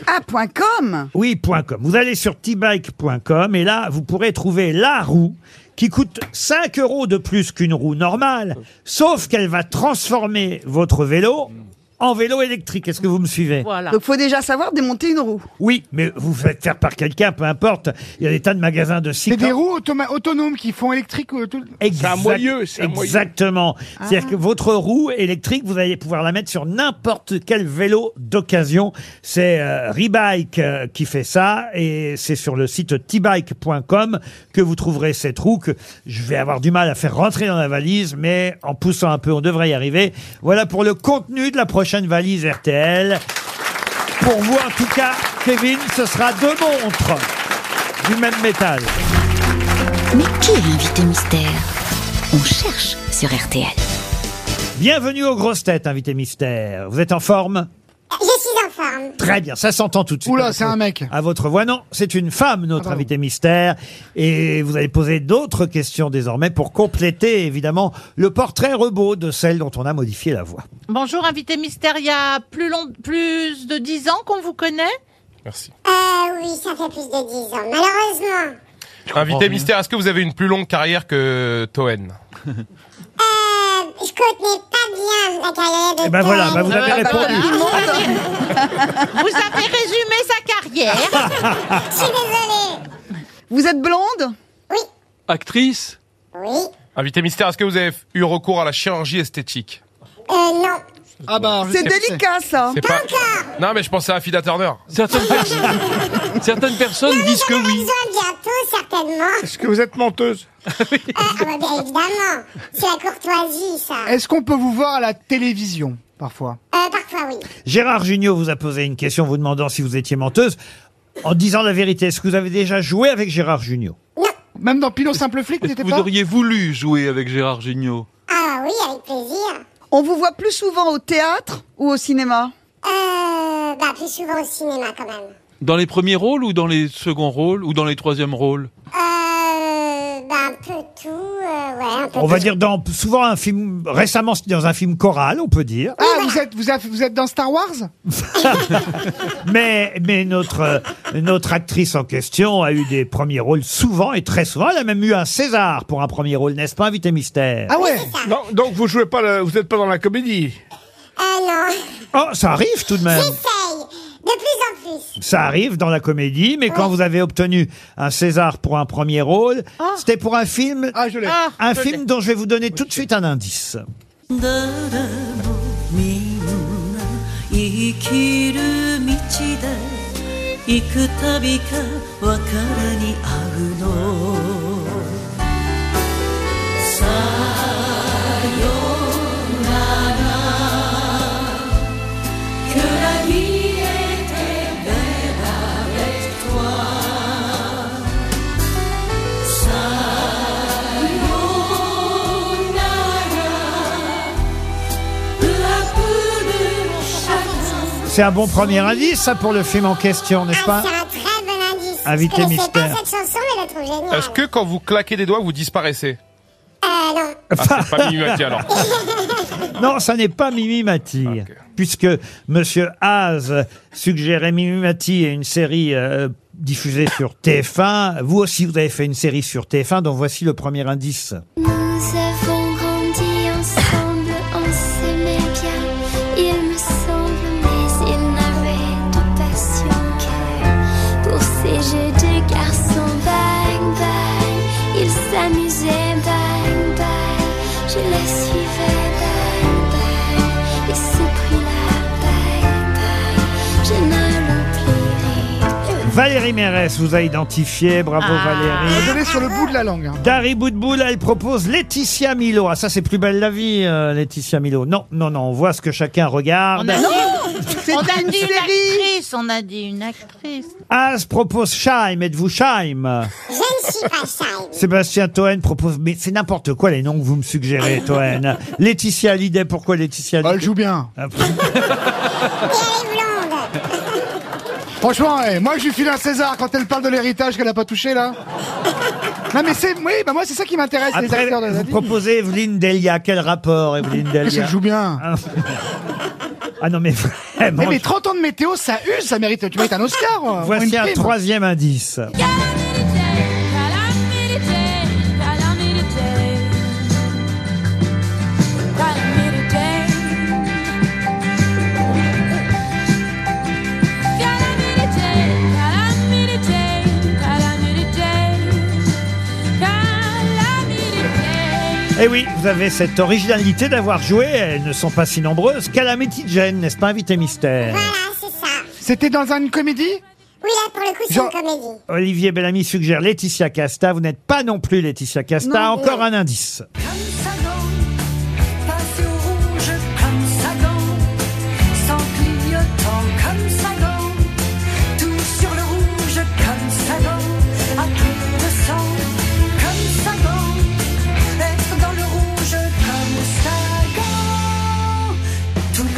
Ah, point com
Oui, point .com. Vous allez sur tbike.com et là, vous pourrez trouver la roue qui coûte 5 euros de plus qu'une roue normale, sauf qu'elle va transformer votre vélo en vélo électrique. Est-ce que vous me suivez
Donc faut déjà savoir démonter une roue.
Oui, mais vous faites faire par quelqu'un, peu importe. Il y a des tas de magasins de
C'est
cycles.
des roues automa- autonomes qui font électrique. euh, tout-
Exact- Exactement. C'est-à-dire que votre roue électrique, vous allez pouvoir la mettre sur n'importe quel vélo d'occasion. C'est euh, Rebike euh, qui fait ça et c'est sur le site tbike.com que vous trouverez cette roue que je vais avoir du mal à faire rentrer dans la valise, mais en poussant un peu, on devrait y arriver. Voilà pour le contenu de la prochaine valise RTL. Pour vous, en tout cas, Kevin, ce sera deux montres du même métal.
Mais qui est l'invité mystère On cherche sur RTL.
Bienvenue aux grosses têtes, invité mystère. Vous êtes en forme
Je suis en forme.
Très bien, ça s'entend tout de suite. Oula, c'est un mec. Ah, À votre voix, non, c'est une femme, notre invité mystère. Et vous allez poser d'autres questions désormais pour compléter, évidemment, le portrait rebeau de celle dont on a modifié la voix.
Bonjour, invité mystère. Il y a plus, long, plus de 10 ans qu'on vous connaît.
Merci.
Ah oui, ça fait plus de 10 ans, malheureusement.
Invité mystère, est-ce que vous avez une plus longue carrière que Toen
Euh, je connais pas bien la carrière de Euh,
Eh ben voilà,
Tom.
bah vous avez Ah, bah répondu.
euh,
Vous avez résumé sa carrière.
Je suis désolée.
Vous êtes blonde
Actrice
Oui.
Invité mystère, est-ce que vous avez eu recours à la chirurgie esthétique
Euh, non.
Ah bah,
je
c'est
sais que
délicat ça.
C'est pas. Non, mais je pensais à Fida Turner.
Certaines, pers- certaines personnes disent que oui.
Besoin bientôt, certainement.
Est-ce que vous êtes menteuse
Ah, ah bah, bien évidemment. C'est la courtoisie, ça.
Est-ce qu'on peut vous voir à la télévision parfois
Euh, parfois, oui.
Gérard Junior vous a posé une question vous demandant si vous étiez menteuse. En disant la vérité, est-ce que vous avez déjà joué avec Gérard Junior
Même dans Pilot Simple Flic, n'était
Vous
pas
auriez voulu jouer avec Gérard Gignot.
Ah oui, avec plaisir.
On vous voit plus souvent au théâtre ou au cinéma
Euh, bah, plus souvent au cinéma, quand même.
Dans les premiers rôles ou dans les seconds rôles ou dans les troisièmes rôles
Euh, bah, un peu tout, euh, ouais, un peu
On va
tout.
dire dans souvent un film, récemment c'était dans un film choral, on peut dire.
Ah, vous êtes, vous, avez- vous êtes dans Star Wars
Mais, mais notre, euh, notre actrice en question a eu des premiers rôles souvent et très souvent. Elle a même eu un César pour un premier rôle, n'est-ce pas, invité mystère
Ah ouais
non, Donc vous jouez pas, le- vous n'êtes pas dans la comédie
Ah non.
Oh, ça arrive tout de même.
J'essaye. De plus en plus.
Ça arrive dans la comédie, mais quand vous avez obtenu un César pour un premier rôle, c'était pour un film, un film dont je vais vous donner tout de suite un indice.
誰もみんな生きる道で行くたびか別れに合うのさよなら Que la vie était belle avec toi
Ah,
Sayonara
C'est un bon premier indice, ça, pour le film en question,
Ah,
n'est-ce pas
C'est un très bon indice.
Invité
je connaissais
mystère. Euh,
pas cette chanson, mais je la trouve géniale.
Est-ce que quand vous claquez des doigts, vous disparaissez
Euh, non.
Ah, c'est pas Mimi Mati, alors.
Non, ça n'est pas Mimi Mati, puisque Monsieur Haas suggérait Mimi Mati et une série euh, diffusée sur TF1. Vous aussi, vous avez fait une série sur TF1, dont voici le premier indice.
Nous avons grandi ensemble, on s'aimait bien, il me semble, mais il n'avait de passion que pour ces jeux de garçons. Bang, bang, il s'amusait, bang,
Valérie Mérès vous a identifié. Bravo
Ah.
Valérie.
Désolé sur le bout de la langue. hein.
Dari Boudboul, elle propose Laetitia Milo. Ah, ça, c'est plus belle la vie, euh, Laetitia Milo. Non, non, non, on voit ce que chacun regarde.
on a dit une actrice, on a dit une actrice.
Az propose Scheim. Êtes-vous Scheim
Je ne suis pas sale.
Sébastien Toen propose. Mais c'est n'importe quoi les noms que vous me suggérez, Toen. Laetitia Hallyday, pourquoi Laetitia
Bah,
Ah, Hallyday Elle joue bien.
Franchement, eh, moi je lui file un César quand elle parle de l'héritage qu'elle a pas touché là. Non mais c'est, oui, bah moi c'est ça qui m'intéresse les
Après,
acteurs de la
vous
vie.
proposez Evelyne Delia. Quel rapport, Evelyne Delia
Parce qu'elle joue bien.
Ah non, mais
Eh,
vraiment.
mais 30 ans de météo, ça use, ça mérite, tu mérites un Oscar. euh, ou une
Voici un
prime.
troisième indice. Eh oui, vous avez cette originalité d'avoir joué, elles ne sont pas si nombreuses, Calamity Jane, n'est-ce pas, invité mystère
Voilà, c'est ça.
C'était dans une comédie
Oui, là, pour le coup, c'est
Jean-
une comédie.
Olivier Bellamy suggère Laetitia Casta, vous n'êtes pas non plus Laetitia Casta,
Non.
encore un indice.
Passe au rouge comme Sagan, sans clignotant comme Sagan, tout sur le rouge comme Sagan, à tour de sang comme Sagan, être dans le rouge comme Sagan, tout le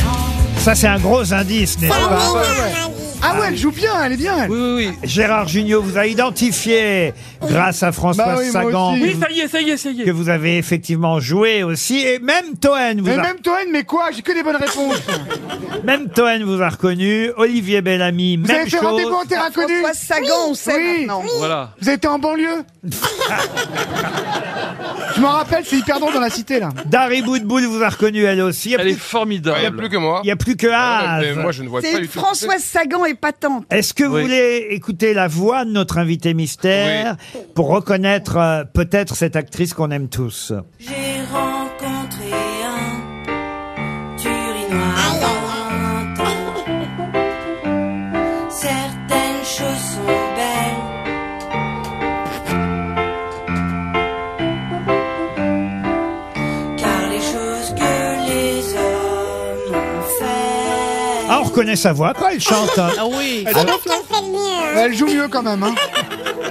temps.
Ça c'est un gros indice, n'est-ce
Ah,
pas
ouais, ouais,
Ah ouais, elle joue bien, elle est bien.
Oui, oui, oui. Gérard Junior vous a identifié grâce à François
Bah oui, moi
Sagan.
aussi. Oui,
ça y est, ça y est, ça y est. Que vous avez effectivement joué aussi. Et même Toen vous
Mais
a...
même Toen, mais quoi J'ai que des bonnes réponses.
même Toen vous a reconnu. Olivier Bellamy,
Vous
même
avez fait
chose.
rendez-vous en terrain connu. François Sagan, on sait
Voilà.
Vous avez été en banlieue Je m'en rappelle, c'est hyper drôle dans la cité là.
Dari Boudboul vous a reconnu elle aussi. Elle est formidable.
Il y a plus que moi.
Il n'y a plus que Az.
Ah mais moi, je ne vois
C'est Françoise Sagan et patente.
Est-ce que vous voulez écouter la voix de notre invité mystère pour reconnaître euh, peut-être cette actrice qu'on aime tous
J'ai rencontré un turinois longtemps. Certaines choses sont belles. Car les choses que les hommes ont fait.
Ah, on reconnaît sa voix quand elle chante. hein.
Elle,
C'est parce qu'elle fait le mieux. hein.
elle joue mieux quand même. Hein.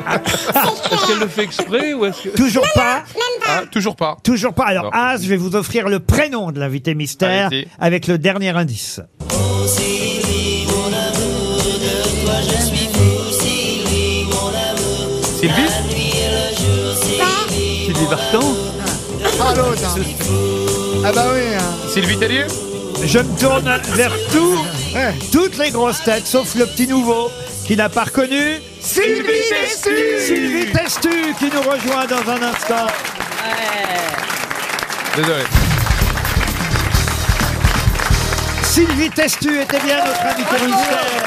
Est-ce qu'elle le fait exprès ou est-ce que...
Toujours pas.
Ah, toujours pas.
Toujours pas. Alors, Az, je vais vous offrir le prénom de l'invité mystère
Allez-y.
avec le dernier indice.
Oh Sylvie, mon amour, de toi je suis fou. Sylvie, mon amour.
Sylvie
La nuit et le jour, Sylvie.
Sylvie Vartan
Ah l'autre. hein. Ah bah oui. hein.
Sylvie Tellier
Je me tourne vers tout, toutes les grosses têtes, sauf le petit nouveau qui n'a pas reconnu.
Sylvie Testu
Sylvie Testu qui nous rejoint dans un instant.
Désolé.
Sylvie Testu était bien notre invitée mystère.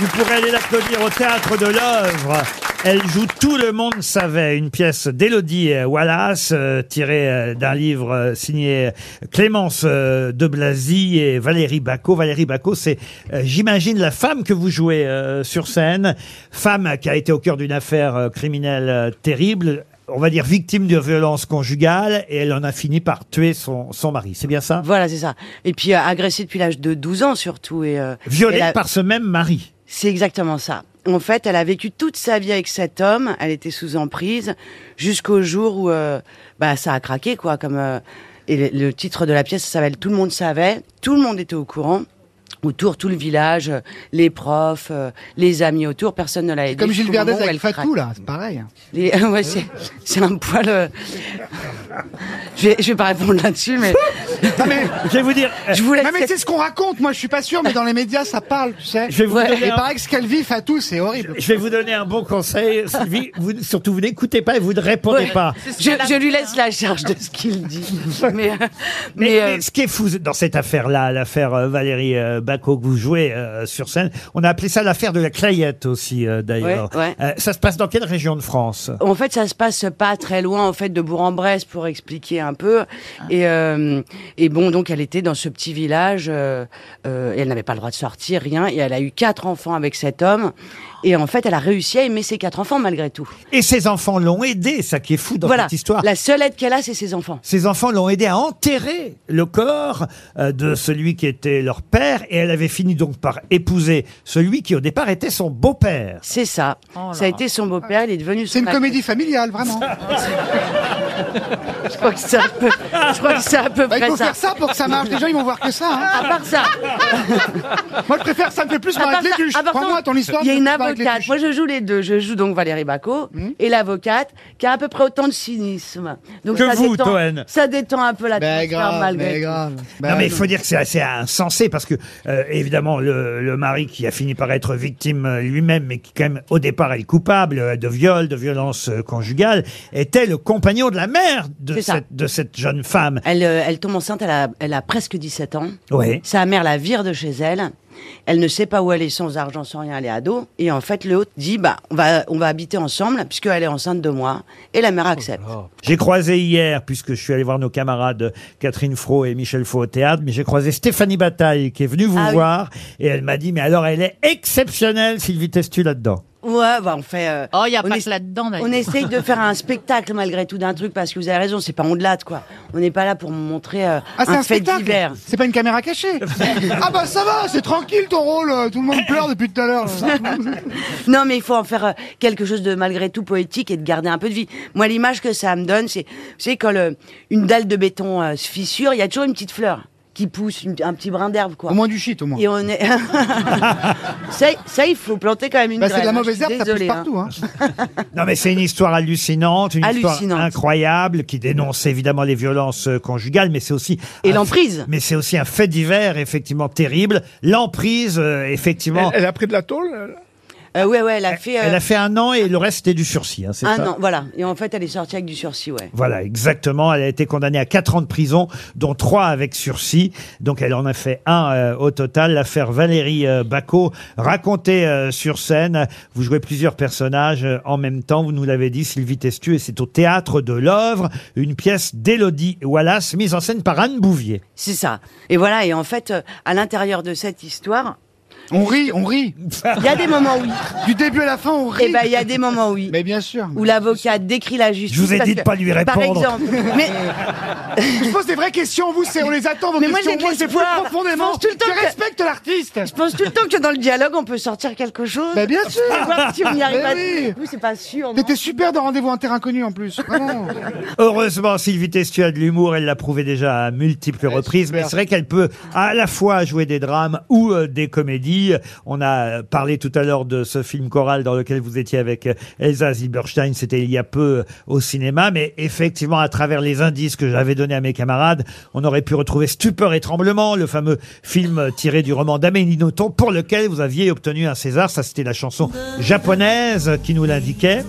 Vous pourrez aller l'applaudir au théâtre de l'œuvre. Elle joue Tout le monde savait, une pièce d'Élodie Wallace, euh, tirée euh, d'un livre euh, signé Clémence euh, de Blazy et Valérie Bacot. Valérie Bacot, c'est, euh, j'imagine, la femme que vous jouez euh, sur scène, femme qui a été au cœur d'une affaire euh, criminelle euh, terrible, on va dire victime de violences conjugales, et elle en a fini par tuer son, son mari. C'est bien ça
Voilà, c'est ça. Et puis euh, agressée depuis l'âge de 12 ans surtout. Et, euh,
Violée
elle a-
par ce même mari.
C'est exactement ça. En fait, elle a vécu toute sa vie avec cet homme. Elle était sous emprise jusqu'au jour où euh, bah, ça a craqué, quoi. Comme euh, et le, le titre de la pièce ça s'appelle Tout le monde savait, tout le monde était au courant. Autour, tout le village, euh, les profs, euh, les amis autour, personne ne l'a aidé.
Comme Gilles
jusqu'au moment
Verdez
où
avec
elle craque.
Fatou là, c'est pareil. hein.
Les- ouais, c'est, c'est un poil. euh, je, vais, je vais pas répondre là-dessus, mais.
Je vais vous dire. euh,
Je vous laisse.
Non, mais c'est ce qu'on raconte, moi je suis pas sûr, mais dans les médias ça parle, tu sais.
Je vais vous Ouais. donner
Et
un-
pareil que ce qu'elle vit, Fatou, c'est horrible.
Je vais vous donner un bon conseil, Sylvie. Vous, surtout, vous n'écoutez pas et vous ne répondez
Ouais.
pas.
Je, je lui laisse la charge de ce qu'il dit. Mais, euh,
Mais,
mais, euh,
mais ce qui est fou dans cette affaire-là, l'affaire euh, Valérie euh, Monaco que vous jouez euh, sur scène. On a appelé ça l'affaire de la Clayette aussi, euh, d'ailleurs.
Ouais, ouais.
Euh, ça se passe dans quelle région de France
En fait, ça se passe pas très loin en fait de Bourg-en-Bresse pour expliquer un peu.
Ah.
Et, euh, et bon, donc elle était dans ce petit village euh, euh, et elle n'avait pas le droit de sortir, rien. Et elle a eu quatre enfants avec cet homme. Et en fait, elle a réussi à aimer ses quatre enfants malgré tout.
Et ses enfants l'ont aidé, ça qui est fou dans
voilà.
cette histoire.
La seule aide qu'elle a, c'est ses enfants.
Ses enfants l'ont aidé à enterrer le corps euh, de celui qui était leur père et elle avait fini donc par épouser celui qui au départ était son beau-père.
C'est ça. Ça a été son beau-père. Il est devenu.
Oh C'est une comédie familiale, vraiment.
Je crois que c'est un peu, je crois que c'est à peu
Bah, il
près
faut
ça.
faire ça pour que ça marche. Les gens, ils vont voir que ça. hein.
À part ça.
Moi, je préfère ça me fait plus
À
marrer
part
que les
ça-
tuches.
à part
Crois-moi,
ça,
ton histoire.
Il y a
me
une
fait plus marrer que les
avocate.
tuches. Hmm.
Moi, je joue les deux. Je joue donc Valérie Bacot et l'avocate qui a à peu près autant de cynisme. Donc
Que
ça
vous,
détend,
Toen.
Ça détend un peu l'atmosphère
Ben, grave,
malgré
mais
tout.
grave. Ben,
non mais il faut dire que c'est assez insensé parce que euh, évidemment le, le mari qui a fini par être victime euh, lui-même mais qui quand même au départ est coupable euh, de viol, de violence euh, conjugale était le compagnon de la mère de,
C'est ça.
cette, de cette jeune femme.
Elle, euh, elle tombe enceinte, elle a, elle a presque 17 ans.
Ouais.
Sa mère la vire de chez elle. Elle ne sait pas où elle est sans argent, sans rien, elle est ado. Et en fait, le l'autre dit, bah, on va, on va habiter ensemble, puisqu'elle est enceinte de moi. Et la mère
Oh
accepte.
J'ai croisé hier, puisque je suis allé voir nos camarades Catherine Fro et Michel Faux au théâtre, mais j'ai croisé Stéphanie Bataille qui est venue vous
Ah oui.
voir et elle m'a dit mais alors elle est exceptionnelle Sylvie Testu là-dedans.
Ouais, bah, on fait. euh,
Oh, il n'y a
on
pas
essa-
que là-dedans, d'ailleurs.
On essaye de faire un spectacle malgré tout d'un truc, parce que vous avez raison, c'est pas ondelade, quoi. On n'est pas là pour montrer euh,
Ah, c'est un,
fait
spectacle.
divers.
C'est pas une caméra cachée. ah bah ça va, c'est tranquille ton rôle. euh, Tout le monde pleure depuis tout à l'heure.
Non, mais il faut en faire euh, quelque chose de malgré tout poétique et de garder un peu de vie. Moi, l'image que ça me donne, c'est, c'est quand le- une dalle de béton euh, se fissure, il y a toujours une petite fleur qui pousse, une- un petit brin d'herbe, quoi.
Au moins du shit, au moins.
Et on est. ça, ça, il faut planter quand même une
Bah, c'est de
graine,
la
hein,
mauvaise
je suis
herbe, ça pousse
désolée, hein.
partout. Hein.
Non mais c'est une histoire hallucinante, une
Hallucinante.
histoire incroyable qui dénonce évidemment les violences euh, conjugales, mais c'est aussi
Et
un-
l'emprise.
Mais c'est aussi un fait divers effectivement terrible, l'emprise euh, effectivement.
Elle, elle a pris de la tôle elle
Euh, ouais, ouais, elle a fait. euh,
Elle a fait un an et le reste c'était du sursis. Hein, c'est
un
ça
an, voilà. Et en fait, elle est sortie avec du sursis, ouais.
Voilà, exactement. Elle a été condamnée à 4 ans de prison, dont 3 avec sursis. Donc elle en a fait un euh, au total. L'affaire Valérie euh, Bacot, racontée euh, sur scène. Vous jouez plusieurs personnages euh, en même temps. Vous nous l'avez dit, Sylvie Testu, et c'est au Théâtre de l'Œuvre, une pièce d'Élodie Wallace, mise en scène par Anne Bouvier.
C'est ça. Et voilà, et en fait, euh, à l'intérieur de cette histoire,
On rit, on rit.
il y a des moments oui.
Du début à la fin, on rit.
Eh ben, il y a des moments oui.
Mais bien sûr.
Où l'avocat décrit la justice.
Je vous ai
parce
dit de
que-
pas lui
Par
répondre.
exemple. Mais,
Je pose des vraies questions, vous, c'est on les attend, vos
mais moi, j'ai
questions.
de
Moi, c'est plus
l'espoir. Je
profondément.
pense tout le temps
Je
que-
respecte l'artiste.
je pense tout le temps que dans le dialogue, on peut sortir quelque chose.
Bah, bien sûr.
Voir si on y arrive
Mais
à-
oui.
Vous, c'est pas sûr. non
T'étais super dans rendez-vous en terrain connu en plus. Vraiment.
Heureusement, Sylvie Testu a de l'humour. Elle l'a prouvé déjà à multiples reprises. Mais c'est vrai qu'elle peut à la fois jouer des drames ou euh, des comédies. On a euh, parlé tout à l'heure de ce film choral dans lequel vous étiez avec euh, Elsa Zilberstein. C'était il y a peu euh, au cinéma. Mais effectivement, à travers les indices que j'avais donnés à mes camarades, on aurait pu retrouver Stupeur et Tremblement, le fameux film euh, tiré du roman d'Amélie Nothomb, pour lequel vous aviez obtenu un César. Ça, c'était la chanson japonaise euh, qui nous l'indiquait.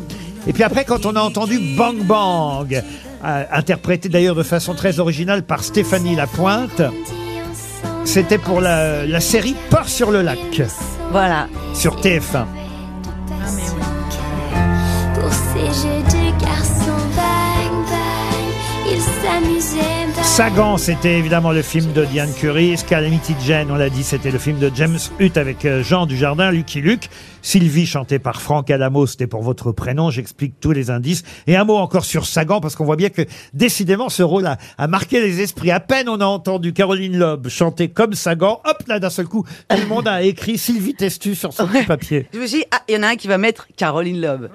Et puis après, quand on a entendu Bang Bang, euh, interprété d'ailleurs de façon très originale par Stéphanie Lapointe, c'était pour la, la série Peur sur le lac
Voilà.
sur TF1.
Pour ces jeux de garçons, bang bang, ils s'amusaient. bang.
Sagan, c'était évidemment le film de Diane Curie. Calamity Jane, on l'a dit, c'était le film de James Hutt avec euh, Jean Dujardin, Lucky Luke. Sylvie, chantée par Franck Alamo, c'était pour votre prénom. J'explique tous les indices. Et un mot encore sur Sagan, parce qu'on voit bien que, décidément, ce rôle a, a marqué les esprits. À peine on a entendu Caroline Loeb chanter comme Sagan. Hop là, d'un seul coup, tout le monde a écrit Sylvie Testu sur son petit papier.
Je me suis dit, ah, il y en a un qui va mettre Caroline Loeb.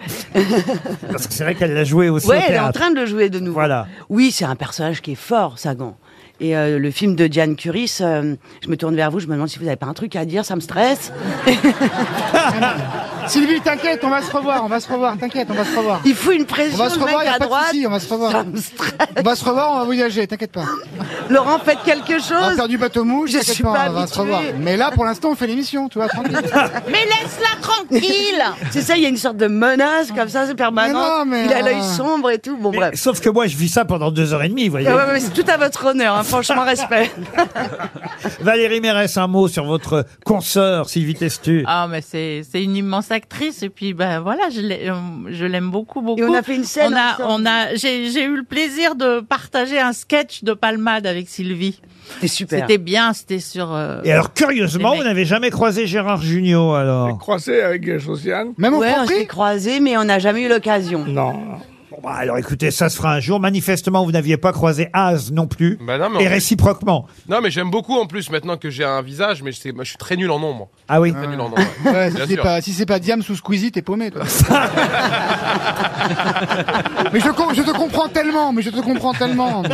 Parce que c'est vrai qu'elle l'a joué aussi
Ouais,
au
elle est en
théâtre.
train de le jouer de nouveau.
Voilà.
Oui, c'est un personnage qui est fort, Sagan. Et euh, le film de Diane Curis, euh, je me tourne vers vous, je me demande si vous n'avez pas un truc à dire, ça me stresse.
Sylvie, t'inquiète, on va se revoir, on va se revoir, t'inquiète, on va se revoir.
Il fout une
On
pression,
va se
le
revoir,
mec
y a
à
pas de
droite.
souci, on va se revoir.
Ça
On va se revoir, on va voyager, t'inquiète pas.
Laurent, faites quelque chose.
On va faire du bateau mouche,
Je
t'inquiète
suis
pas,
pas
on va se
habituée.
revoir. Mais là, pour l'instant, on fait l'émission, tu vois, tranquille.
Mais laisse-la tranquille
C'est ça, il y a une sorte de menace comme ça, c'est permanent.
Mais non, mais,
il a
euh,
l'œil sombre et tout. Bon, bref.
Sauf que moi, je vis ça pendant deux heures et demie, vous voyez.
Ah ouais, ouais, c'est tout à votre honneur, hein, franchement, respect.
Valérie Mérès, un mot sur votre consoeur, Sylvie Testu.
Ah, mais c'est c'est une immense actrice. Et puis, ben voilà, je l'ai- euh, je l'aime beaucoup, beaucoup.
Et on a fait une scène
On a,
ensemble.
on a, j'ai j'ai eu le plaisir de partager un sketch de Palmade avec Sylvie.
C'était super.
C'était bien, c'était sur. euh,
Et alors, curieusement, vous n'avez jamais croisé Gérard Junior, alors
Croisé avec euh, Josiane.
ouais, on s'est croisés, mais on n'a jamais eu l'occasion.
Non.
Bon, bah, alors, écoutez, ça se fera un jour. Manifestement, vous n'aviez pas croisé Az non plus.
Bah non, mais on-
et réciproquement.
Non, mais j'aime beaucoup en plus maintenant que j'ai un visage, mais je, sais- moi, je suis très nul en nombre.
Ah oui
Très nul en nombre. ouais.
Ouais,
Bien
si c'est
sûr.
pas, si c'est pas Diams ou Squeezie, t'es paumé, toi. mais je, com- je te comprends tellement, mais euh. je te comprends tellement.
Vous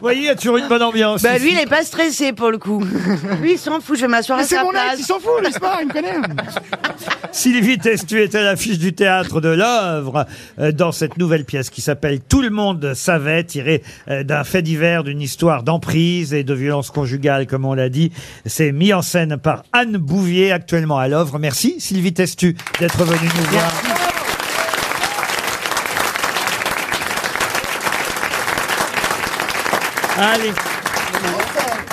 voyez, il y a toujours une bonne ambiance.
Bah
ici.
lui, il n'est pas stressé pour le coup. Lui, il s'en fout, je vais m'asseoir à
Mais c'est
sa
mon ex,
place.
il s'en fout, n'est-ce pas Il me connaît.
Sylvie Testu est à l'affiche du théâtre de l'œuvre euh, dans cette nouvelle pièce qui s'appelle Tout le monde savait, tirée euh, d'un fait divers, d'une histoire d'emprise et de violence conjugale, comme on l'a dit. C'est mis en scène par Anne Bouvier, actuellement à l'œuvre. Merci Sylvie Testu d'être venue nous voir. Allez.